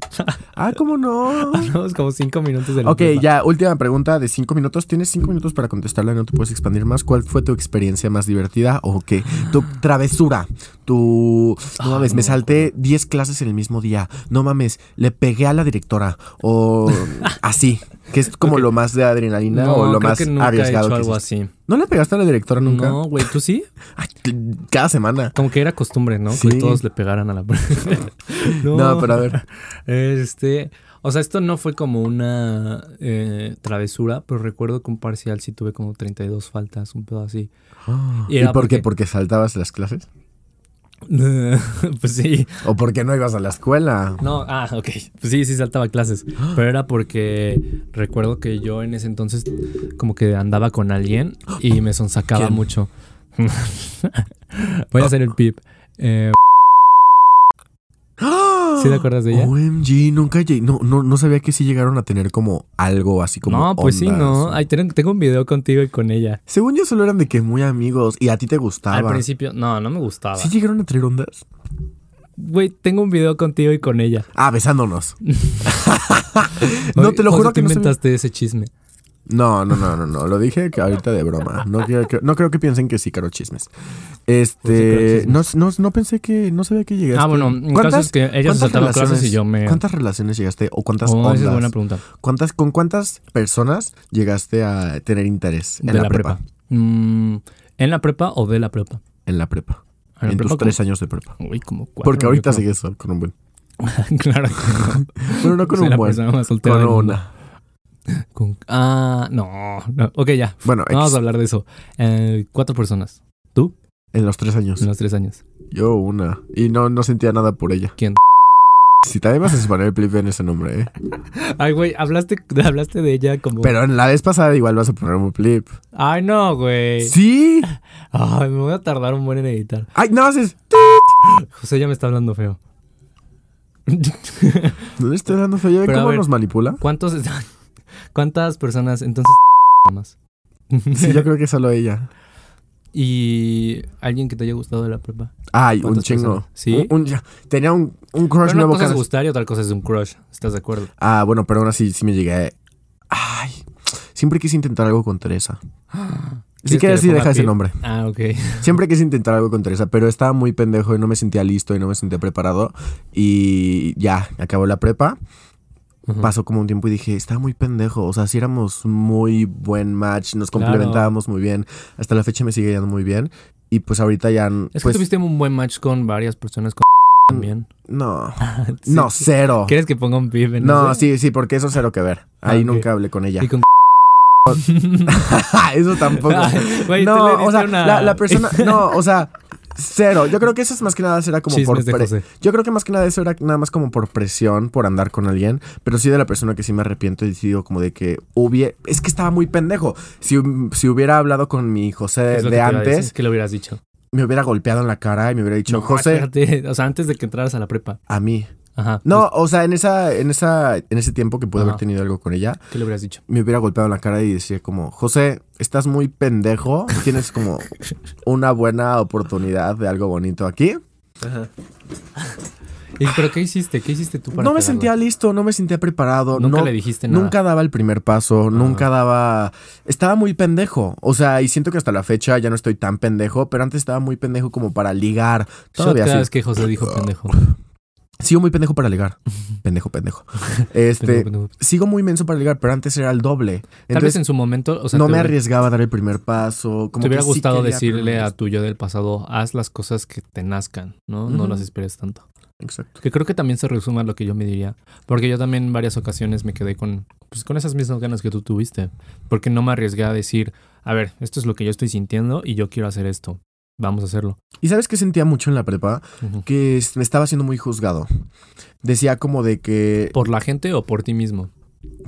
[SPEAKER 2] Ah, ¿cómo no?
[SPEAKER 1] Hablamos como cinco minutos de la
[SPEAKER 2] ok,
[SPEAKER 1] prepa.
[SPEAKER 2] ya, última pregunta de 5 minutos. Tienes 5 minutos para contestarla, no te puedes expandir más. ¿Cuál fue tu experiencia más divertida o qué? Tu travesura, tu... No
[SPEAKER 1] Ay,
[SPEAKER 2] mames,
[SPEAKER 1] Ah, no
[SPEAKER 2] me
[SPEAKER 1] me
[SPEAKER 2] salté 10 clases en el mismo día. No mames, le pegué a la directora. O así, que es como
[SPEAKER 1] Ok.
[SPEAKER 2] lo más de adrenalina o lo
[SPEAKER 1] creo
[SPEAKER 2] más
[SPEAKER 1] que nunca he
[SPEAKER 2] arriesgado.
[SPEAKER 1] hecho
[SPEAKER 2] que
[SPEAKER 1] algo
[SPEAKER 2] hiciste.
[SPEAKER 1] así.
[SPEAKER 2] ¿No le pegaste a la directora nunca?
[SPEAKER 1] No, güey, tú sí.
[SPEAKER 2] Ay, cada semana.
[SPEAKER 1] Como que era costumbre, ¿no?
[SPEAKER 2] Sí.
[SPEAKER 1] Que todos le pegaran a la
[SPEAKER 2] No. pero a ver.
[SPEAKER 1] Este. O sea, esto no fue como una eh, travesura, pero recuerdo que un parcial sí tuve como 32 faltas, un pedo así.
[SPEAKER 2] Ah, ¿Y,
[SPEAKER 1] Y era
[SPEAKER 2] por qué?
[SPEAKER 1] porque-
[SPEAKER 2] ¿Porque saltabas las clases?
[SPEAKER 1] pues sí.
[SPEAKER 2] ¿O porque no ibas a la escuela?
[SPEAKER 1] No, ah, ok. Pues sí, sí saltaba clases. Pero era porque recuerdo que yo en ese entonces como que andaba con alguien y me sonsacaba
[SPEAKER 2] ¿Quién?
[SPEAKER 1] mucho. Voy a hacer el pip. Eh, ¿Sí te acuerdas de ella?
[SPEAKER 2] OMG, nunca llegué. No, no, no sabía que sí llegaron a tener como algo así como.
[SPEAKER 1] no, pues sí,
[SPEAKER 2] ondas.
[SPEAKER 1] no. Ay, ten- tengo un video contigo y con ella.
[SPEAKER 2] Según yo, solo eran de que muy amigos y a ti te gustaba.
[SPEAKER 1] Al principio, no, no me gustaba.
[SPEAKER 2] ¿Sí llegaron a tener ondas?
[SPEAKER 1] Güey, tengo un video contigo y con ella.
[SPEAKER 2] Ah, besándonos. no,
[SPEAKER 1] Oye,
[SPEAKER 2] te lo
[SPEAKER 1] José,
[SPEAKER 2] juro
[SPEAKER 1] tú
[SPEAKER 2] que no sabía.
[SPEAKER 1] inventaste ese chisme.
[SPEAKER 2] No, no, no, no, no. Lo dije que ahorita de broma. No, creo que, no creo que piensen que sí, caro chismes. Este.
[SPEAKER 1] Sí,
[SPEAKER 2] No, no, no pensé que. No sabía que llegaste.
[SPEAKER 1] Ah, bueno, el caso
[SPEAKER 2] ¿Cuántas-
[SPEAKER 1] es que ella se
[SPEAKER 2] cuántas
[SPEAKER 1] saltaba clases
[SPEAKER 2] relaciones-
[SPEAKER 1] y yo me.
[SPEAKER 2] ¿Cuántas relaciones llegaste o cuántas
[SPEAKER 1] Oh,
[SPEAKER 2] ondas?
[SPEAKER 1] esa es buena pregunta.
[SPEAKER 2] ¿Cuántas, ¿Con cuántas personas llegaste a tener interés en
[SPEAKER 1] De la, prepa. Mm, ¿En la prepa o de la prepa?
[SPEAKER 2] En la prepa.
[SPEAKER 1] la
[SPEAKER 2] en tus
[SPEAKER 1] prepa
[SPEAKER 2] tres años de prepa.
[SPEAKER 1] como- Uy, como cuatro.
[SPEAKER 2] Porque
[SPEAKER 1] yo
[SPEAKER 2] ahorita
[SPEAKER 1] creo.
[SPEAKER 2] sigues con un buen.
[SPEAKER 1] claro que no.
[SPEAKER 2] Bueno, no con
[SPEAKER 1] Soy
[SPEAKER 2] un
[SPEAKER 1] la
[SPEAKER 2] buen.
[SPEAKER 1] persona más soltera
[SPEAKER 2] Con
[SPEAKER 1] del mundo.
[SPEAKER 2] una.
[SPEAKER 1] Con- Ah, no, no. Ok, ya.
[SPEAKER 2] Bueno,
[SPEAKER 1] No vamos a
[SPEAKER 2] X,
[SPEAKER 1] hablar de eso. Eh, cuatro personas
[SPEAKER 2] en los tres años.
[SPEAKER 1] en los tres años.
[SPEAKER 2] Yo una. Y no, no sentía nada por ella.
[SPEAKER 1] ¿Quién?
[SPEAKER 2] Si también vas a exponer el clip en ese nombre, ¿eh?
[SPEAKER 1] Ay, güey, hablaste, hablaste de ella como.
[SPEAKER 2] Pero en la vez pasada igual vas a poner un clip.
[SPEAKER 1] Ay, no, güey.
[SPEAKER 2] ¡Sí!
[SPEAKER 1] Ay, me voy a tardar un buen en editar.
[SPEAKER 2] ¡Ay, no haces!
[SPEAKER 1] José ya me está hablando feo.
[SPEAKER 2] No le estoy dando feo. ¿Ya ven
[SPEAKER 1] Pero a
[SPEAKER 2] cómo
[SPEAKER 1] ver.
[SPEAKER 2] nos manipula?
[SPEAKER 1] ¿Cuántos están? ¿Cuántas personas entonces nada más?
[SPEAKER 2] Sí, yo creo que solo ella.
[SPEAKER 1] y alguien que te haya gustado de la prepa.
[SPEAKER 2] Ay, un
[SPEAKER 1] ¿Cuántas
[SPEAKER 2] chingo.
[SPEAKER 1] personas? ¿Sí?
[SPEAKER 2] Un- un- ya, tenía un, un crush
[SPEAKER 1] Pero una
[SPEAKER 2] nuevo
[SPEAKER 1] cosa es
[SPEAKER 2] cada-
[SPEAKER 1] gustar y otra cosa es un crush. ¿Estás de acuerdo?
[SPEAKER 2] Ah, bueno, pero aún así sí me llegué. Ay, siempre quise intentar algo con Teresa.
[SPEAKER 1] ¿Quieres que le
[SPEAKER 2] Si quieres, sí,
[SPEAKER 1] ponga
[SPEAKER 2] deja ese
[SPEAKER 1] pi?
[SPEAKER 2] nombre.
[SPEAKER 1] Ah, ok.
[SPEAKER 2] Siempre quise intentar algo con Teresa, pero estaba muy pendejo y no me sentía listo y no me sentía preparado. Y ya, acabó la prepa.
[SPEAKER 1] Ujú.
[SPEAKER 2] Pasó como un tiempo y dije, estaba muy pendejo. O sea, sí éramos muy buen match, nos
[SPEAKER 1] Claro.
[SPEAKER 2] complementábamos muy bien. Hasta la fecha me sigue yendo muy bien. Y pues ahorita ya.
[SPEAKER 1] Es
[SPEAKER 2] pues,
[SPEAKER 1] que tuviste un buen match con varias personas con también.
[SPEAKER 2] No,
[SPEAKER 1] Sí.
[SPEAKER 2] no, cero.
[SPEAKER 1] ¿Quieres que ponga un pib en
[SPEAKER 2] No,
[SPEAKER 1] ese?
[SPEAKER 2] sí, sí, porque eso cero que ver.
[SPEAKER 1] Ah,
[SPEAKER 2] Ahí
[SPEAKER 1] ok.
[SPEAKER 2] nunca hablé con ella. Ah,
[SPEAKER 1] Y con
[SPEAKER 2] eso tampoco.
[SPEAKER 1] Ay, güey, tú le
[SPEAKER 2] no,
[SPEAKER 1] diste
[SPEAKER 2] o sea,
[SPEAKER 1] una-
[SPEAKER 2] la, la persona. No, o sea, cero. Yo creo que eso es más que nada será como por.
[SPEAKER 1] chismes de
[SPEAKER 2] pre-
[SPEAKER 1] José.
[SPEAKER 2] Yo creo que más que nada eso era nada más como por presión, por andar con alguien. Pero sí de la persona que sí me arrepiento y sí digo como de que hubiera. Es que estaba muy pendejo. Si, hum- si hubiera hablado con mi José
[SPEAKER 1] Es lo
[SPEAKER 2] eh,
[SPEAKER 1] que te
[SPEAKER 2] de
[SPEAKER 1] iba a decir,
[SPEAKER 2] antes,
[SPEAKER 1] ¿Qué le hubieras dicho?
[SPEAKER 2] me hubiera golpeado en la cara y me hubiera dicho,
[SPEAKER 1] No,
[SPEAKER 2] José,
[SPEAKER 1] espérate, O sea, antes de que entraras a la prepa.
[SPEAKER 2] a mí.
[SPEAKER 1] Ajá.
[SPEAKER 2] No, o sea, en esa, en esa, en ese tiempo que
[SPEAKER 1] Pues
[SPEAKER 2] pude
[SPEAKER 1] Ajá.
[SPEAKER 2] haber tenido algo con ella,
[SPEAKER 1] Pues, ¿Qué le hubieras dicho?
[SPEAKER 2] me hubiera golpeado en la cara y decía como, José, estás muy pendejo, tienes como una buena oportunidad de algo bonito aquí.
[SPEAKER 1] Ajá. ¿Y, ¿Pero qué hiciste? ¿Qué hiciste tú para
[SPEAKER 2] No me
[SPEAKER 1] pegarla?
[SPEAKER 2] sentía listo, no me sentía preparado,
[SPEAKER 1] Nunca
[SPEAKER 2] no,
[SPEAKER 1] le dijiste nada. Ah.
[SPEAKER 2] nunca daba el primer paso, nunca daba... Estaba muy pendejo, o sea, y siento que hasta la fecha ya no estoy tan pendejo, pero antes estaba muy pendejo como para ligar.
[SPEAKER 1] Shot
[SPEAKER 2] Todavía
[SPEAKER 1] cada
[SPEAKER 2] sí.
[SPEAKER 1] vez que José dijo pendejo.
[SPEAKER 2] Sigo muy pendejo para ligar. Pendejo, pendejo.
[SPEAKER 1] Pendejo,
[SPEAKER 2] Este...
[SPEAKER 1] pendejo.
[SPEAKER 2] Sigo muy menso para ligar, pero antes era el doble.
[SPEAKER 1] Tal vez
[SPEAKER 2] Entonces,
[SPEAKER 1] en su momento, o sea,
[SPEAKER 2] no
[SPEAKER 1] te
[SPEAKER 2] me
[SPEAKER 1] hubiera-
[SPEAKER 2] arriesgaba a dar el primer paso. Como
[SPEAKER 1] te hubiera
[SPEAKER 2] que sí
[SPEAKER 1] gustado
[SPEAKER 2] quería, pero
[SPEAKER 1] decirle
[SPEAKER 2] no
[SPEAKER 1] a tu yo del pasado, haz las cosas que te nazcan, ¿no? No
[SPEAKER 2] Ujú.
[SPEAKER 1] las esperes tanto.
[SPEAKER 2] Exacto.
[SPEAKER 1] Que creo que también se resuma lo que yo me diría. Porque yo también en varias ocasiones me quedé con, pues, con esas mismas ganas que tú tuviste. Porque no me arriesgué a decir, a ver, esto es lo que yo estoy sintiendo y yo quiero hacer esto. Vamos a hacerlo.
[SPEAKER 2] Y sabes que sentía mucho en la prepa
[SPEAKER 1] Ujú.
[SPEAKER 2] que es- me estaba siendo muy juzgado. Decía como de que
[SPEAKER 1] ¿Por la gente o por ti mismo?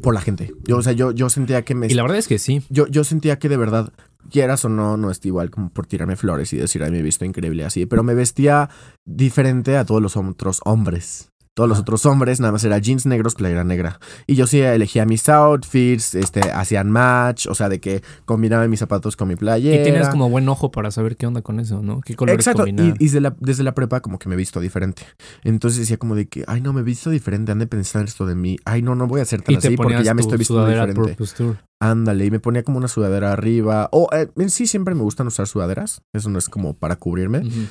[SPEAKER 2] por la gente. Yo, o sea, yo, yo sentía que me.
[SPEAKER 1] Y la verdad es que sí.
[SPEAKER 2] Yo, yo sentía que de verdad, quieras o no, no es igual como por tirarme flores y decir, ay, me he visto increíble así. Pero me vestía diferente a todos los otros hombres. Todos los
[SPEAKER 1] Ah.
[SPEAKER 2] otros hombres, nada más era jeans negros, playera negra. Y yo sí elegía mis outfits, este, hacían match, o sea, de que combinaba mis zapatos con mi playera.
[SPEAKER 1] Y tienes como buen ojo para saber qué onda con eso, ¿no? ¿Qué colores
[SPEAKER 2] Exacto, y,
[SPEAKER 1] combinar?
[SPEAKER 2] y desde, la, desde la prepa como que me he visto diferente. Entonces decía como de que, ay no, me he visto diferente, han de pensar esto de mí. Ay no, no voy a ser tan
[SPEAKER 1] Y
[SPEAKER 2] así porque ya me
[SPEAKER 1] tu
[SPEAKER 2] estoy vistiendo
[SPEAKER 1] sudadera
[SPEAKER 2] diferente.
[SPEAKER 1] Purpose Tour.
[SPEAKER 2] Ándale, y me ponía como una sudadera arriba. O eh, en sí siempre me gustan usar sudaderas, eso no es como para cubrirme.
[SPEAKER 1] Ujú.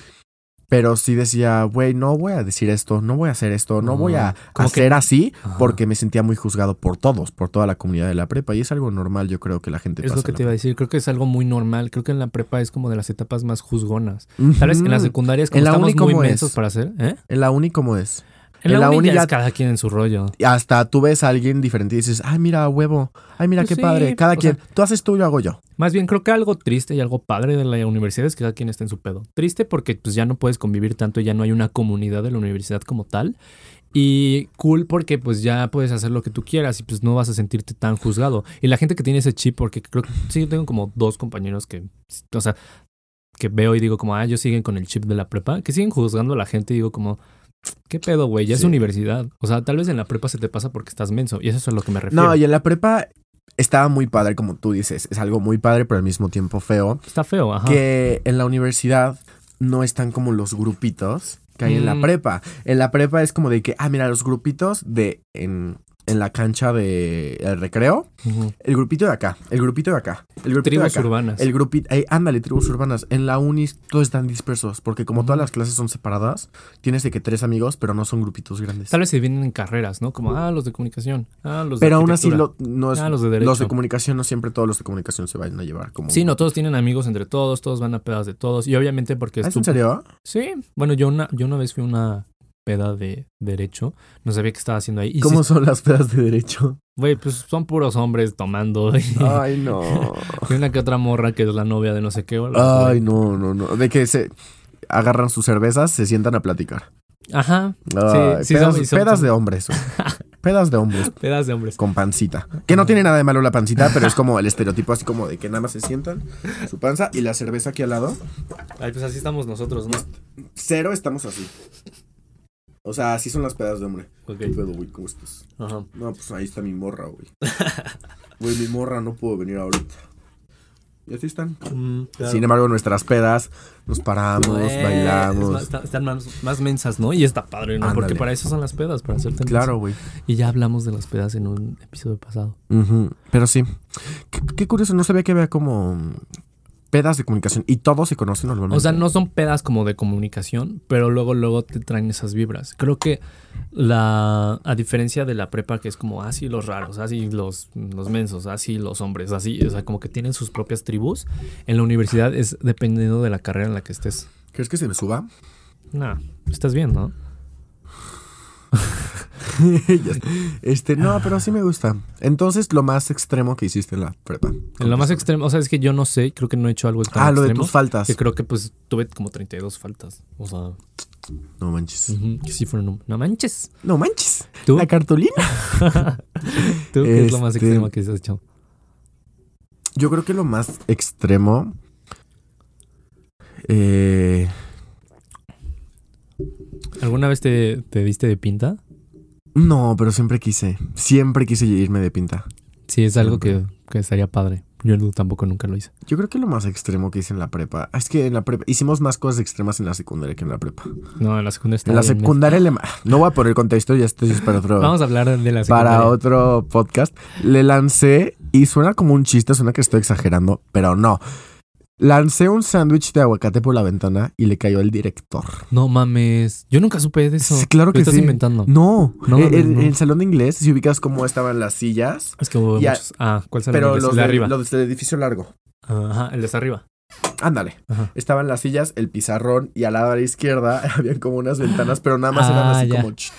[SPEAKER 2] Pero sí decía, güey, no voy a decir esto, no voy a hacer esto, no voy a
[SPEAKER 1] Ah, como que-
[SPEAKER 2] hacer así
[SPEAKER 1] Ajá.
[SPEAKER 2] porque me sentía muy juzgado por todos, por toda la comunidad de la prepa. Y es algo normal, yo creo que la gente
[SPEAKER 1] Es lo
[SPEAKER 2] pasa
[SPEAKER 1] que
[SPEAKER 2] en la
[SPEAKER 1] te iba a decir. Creo que es algo muy normal. Creo que en la prepa es como de las etapas más juzgonas.
[SPEAKER 2] prepa.
[SPEAKER 1] Tal vez en la
[SPEAKER 2] Ujú.
[SPEAKER 1] secundaria es como
[SPEAKER 2] En la
[SPEAKER 1] estamos
[SPEAKER 2] uni,
[SPEAKER 1] muy
[SPEAKER 2] ¿cómo es?
[SPEAKER 1] inmensos para hacer. ¿eh?
[SPEAKER 2] En la uni, ¿cómo es?
[SPEAKER 1] En,
[SPEAKER 2] En
[SPEAKER 1] la,
[SPEAKER 2] la
[SPEAKER 1] uni,
[SPEAKER 2] uni
[SPEAKER 1] ya
[SPEAKER 2] ya-
[SPEAKER 1] es cada quien en su rollo.
[SPEAKER 2] Y hasta tú ves a alguien diferente y dices, ay, mira, huevo, ay, mira,
[SPEAKER 1] Pues
[SPEAKER 2] qué
[SPEAKER 1] sí,
[SPEAKER 2] padre, cada
[SPEAKER 1] o
[SPEAKER 2] quien, tú haces tú, yo hago yo.
[SPEAKER 1] Más bien, creo que algo triste y algo padre de la universidad es que cada quien está en su pedo. Triste porque pues, ya no puedes convivir tanto, ya no hay una comunidad de la universidad como tal. Y cool porque pues ya puedes hacer lo que tú quieras y pues no vas a sentirte tan juzgado. Y la gente que tiene ese chip, porque creo que sí, yo tengo como dos compañeros que, o sea, que veo y digo como, ah, ellos siguen con el chip de la prepa, que siguen juzgando a la gente y digo como, ¿qué pedo, güey? Ya es
[SPEAKER 2] Sí.
[SPEAKER 1] universidad. O sea, tal vez en la prepa se te pasa porque estás menso y eso es a lo que me refiero.
[SPEAKER 2] No, y en la prepa estaba muy padre, como tú dices, es algo muy padre, pero al mismo tiempo feo,
[SPEAKER 1] Está feo, ajá.
[SPEAKER 2] que en la universidad no están como los grupitos que hay en la
[SPEAKER 1] Mm.
[SPEAKER 2] prepa. En la prepa es como de que, ah, mira, los grupitos de, en, en la cancha de el recreo,
[SPEAKER 1] Ujú.
[SPEAKER 2] el grupito de acá, el grupito de acá, el grupito
[SPEAKER 1] Tribus
[SPEAKER 2] de acá.
[SPEAKER 1] urbanas.
[SPEAKER 2] El grupito, eh, ándale, tribus urbanas. En la uni todos están dispersos, porque como todas las clases son separadas, tienes de que tres amigos, pero no son grupitos grandes.
[SPEAKER 1] Tal vez se vienen en carreras, ¿no? Como, ah, los de comunicación, ah, los de
[SPEAKER 2] pero aún así,
[SPEAKER 1] arquitectura.
[SPEAKER 2] lo- no es-
[SPEAKER 1] Ah, los
[SPEAKER 2] los,
[SPEAKER 1] de
[SPEAKER 2] de
[SPEAKER 1] derecho.
[SPEAKER 2] comunicación, no siempre todos los de comunicación se van a llevar como.
[SPEAKER 1] Sí, no, todos tienen amigos entre todos, todos van a pedas de todos. Y obviamente porque...
[SPEAKER 2] ¿Ah, ¿Es
[SPEAKER 1] tu-
[SPEAKER 2] en serio?
[SPEAKER 1] Sí, bueno, yo una, yo una vez fui a una peda de derecho, no sabía qué estaba haciendo ahí. Y
[SPEAKER 2] ¿Cómo
[SPEAKER 1] sí,
[SPEAKER 2] son las pedas de derecho?
[SPEAKER 1] Güey, pues son puros hombres tomando. Y,
[SPEAKER 2] Ay, no.
[SPEAKER 1] y una que otra morra que es la novia de no sé qué. o la-
[SPEAKER 2] Ay, no, no, no. De que se agarran sus cervezas, se sientan a platicar.
[SPEAKER 1] Ajá,
[SPEAKER 2] Ay,
[SPEAKER 1] sí,
[SPEAKER 2] pedas,
[SPEAKER 1] son- y son-
[SPEAKER 2] pedas de hombres. güey. pedas de hombres
[SPEAKER 1] pedas de hombres.
[SPEAKER 2] con pancita. Que no tiene nada de malo la pancita, pero es como el estereotipo así como de que nada más se sientan, su panza y la cerveza aquí al lado.
[SPEAKER 1] Ay, pues así estamos nosotros, ¿no?
[SPEAKER 2] Cero estamos así. O sea, así son las pedas de hombre.
[SPEAKER 1] Ok,
[SPEAKER 2] ¿Qué pedo, güey? ¿Cómo estás?
[SPEAKER 1] ajá.
[SPEAKER 2] No, pues ahí está mi morra, güey. Güey, mi morra no puedo venir ahorita. Y así están.
[SPEAKER 1] claro.
[SPEAKER 2] Sin embargo, nuestras pedas, nos paramos,
[SPEAKER 1] Eh, es más-
[SPEAKER 2] bailamos.
[SPEAKER 1] está- están más, más mensas, ¿no? Y está padre, ¿no? Porque
[SPEAKER 2] Ándale.
[SPEAKER 1] para eso son las pedas, para hacerte menso.
[SPEAKER 2] Claro, güey.
[SPEAKER 1] Y ya hablamos de las pedas en un episodio pasado.
[SPEAKER 2] Ujú, Pero sí. Qué, qué curioso, no sabía que había como mm, pedas de comunicación y todos se conocen normalmente.
[SPEAKER 1] O sea, no son pedas como de comunicación, pero luego, luego te traen esas vibras. Creo que la, a diferencia de la prepa, que es como así los raros, así los, los mensos, así los hombres, así, o sea, como que tienen sus propias tribus, en la universidad es dependiendo de la carrera en la que estés.
[SPEAKER 2] ¿Crees que se me suba?
[SPEAKER 1] Nah, estás bien, ¿no?
[SPEAKER 2] Ya está. este, no, pero sí me gusta. Entonces, lo más extremo que hiciste en la prepa.
[SPEAKER 1] En lo más extremo, o sea, es que yo no sé, creo que no he hecho algo tan
[SPEAKER 2] Ah, lo de
[SPEAKER 1] extremo,
[SPEAKER 2] tus faltas.
[SPEAKER 1] Que creo que pues tuve como 32 faltas. O sea,
[SPEAKER 2] No manches.
[SPEAKER 1] ujú, que sí fueron un- No manches.
[SPEAKER 2] No manches.
[SPEAKER 1] Mm. ¿Tú?
[SPEAKER 2] La cartulina.
[SPEAKER 1] ¿Tú qué es lo más
[SPEAKER 2] Este-
[SPEAKER 1] extremo que has hecho?
[SPEAKER 2] Yo creo que lo más extremo. Eh,
[SPEAKER 1] ¿Alguna vez te, te diste de pinta?
[SPEAKER 2] no, pero siempre quise. Siempre quise irme de pinta.
[SPEAKER 1] Sí, es algo que, que estaría padre. Yo no- tampoco nunca lo hice.
[SPEAKER 2] Yo creo que lo más extremo que hice en la prepa. Es que en la prepa hicimos más cosas extremas en la secundaria que en la prepa.
[SPEAKER 1] No, en la secundaria está
[SPEAKER 2] En la
[SPEAKER 1] bien,
[SPEAKER 2] secundaria le ma- No voy a poner contexto, ya estoy para otro.
[SPEAKER 1] men. Vamos a hablar de la secundaria.
[SPEAKER 2] para otro podcast. Le lancé y suena como un chiste, suena que estoy exagerando, pero no. Lancé un sándwich de aguacate por la ventana y le cayó al director.
[SPEAKER 1] No mames. Yo nunca supe de eso.
[SPEAKER 2] Sí, claro
[SPEAKER 1] Lo
[SPEAKER 2] que
[SPEAKER 1] estás
[SPEAKER 2] sí.
[SPEAKER 1] inventando.
[SPEAKER 2] No,
[SPEAKER 1] No,
[SPEAKER 2] en,
[SPEAKER 1] no,
[SPEAKER 2] en
[SPEAKER 1] no.
[SPEAKER 2] el salón de inglés, si ubicas cómo estaban las sillas,
[SPEAKER 1] Es que hubo
[SPEAKER 2] Ya.
[SPEAKER 1] muchos. Ah, ¿cuál será el
[SPEAKER 2] pero
[SPEAKER 1] de,
[SPEAKER 2] los
[SPEAKER 1] el de
[SPEAKER 2] de-
[SPEAKER 1] arriba?
[SPEAKER 2] los del edificio largo.
[SPEAKER 1] Ajá, el de hasta arriba.
[SPEAKER 2] Ándale.
[SPEAKER 1] Ajá.
[SPEAKER 2] Estaban las sillas, el pizarrón y al lado a la izquierda habían como unas ventanas, pero nada más eran
[SPEAKER 1] Ah,
[SPEAKER 2] así
[SPEAKER 1] ya.
[SPEAKER 2] como... ch-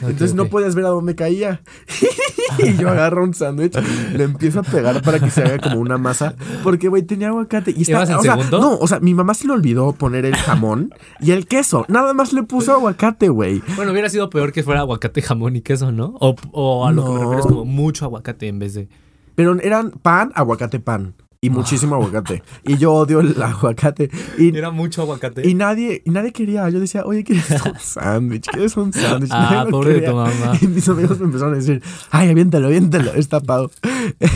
[SPEAKER 2] Entonces no podías ver a dónde caía. y yo agarro un sándwich, le empiezo a pegar para que se haga como una masa. Porque, güey, tenía aguacate. Y está,
[SPEAKER 1] ¿Ibas en
[SPEAKER 2] o sea,
[SPEAKER 1] segundo?
[SPEAKER 2] No, o sea, mi mamá se le olvidó poner el jamón y el queso. Nada más le puso aguacate, güey.
[SPEAKER 1] Bueno, hubiera sido peor que fuera aguacate, jamón y queso, ¿no? O, o a lo que me
[SPEAKER 2] No.
[SPEAKER 1] refiero es como mucho aguacate en vez de.
[SPEAKER 2] Pero eran pan, aguacate, pan. Y muchísimo aguacate. Y yo odio el aguacate. Y,
[SPEAKER 1] Era mucho aguacate.
[SPEAKER 2] y nadie, y nadie quería. Yo decía, oye, ¿quieres un sándwich? ¿Quieres un sándwich? Nadie
[SPEAKER 1] ah,
[SPEAKER 2] lo
[SPEAKER 1] pobre de
[SPEAKER 2] quería.
[SPEAKER 1] tu mamá.
[SPEAKER 2] Y mis amigos me empezaron a decir, ay, aviéntalo, aviéntalo, es tapado.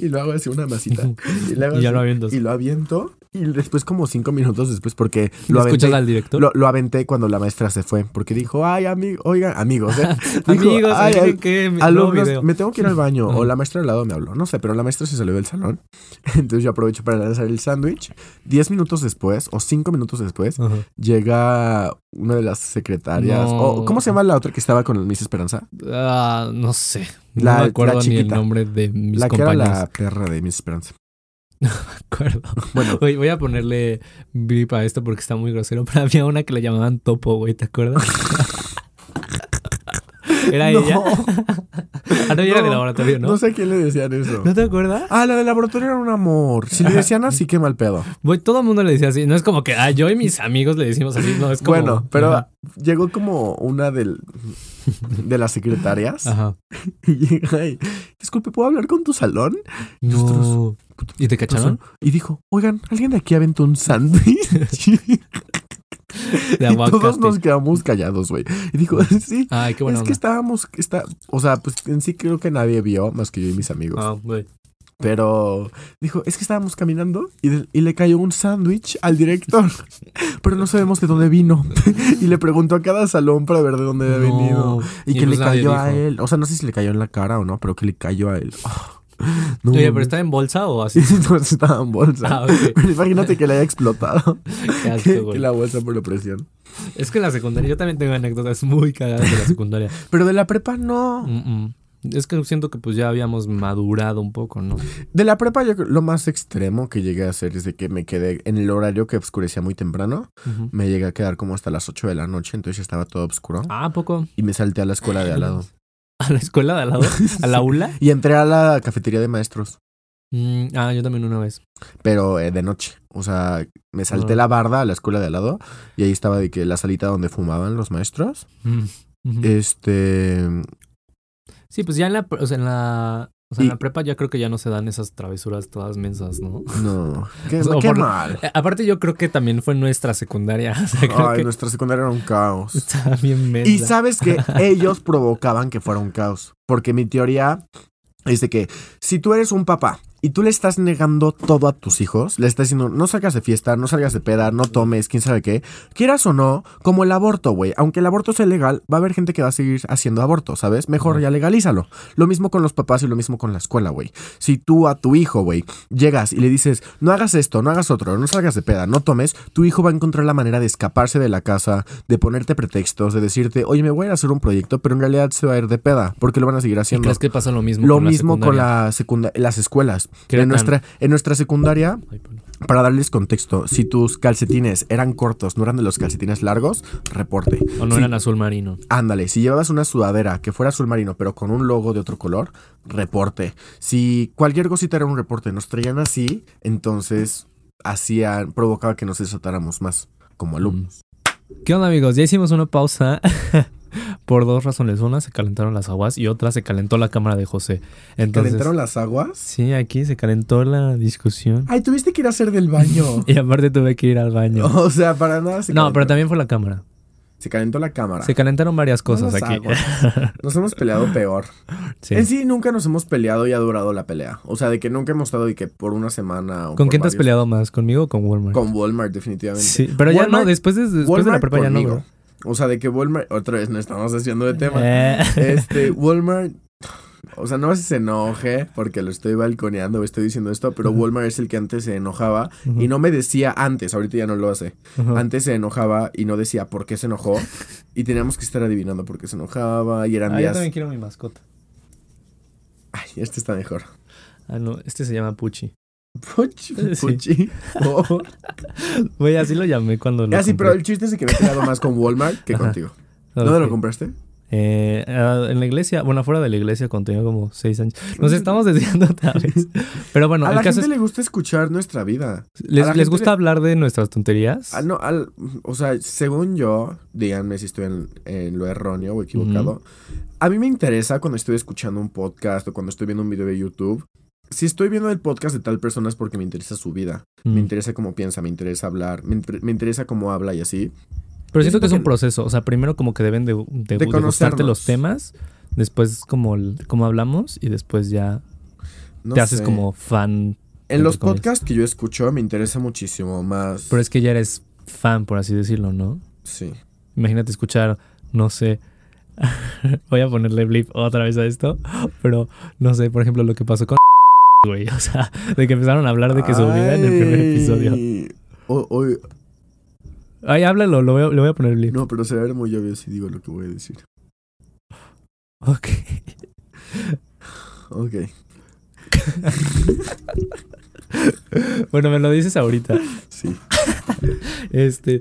[SPEAKER 2] y lo hago así una masita. Y, le hago
[SPEAKER 1] Y ya
[SPEAKER 2] así,
[SPEAKER 1] lo avientas.
[SPEAKER 2] Y lo aviento. Y después como cinco minutos después, porque lo
[SPEAKER 1] ¿Lo escuchas
[SPEAKER 2] aventé,
[SPEAKER 1] al director?
[SPEAKER 2] lo, lo aventé cuando la maestra se fue. Porque dijo, ay, amigo, oigan, amigos, ¿eh? Dijo,
[SPEAKER 1] Amigos,
[SPEAKER 2] "Ay,
[SPEAKER 1] dije
[SPEAKER 2] ay,
[SPEAKER 1] que me- no,
[SPEAKER 2] alumnos,
[SPEAKER 1] video.
[SPEAKER 2] me tengo que ir al baño. O la maestra al lado me habló. No sé, pero la maestra se salió del salón. Entonces yo aprovecho para lanzar el sándwich. Diez minutos después, o cinco minutos después,
[SPEAKER 1] Ajá.
[SPEAKER 2] llega una de las secretarias.
[SPEAKER 1] No.
[SPEAKER 2] O, ¿Cómo se llama la otra que estaba con Miss Esperanza?
[SPEAKER 1] Ah, no sé.
[SPEAKER 2] La-
[SPEAKER 1] no
[SPEAKER 2] la
[SPEAKER 1] me acuerdo ni el
[SPEAKER 2] chiquita.
[SPEAKER 1] nombre de mis
[SPEAKER 2] la que era
[SPEAKER 1] compañeros.
[SPEAKER 2] la perra de Miss Esperanza.
[SPEAKER 1] acuerdo. Oye, voy a ponerle VIP a esto porque está muy grosero. Pero había una que le llamaban Topo, güey, ¿te acuerdas? ¿Era
[SPEAKER 2] no,
[SPEAKER 1] ella? Ah, no, ella era de
[SPEAKER 2] No,
[SPEAKER 1] laboratorio, ¿no?
[SPEAKER 2] no sé a quién le decían eso.
[SPEAKER 1] ¿No te acuerdas?
[SPEAKER 2] Ah, la del laboratorio era un amor. Si le decían así, qué mal pedo.
[SPEAKER 1] Güey, todo el mundo le decía así. No es como que ah, yo y mis amigos le decimos así. No, es como.
[SPEAKER 2] Bueno, pero
[SPEAKER 1] Ajá.
[SPEAKER 2] llegó como una del, de las secretarias
[SPEAKER 1] Ajá.
[SPEAKER 2] y llega y, disculpe, ¿puedo hablar con tu salón?
[SPEAKER 1] No. ¿Y te cacharon?
[SPEAKER 2] Y dijo, oigan, ¿alguien de aquí aventó un sándwich?
[SPEAKER 1] De
[SPEAKER 2] y todos
[SPEAKER 1] aguacate.
[SPEAKER 2] nos quedamos callados, güey. Y dijo, sí,
[SPEAKER 1] Ay, qué bueno.
[SPEAKER 2] es que estábamos, está, o sea, pues en sí creo que nadie vio más que yo y mis amigos.
[SPEAKER 1] Ah, güey.
[SPEAKER 2] Pero dijo, es que estábamos caminando y, de- y le cayó un sándwich al director, pero no sabemos de dónde vino. y le preguntó a cada salón para ver de dónde había
[SPEAKER 1] No.
[SPEAKER 2] venido. Y, que
[SPEAKER 1] pues
[SPEAKER 2] le
[SPEAKER 1] nadie
[SPEAKER 2] cayó a
[SPEAKER 1] dijo.
[SPEAKER 2] él. O sea, no sé si le cayó en la cara o no, pero que le cayó a él. Ah, no,
[SPEAKER 1] Oye, pero está en bolsa o así.
[SPEAKER 2] No, estaba en bolsa.
[SPEAKER 1] Ah, ok.
[SPEAKER 2] Pero imagínate que le haya explotado.
[SPEAKER 1] Qué asco,
[SPEAKER 2] que,
[SPEAKER 1] güey.
[SPEAKER 2] que la bolsa por la presión.
[SPEAKER 1] Es que la secundaria, yo también tengo anécdotas muy cagadas de la secundaria.
[SPEAKER 2] Pero de la prepa no.
[SPEAKER 1] Mm, mm. Es que siento que pues ya habíamos madurado un poco, ¿no?
[SPEAKER 2] De la prepa yo creo- lo más extremo que llegué a hacer es de que me quedé en el horario que oscurecía muy temprano.
[SPEAKER 1] Ujú.
[SPEAKER 2] Me llegué a quedar como hasta las 8 de la noche, entonces ya estaba todo oscuro.
[SPEAKER 1] Ah, ¿a poco?
[SPEAKER 2] Y me salté a la escuela de al lado.
[SPEAKER 1] ¿A la escuela de al lado? ¿A la aula?
[SPEAKER 2] Y entré a la cafetería de maestros,
[SPEAKER 1] Mm, ah, yo también una vez.
[SPEAKER 2] pero eh, de noche. O sea, me salté
[SPEAKER 1] Ah.
[SPEAKER 2] la barda a la escuela de al lado y ahí estaba de que la salita donde fumaban los maestros.
[SPEAKER 1] Mm, ujú.
[SPEAKER 2] Este.
[SPEAKER 1] Sí, pues ya en la, pre- o sea, en la, o sea, en
[SPEAKER 2] Y-
[SPEAKER 1] la prepa ya creo que ya no se dan esas travesuras todas mensas, ¿no?
[SPEAKER 2] No. Qué,
[SPEAKER 1] O sea,
[SPEAKER 2] qué
[SPEAKER 1] por-
[SPEAKER 2] mal.
[SPEAKER 1] Eh, Aparte yo creo que también fue nuestra secundaria, o sea, creo
[SPEAKER 2] Ay,
[SPEAKER 1] que
[SPEAKER 2] nuestra secundaria era un caos.
[SPEAKER 1] estaba bien mensa.
[SPEAKER 2] Y sabes que ellos provocaban que fuera un caos. Porque mi teoría es de que si tú eres un papá Y tú le estás negando todo a tus hijos. Le estás diciendo, no salgas de fiesta, no salgas de peda, no tomes, quién sabe qué. Quieras o no, como el aborto, güey. Aunque el aborto sea legal, va a haber gente que va a seguir haciendo aborto, ¿sabes? Mejor ya legalízalo. Lo mismo con los papás y lo mismo con la escuela, güey. Si tú a tu hijo, güey, llegas y le dices, no hagas esto, no hagas otro, no salgas de peda, no tomes, tu hijo va a encontrar la manera de escaparse de la casa, de ponerte pretextos, de decirte, oye, me voy a ir a hacer un proyecto, pero en realidad se va a ir de peda, porque lo van a seguir
[SPEAKER 1] ¿Y
[SPEAKER 2] haciendo.
[SPEAKER 1] crees que pasa lo mismo
[SPEAKER 2] Lo
[SPEAKER 1] con la
[SPEAKER 2] mismo con
[SPEAKER 1] secundaria?
[SPEAKER 2] la secunda- las escuelas.
[SPEAKER 1] ¿Qué
[SPEAKER 2] En
[SPEAKER 1] tan-
[SPEAKER 2] nuestra, en nuestra secundaria,
[SPEAKER 1] Ay, perdón.
[SPEAKER 2] para darles contexto, si tus calcetines eran cortos, no eran de los calcetines largos, reporte.
[SPEAKER 1] O no
[SPEAKER 2] Sí.
[SPEAKER 1] eran azul marino.
[SPEAKER 2] Ándale, si llevabas una sudadera que fuera azul marino, pero con un logo de otro color, reporte. Si cualquier cosita era un reporte, nos traían así, entonces hacían, provocaba que nos desatáramos más como
[SPEAKER 1] Mm,
[SPEAKER 2] alumnos.
[SPEAKER 1] ¿Qué onda, amigos? Ya hicimos una pausa por dos razones. Una, se calentaron las aguas y otra, se calentó la cámara de José. Entonces,
[SPEAKER 2] ¿Calentaron las aguas?
[SPEAKER 1] Sí, aquí se calentó la discusión.
[SPEAKER 2] Ay, tuviste que ir a hacer del baño.
[SPEAKER 1] Y aparte tuve que ir al baño.
[SPEAKER 2] o sea, para nada se
[SPEAKER 1] No,
[SPEAKER 2] calentó.
[SPEAKER 1] pero también fue la cámara.
[SPEAKER 2] Se calentó la cámara.
[SPEAKER 1] Se calentaron varias
[SPEAKER 2] No
[SPEAKER 1] cosas
[SPEAKER 2] las
[SPEAKER 1] aquí.
[SPEAKER 2] aguas. Nos hemos peleado peor.
[SPEAKER 1] Sí.
[SPEAKER 2] En sí, nunca nos hemos peleado y ha durado la pelea. O sea, de que nunca hemos estado y que por una semana o
[SPEAKER 1] ¿Con
[SPEAKER 2] por
[SPEAKER 1] quién te has
[SPEAKER 2] varios-
[SPEAKER 1] peleado más? ¿Conmigo o con Walmart?
[SPEAKER 2] Con Walmart, definitivamente.
[SPEAKER 1] Sí, pero ya no,
[SPEAKER 2] Walmart-
[SPEAKER 1] después de, después de la
[SPEAKER 2] Walmart
[SPEAKER 1] prepa ya no.
[SPEAKER 2] conmigo.
[SPEAKER 1] bro.
[SPEAKER 2] O sea, de que Walmart. Otra vez no estamos haciendo de tema.
[SPEAKER 1] Eh.
[SPEAKER 2] Este, Walmart. O sea, no se enoje porque lo estoy balconeando, estoy diciendo esto, pero Walmart es el que antes se enojaba y no me decía antes, ahorita ya no lo hace.
[SPEAKER 1] Ajá.
[SPEAKER 2] Antes se enojaba y no decía por qué se enojó y teníamos que estar adivinando por qué se enojaba y eran
[SPEAKER 1] Ah, yo
[SPEAKER 2] días.
[SPEAKER 1] también quiero mi mascota.
[SPEAKER 2] Ay, este está mejor.
[SPEAKER 1] Ah, no, este se llama Puchi.
[SPEAKER 2] Puchi,
[SPEAKER 1] Sí.
[SPEAKER 2] puchi. Oh.
[SPEAKER 1] Güey, así lo llamé cuando lo.
[SPEAKER 2] Ah, sí, pero
[SPEAKER 1] compré.
[SPEAKER 2] el chiste es de que me he quedado más con Walmart que
[SPEAKER 1] Ajá.
[SPEAKER 2] contigo. ¿Dónde lo
[SPEAKER 1] Ok.
[SPEAKER 2] compraste?
[SPEAKER 1] Eh, ah, en la iglesia, bueno, afuera de la iglesia cuando tenía como seis años. Nos estamos desviando otra vez. Pero bueno,
[SPEAKER 2] Mm. a
[SPEAKER 1] el
[SPEAKER 2] la
[SPEAKER 1] caso
[SPEAKER 2] gente
[SPEAKER 1] es.
[SPEAKER 2] le gusta escuchar nuestra vida.
[SPEAKER 1] ¿Les, les
[SPEAKER 2] la gente
[SPEAKER 1] gusta
[SPEAKER 2] le-
[SPEAKER 1] hablar de nuestras tonterías?
[SPEAKER 2] Ah, no, al- o sea, según yo, díganme si estoy en, en lo erróneo o equivocado. A mí me interesa cuando estoy escuchando un podcast o cuando estoy viendo un video de YouTube. Si estoy viendo el podcast de tal persona es porque me interesa su vida, me
[SPEAKER 1] Mm.
[SPEAKER 2] interesa cómo piensa, me interesa hablar, me, inter- me interesa cómo habla y así.
[SPEAKER 1] Pero
[SPEAKER 2] Yo
[SPEAKER 1] siento que es
[SPEAKER 2] siento
[SPEAKER 1] un
[SPEAKER 2] que-
[SPEAKER 1] proceso. O sea, primero como que deben de, de,
[SPEAKER 2] De
[SPEAKER 1] de gustarte
[SPEAKER 2] conocernos.
[SPEAKER 1] los temas. Después como, el- como hablamos. Y después ya
[SPEAKER 2] No
[SPEAKER 1] te haces
[SPEAKER 2] sé.
[SPEAKER 1] como fan.
[SPEAKER 2] En los
[SPEAKER 1] entre comillas.
[SPEAKER 2] podcasts que yo escucho me interesa muchísimo más.
[SPEAKER 1] Pero es que ya eres fan, por así decirlo, ¿no?
[SPEAKER 2] Sí.
[SPEAKER 1] Imagínate escuchar, no sé. Voy a ponerle blip otra vez a esto. Pero no sé, por ejemplo, lo que pasó con. Güey, o sea, de que empezaron a hablar de que su vida en el primer
[SPEAKER 2] Ay.
[SPEAKER 1] episodio.
[SPEAKER 2] O- o-
[SPEAKER 1] Ay, háblalo, lo voy a, le voy a poner blip.
[SPEAKER 2] no, pero se va a ver muy obvio si digo lo que voy a decir.
[SPEAKER 1] Ok.
[SPEAKER 2] Ok.
[SPEAKER 1] Bueno, me lo dices ahorita.
[SPEAKER 2] Sí.
[SPEAKER 1] Este.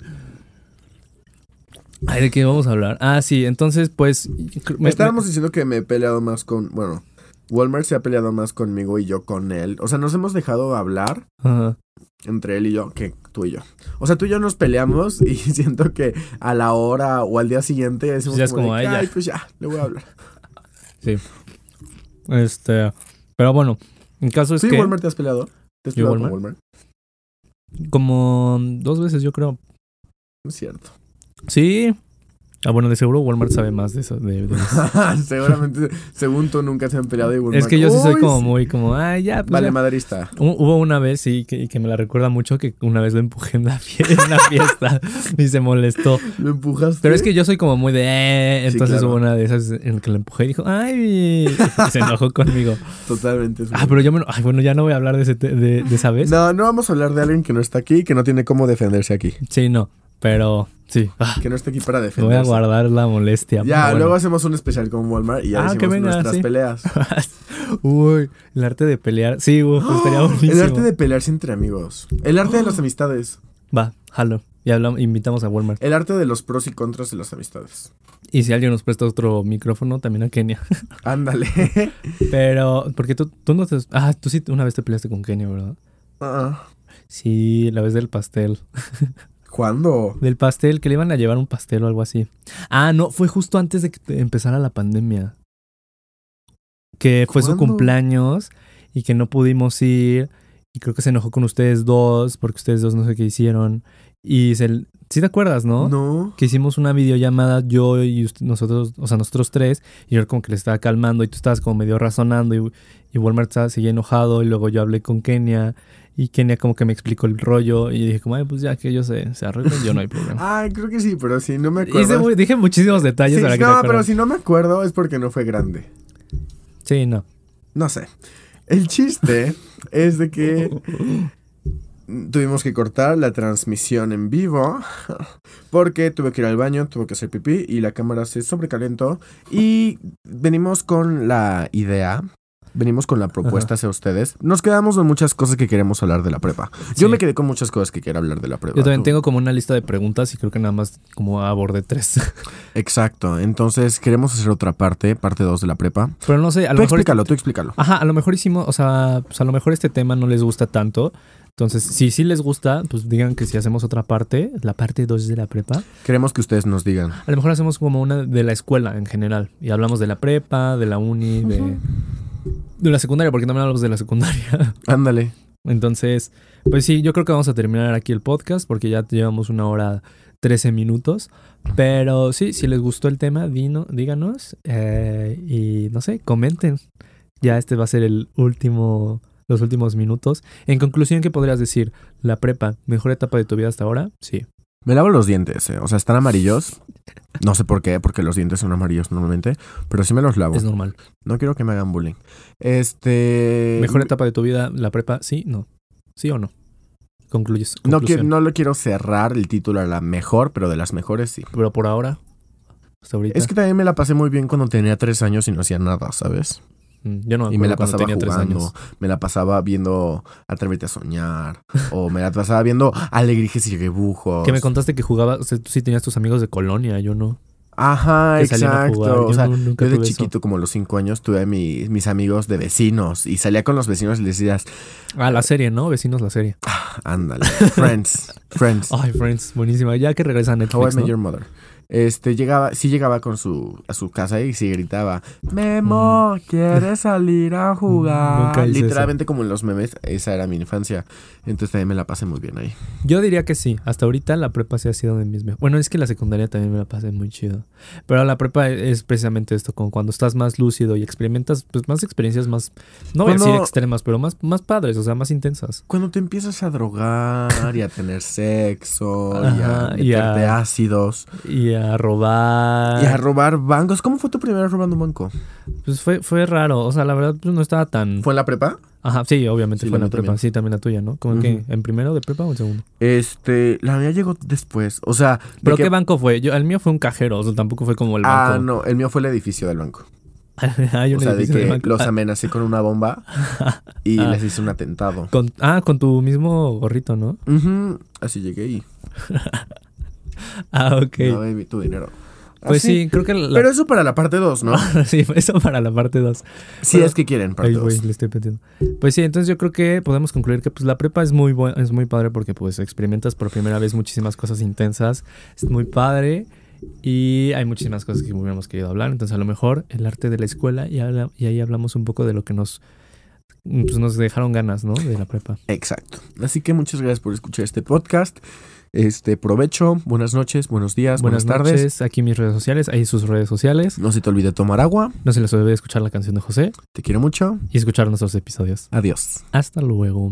[SPEAKER 1] Ay, ¿de qué vamos a hablar? Ah, sí, entonces, pues. cr- me-
[SPEAKER 2] Estábamos diciendo que me he peleado más con. Bueno, Walmart se ha peleado más conmigo y yo con él. O sea, nos hemos dejado hablar
[SPEAKER 1] me- ajá.
[SPEAKER 2] entre él y yo que tú y yo. O sea, tú y yo nos peleamos y siento que a la hora o al día siguiente decimos
[SPEAKER 1] ya es como,
[SPEAKER 2] de que,
[SPEAKER 1] "Ay, ya".
[SPEAKER 2] ay, pues ya, le voy a hablar.
[SPEAKER 1] Este. Pero bueno, el caso es
[SPEAKER 2] ¿Tú y
[SPEAKER 1] que.
[SPEAKER 2] Walmart te has peleado? ¿Te
[SPEAKER 1] Pues
[SPEAKER 2] has
[SPEAKER 1] ¿Yo Walmart?
[SPEAKER 2] peleado con Walmart?
[SPEAKER 1] Como dos veces, yo creo.
[SPEAKER 2] No es cierto.
[SPEAKER 1] Sí. Ah, bueno, de seguro Walmart sabe más de eso. de- de-
[SPEAKER 2] Seguramente, según tú, nunca se han peleado y Walmart.
[SPEAKER 1] Es que yo sí soy
[SPEAKER 2] "Uy,
[SPEAKER 1] como
[SPEAKER 2] sí".
[SPEAKER 1] muy, como, ay, ya, pues.
[SPEAKER 2] Vale,
[SPEAKER 1] ya".
[SPEAKER 2] madrista.
[SPEAKER 1] Hu- Hubo una vez, sí, que, que me la recuerda mucho, que una vez lo empujé en, la fie- en una fiesta y se molestó.
[SPEAKER 2] Lo empujaste.
[SPEAKER 1] Pero es que yo soy como muy de. "Eh",
[SPEAKER 2] Sí,
[SPEAKER 1] entonces
[SPEAKER 2] claro.
[SPEAKER 1] hubo una de esas en la que la empujé y dijo, ay, y se enojó conmigo.
[SPEAKER 2] Totalmente. es
[SPEAKER 1] Ah, pero yo me. Ay, bueno, ya no voy a hablar de, ese te- de, de esa vez.
[SPEAKER 2] No, no vamos a hablar de alguien que no está aquí, que no tiene cómo defenderse aquí.
[SPEAKER 1] Sí, no. Pero sí. Ah,
[SPEAKER 2] Que no está aquí para defenderse.
[SPEAKER 1] voy a guardar la molestia.
[SPEAKER 2] Ya,
[SPEAKER 1] pero
[SPEAKER 2] luego
[SPEAKER 1] bueno.
[SPEAKER 2] hacemos un especial con Walmart y ya
[SPEAKER 1] Ah,
[SPEAKER 2] decimos
[SPEAKER 1] que venga,
[SPEAKER 2] nuestras
[SPEAKER 1] sí. Pues
[SPEAKER 2] peleas.
[SPEAKER 1] Uy, el arte de pelear. Sí, uf, estaría buenísimo.
[SPEAKER 2] El arte de pelearse entre amigos. El arte de las amistades.
[SPEAKER 1] Va, jalo. Y hablamos, invitamos a Walmart.
[SPEAKER 2] El arte de los pros y contras de las amistades.
[SPEAKER 1] Y si alguien nos presta otro micrófono, también a Kenia.
[SPEAKER 2] Ándale.
[SPEAKER 1] Pero, porque tú, tú no te. Ah, tú sí una vez te peleaste con Kenia, ¿verdad?
[SPEAKER 2] Ah,
[SPEAKER 1] Sí, la vez del pastel.
[SPEAKER 2] ¿Cuándo?
[SPEAKER 1] Del pastel, que le iban a llevar un pastel o algo así. Ah, no, fue justo antes de que te- empezara la pandemia. Que fue su
[SPEAKER 2] ¿Cuándo?
[SPEAKER 1] cumpleaños y que no pudimos ir. Y creo que se enojó con ustedes dos, porque ustedes dos no sé qué hicieron. Y se, ¿sí te acuerdas, no?
[SPEAKER 2] No.
[SPEAKER 1] Que hicimos una videollamada yo y usted- nosotros, o sea, nosotros tres, y yo como que le estaba calmando y tú estabas como medio razonando y, y Walmart estaba, seguía enojado y luego yo hablé con Kenia y Kenia como que me explicó el rollo y dije como, ay, pues ya que ellos se, se arreglan, yo no hay problema.
[SPEAKER 2] Ah, creo que sí, pero si no me acuerdo.
[SPEAKER 1] Hice mu- dije muchísimos detalles
[SPEAKER 2] Sí,
[SPEAKER 1] para Ah, que te
[SPEAKER 2] no, pero
[SPEAKER 1] acuerdes.
[SPEAKER 2] si no me acuerdo es porque no fue grande.
[SPEAKER 1] Sí, no.
[SPEAKER 2] No sé. El chiste es de que tuvimos que cortar la transmisión en vivo porque tuve que ir al baño, tuve que hacer pipí y la cámara se sobrecalentó y venimos con la idea. Venimos con la propuesta hacia ustedes. Nos quedamos con muchas cosas que queremos hablar de la prepa. Yo
[SPEAKER 1] Sí.
[SPEAKER 2] me quedé con muchas cosas que quería hablar de la prepa.
[SPEAKER 1] Yo también
[SPEAKER 2] Tú-
[SPEAKER 1] tengo como una lista de preguntas y creo que nada más como abordé tres.
[SPEAKER 2] Exacto. Entonces queremos hacer otra parte, parte 2 de la prepa.
[SPEAKER 1] Pero no sé, a lo
[SPEAKER 2] Tú
[SPEAKER 1] mejor... este
[SPEAKER 2] explícalo, tú explícalo.
[SPEAKER 1] Ajá, a lo mejor hicimos, o sea, pues a lo mejor este tema no les gusta tanto. Entonces, si sí les gusta, pues digan que si hacemos otra parte, la parte 2 de la prepa,
[SPEAKER 2] Queremos que ustedes nos digan.
[SPEAKER 1] a lo mejor hacemos como una de la escuela en general. Y hablamos de la prepa, de la uni, de, de la secundaria, porque también hablamos de la secundaria.
[SPEAKER 2] Ándale.
[SPEAKER 1] Entonces, pues sí, yo creo que vamos a terminar aquí el podcast porque ya llevamos una hora 13 minutos. Pero sí, si les gustó el tema, dino, díganos eh, y no sé, comenten. Ya este va a ser el último, los últimos minutos. En conclusión, ¿qué podrías decir? La prepa, mejor etapa de tu vida hasta ahora. Sí.
[SPEAKER 2] Me lavo los dientes, eh. o sea, están amarillos. No sé por qué, porque los dientes son amarillos normalmente, pero sí me los lavo.
[SPEAKER 1] Es normal.
[SPEAKER 2] No quiero que me hagan bullying. Este.
[SPEAKER 1] Mejor etapa de tu vida, la prepa, sí, no. Sí o no. Concluyes.
[SPEAKER 2] No,
[SPEAKER 1] conclusión.
[SPEAKER 2] qui- no lo quiero cerrar el título a la mejor, pero de las mejores sí.
[SPEAKER 1] Pero por ahora, hasta ahorita.
[SPEAKER 2] Es que también me la pasé muy bien cuando tenía tres años y no hacía nada, ¿sabes?
[SPEAKER 1] Mm, yo no
[SPEAKER 2] y me la
[SPEAKER 1] acuerdo cuando
[SPEAKER 2] pasaba
[SPEAKER 1] tenía tres
[SPEAKER 2] jugando,
[SPEAKER 1] años.
[SPEAKER 2] me la pasaba viendo Atrévete a soñar, o me la pasaba viendo Alegrijes y Rebujos.
[SPEAKER 1] Que me contaste que jugabas, o sea, tú sí tenías tus amigos de colonia, yo no.
[SPEAKER 2] Ajá,
[SPEAKER 1] que salían a
[SPEAKER 2] Ah, exacto.
[SPEAKER 1] jugar. Yo
[SPEAKER 2] O sea,
[SPEAKER 1] no- nunca
[SPEAKER 2] yo de
[SPEAKER 1] tuve eso.
[SPEAKER 2] chiquito, como a los cinco años, tuve a mi- mis amigos de vecinos y salía con los vecinos y les decías,
[SPEAKER 1] Ah, la serie, ¿no? Vecinos, la serie.
[SPEAKER 2] ándale, Friends, Friends,
[SPEAKER 1] Ay, Friends, buenísima. Ya que regresa a
[SPEAKER 2] How I
[SPEAKER 1] Oh, Netflix,
[SPEAKER 2] Met
[SPEAKER 1] ¿no?
[SPEAKER 2] Your Mother. Este, llegaba, sí llegaba con su, a su casa y sí gritaba, Memo, ¿quieres salir a jugar?
[SPEAKER 1] Mm. Nunca hice
[SPEAKER 2] Literalmente como en los memes, esa era mi infancia. Entonces también me la pasé muy bien ahí.
[SPEAKER 1] Yo diría que sí. Hasta ahorita la prepa sí ha sido de mis mejores. Bueno, es que la secundaria también me la pasé muy chido. Pero la prepa es precisamente esto, como cuando estás más lúcido y experimentas pues más experiencias más, no voy a decir
[SPEAKER 2] Cuando-
[SPEAKER 1] extremas, pero más, más padres, o sea, más intensas.
[SPEAKER 2] Cuando te empiezas a drogar y a tener sexo
[SPEAKER 1] Ajá, y
[SPEAKER 2] y a meterte
[SPEAKER 1] a-
[SPEAKER 2] ácidos
[SPEAKER 1] Y a robar.
[SPEAKER 2] y a robar bancos. ¿Cómo fue tu primera vez robando un banco?
[SPEAKER 1] Pues fue, fue raro. O sea, la verdad, pues no estaba tan.
[SPEAKER 2] ¿Fue en la prepa?
[SPEAKER 1] Ajá, sí, obviamente
[SPEAKER 2] Sí,
[SPEAKER 1] fue la
[SPEAKER 2] la mía
[SPEAKER 1] prepa.
[SPEAKER 2] también.
[SPEAKER 1] Sí, también la tuya, ¿no? Como que, ¿en primero de prepa o en segundo?
[SPEAKER 2] Este, la mía llegó después. O sea, de
[SPEAKER 1] ¿Pero
[SPEAKER 2] que-
[SPEAKER 1] qué banco fue? Yo, el mío fue un cajero, o sea, tampoco fue como el banco.
[SPEAKER 2] Ah, no, el mío fue el edificio del banco.
[SPEAKER 1] Hay un
[SPEAKER 2] O sea, de
[SPEAKER 1] edificio de
[SPEAKER 2] que
[SPEAKER 1] banco.
[SPEAKER 2] los
[SPEAKER 1] Ah,
[SPEAKER 2] amenacé con una bomba y
[SPEAKER 1] Ah.
[SPEAKER 2] les hice un atentado.
[SPEAKER 1] con, ah, con tu mismo gorrito, ¿no?
[SPEAKER 2] Ujú, Así llegué y
[SPEAKER 1] Ah, ok.
[SPEAKER 2] no, Ah, baby, tu dinero.
[SPEAKER 1] pues
[SPEAKER 2] Así.
[SPEAKER 1] sí, creo que la-
[SPEAKER 2] Pero eso para la parte 2, ¿no?
[SPEAKER 1] sí, eso para la parte 2.
[SPEAKER 2] si es que quieren parte
[SPEAKER 1] Ay, güey,
[SPEAKER 2] 2.
[SPEAKER 1] le estoy metiendo. Pues sí, entonces yo creo que podemos concluir que pues la prepa es muy buen- es muy padre porque pues experimentas por primera vez muchísimas cosas intensas, es muy padre y hay muchísimas cosas que hubiéramos querido hablar, entonces a lo mejor el arte de la escuela y, habla- y ahí hablamos un poco de lo que nos pues, nos dejaron ganas, ¿no? De la prepa.
[SPEAKER 2] Exacto. Así que muchas gracias por escuchar este podcast. Este, provecho. Buenas noches, buenos días, buenas,
[SPEAKER 1] Buenas,
[SPEAKER 2] tardes.
[SPEAKER 1] noches, aquí mis redes sociales, ahí sus redes sociales.
[SPEAKER 2] No se te olvide tomar agua.
[SPEAKER 1] No se les olvide escuchar la canción de José
[SPEAKER 2] Te quiero mucho.
[SPEAKER 1] y escuchar nuestros episodios.
[SPEAKER 2] Adiós.
[SPEAKER 1] Hasta luego.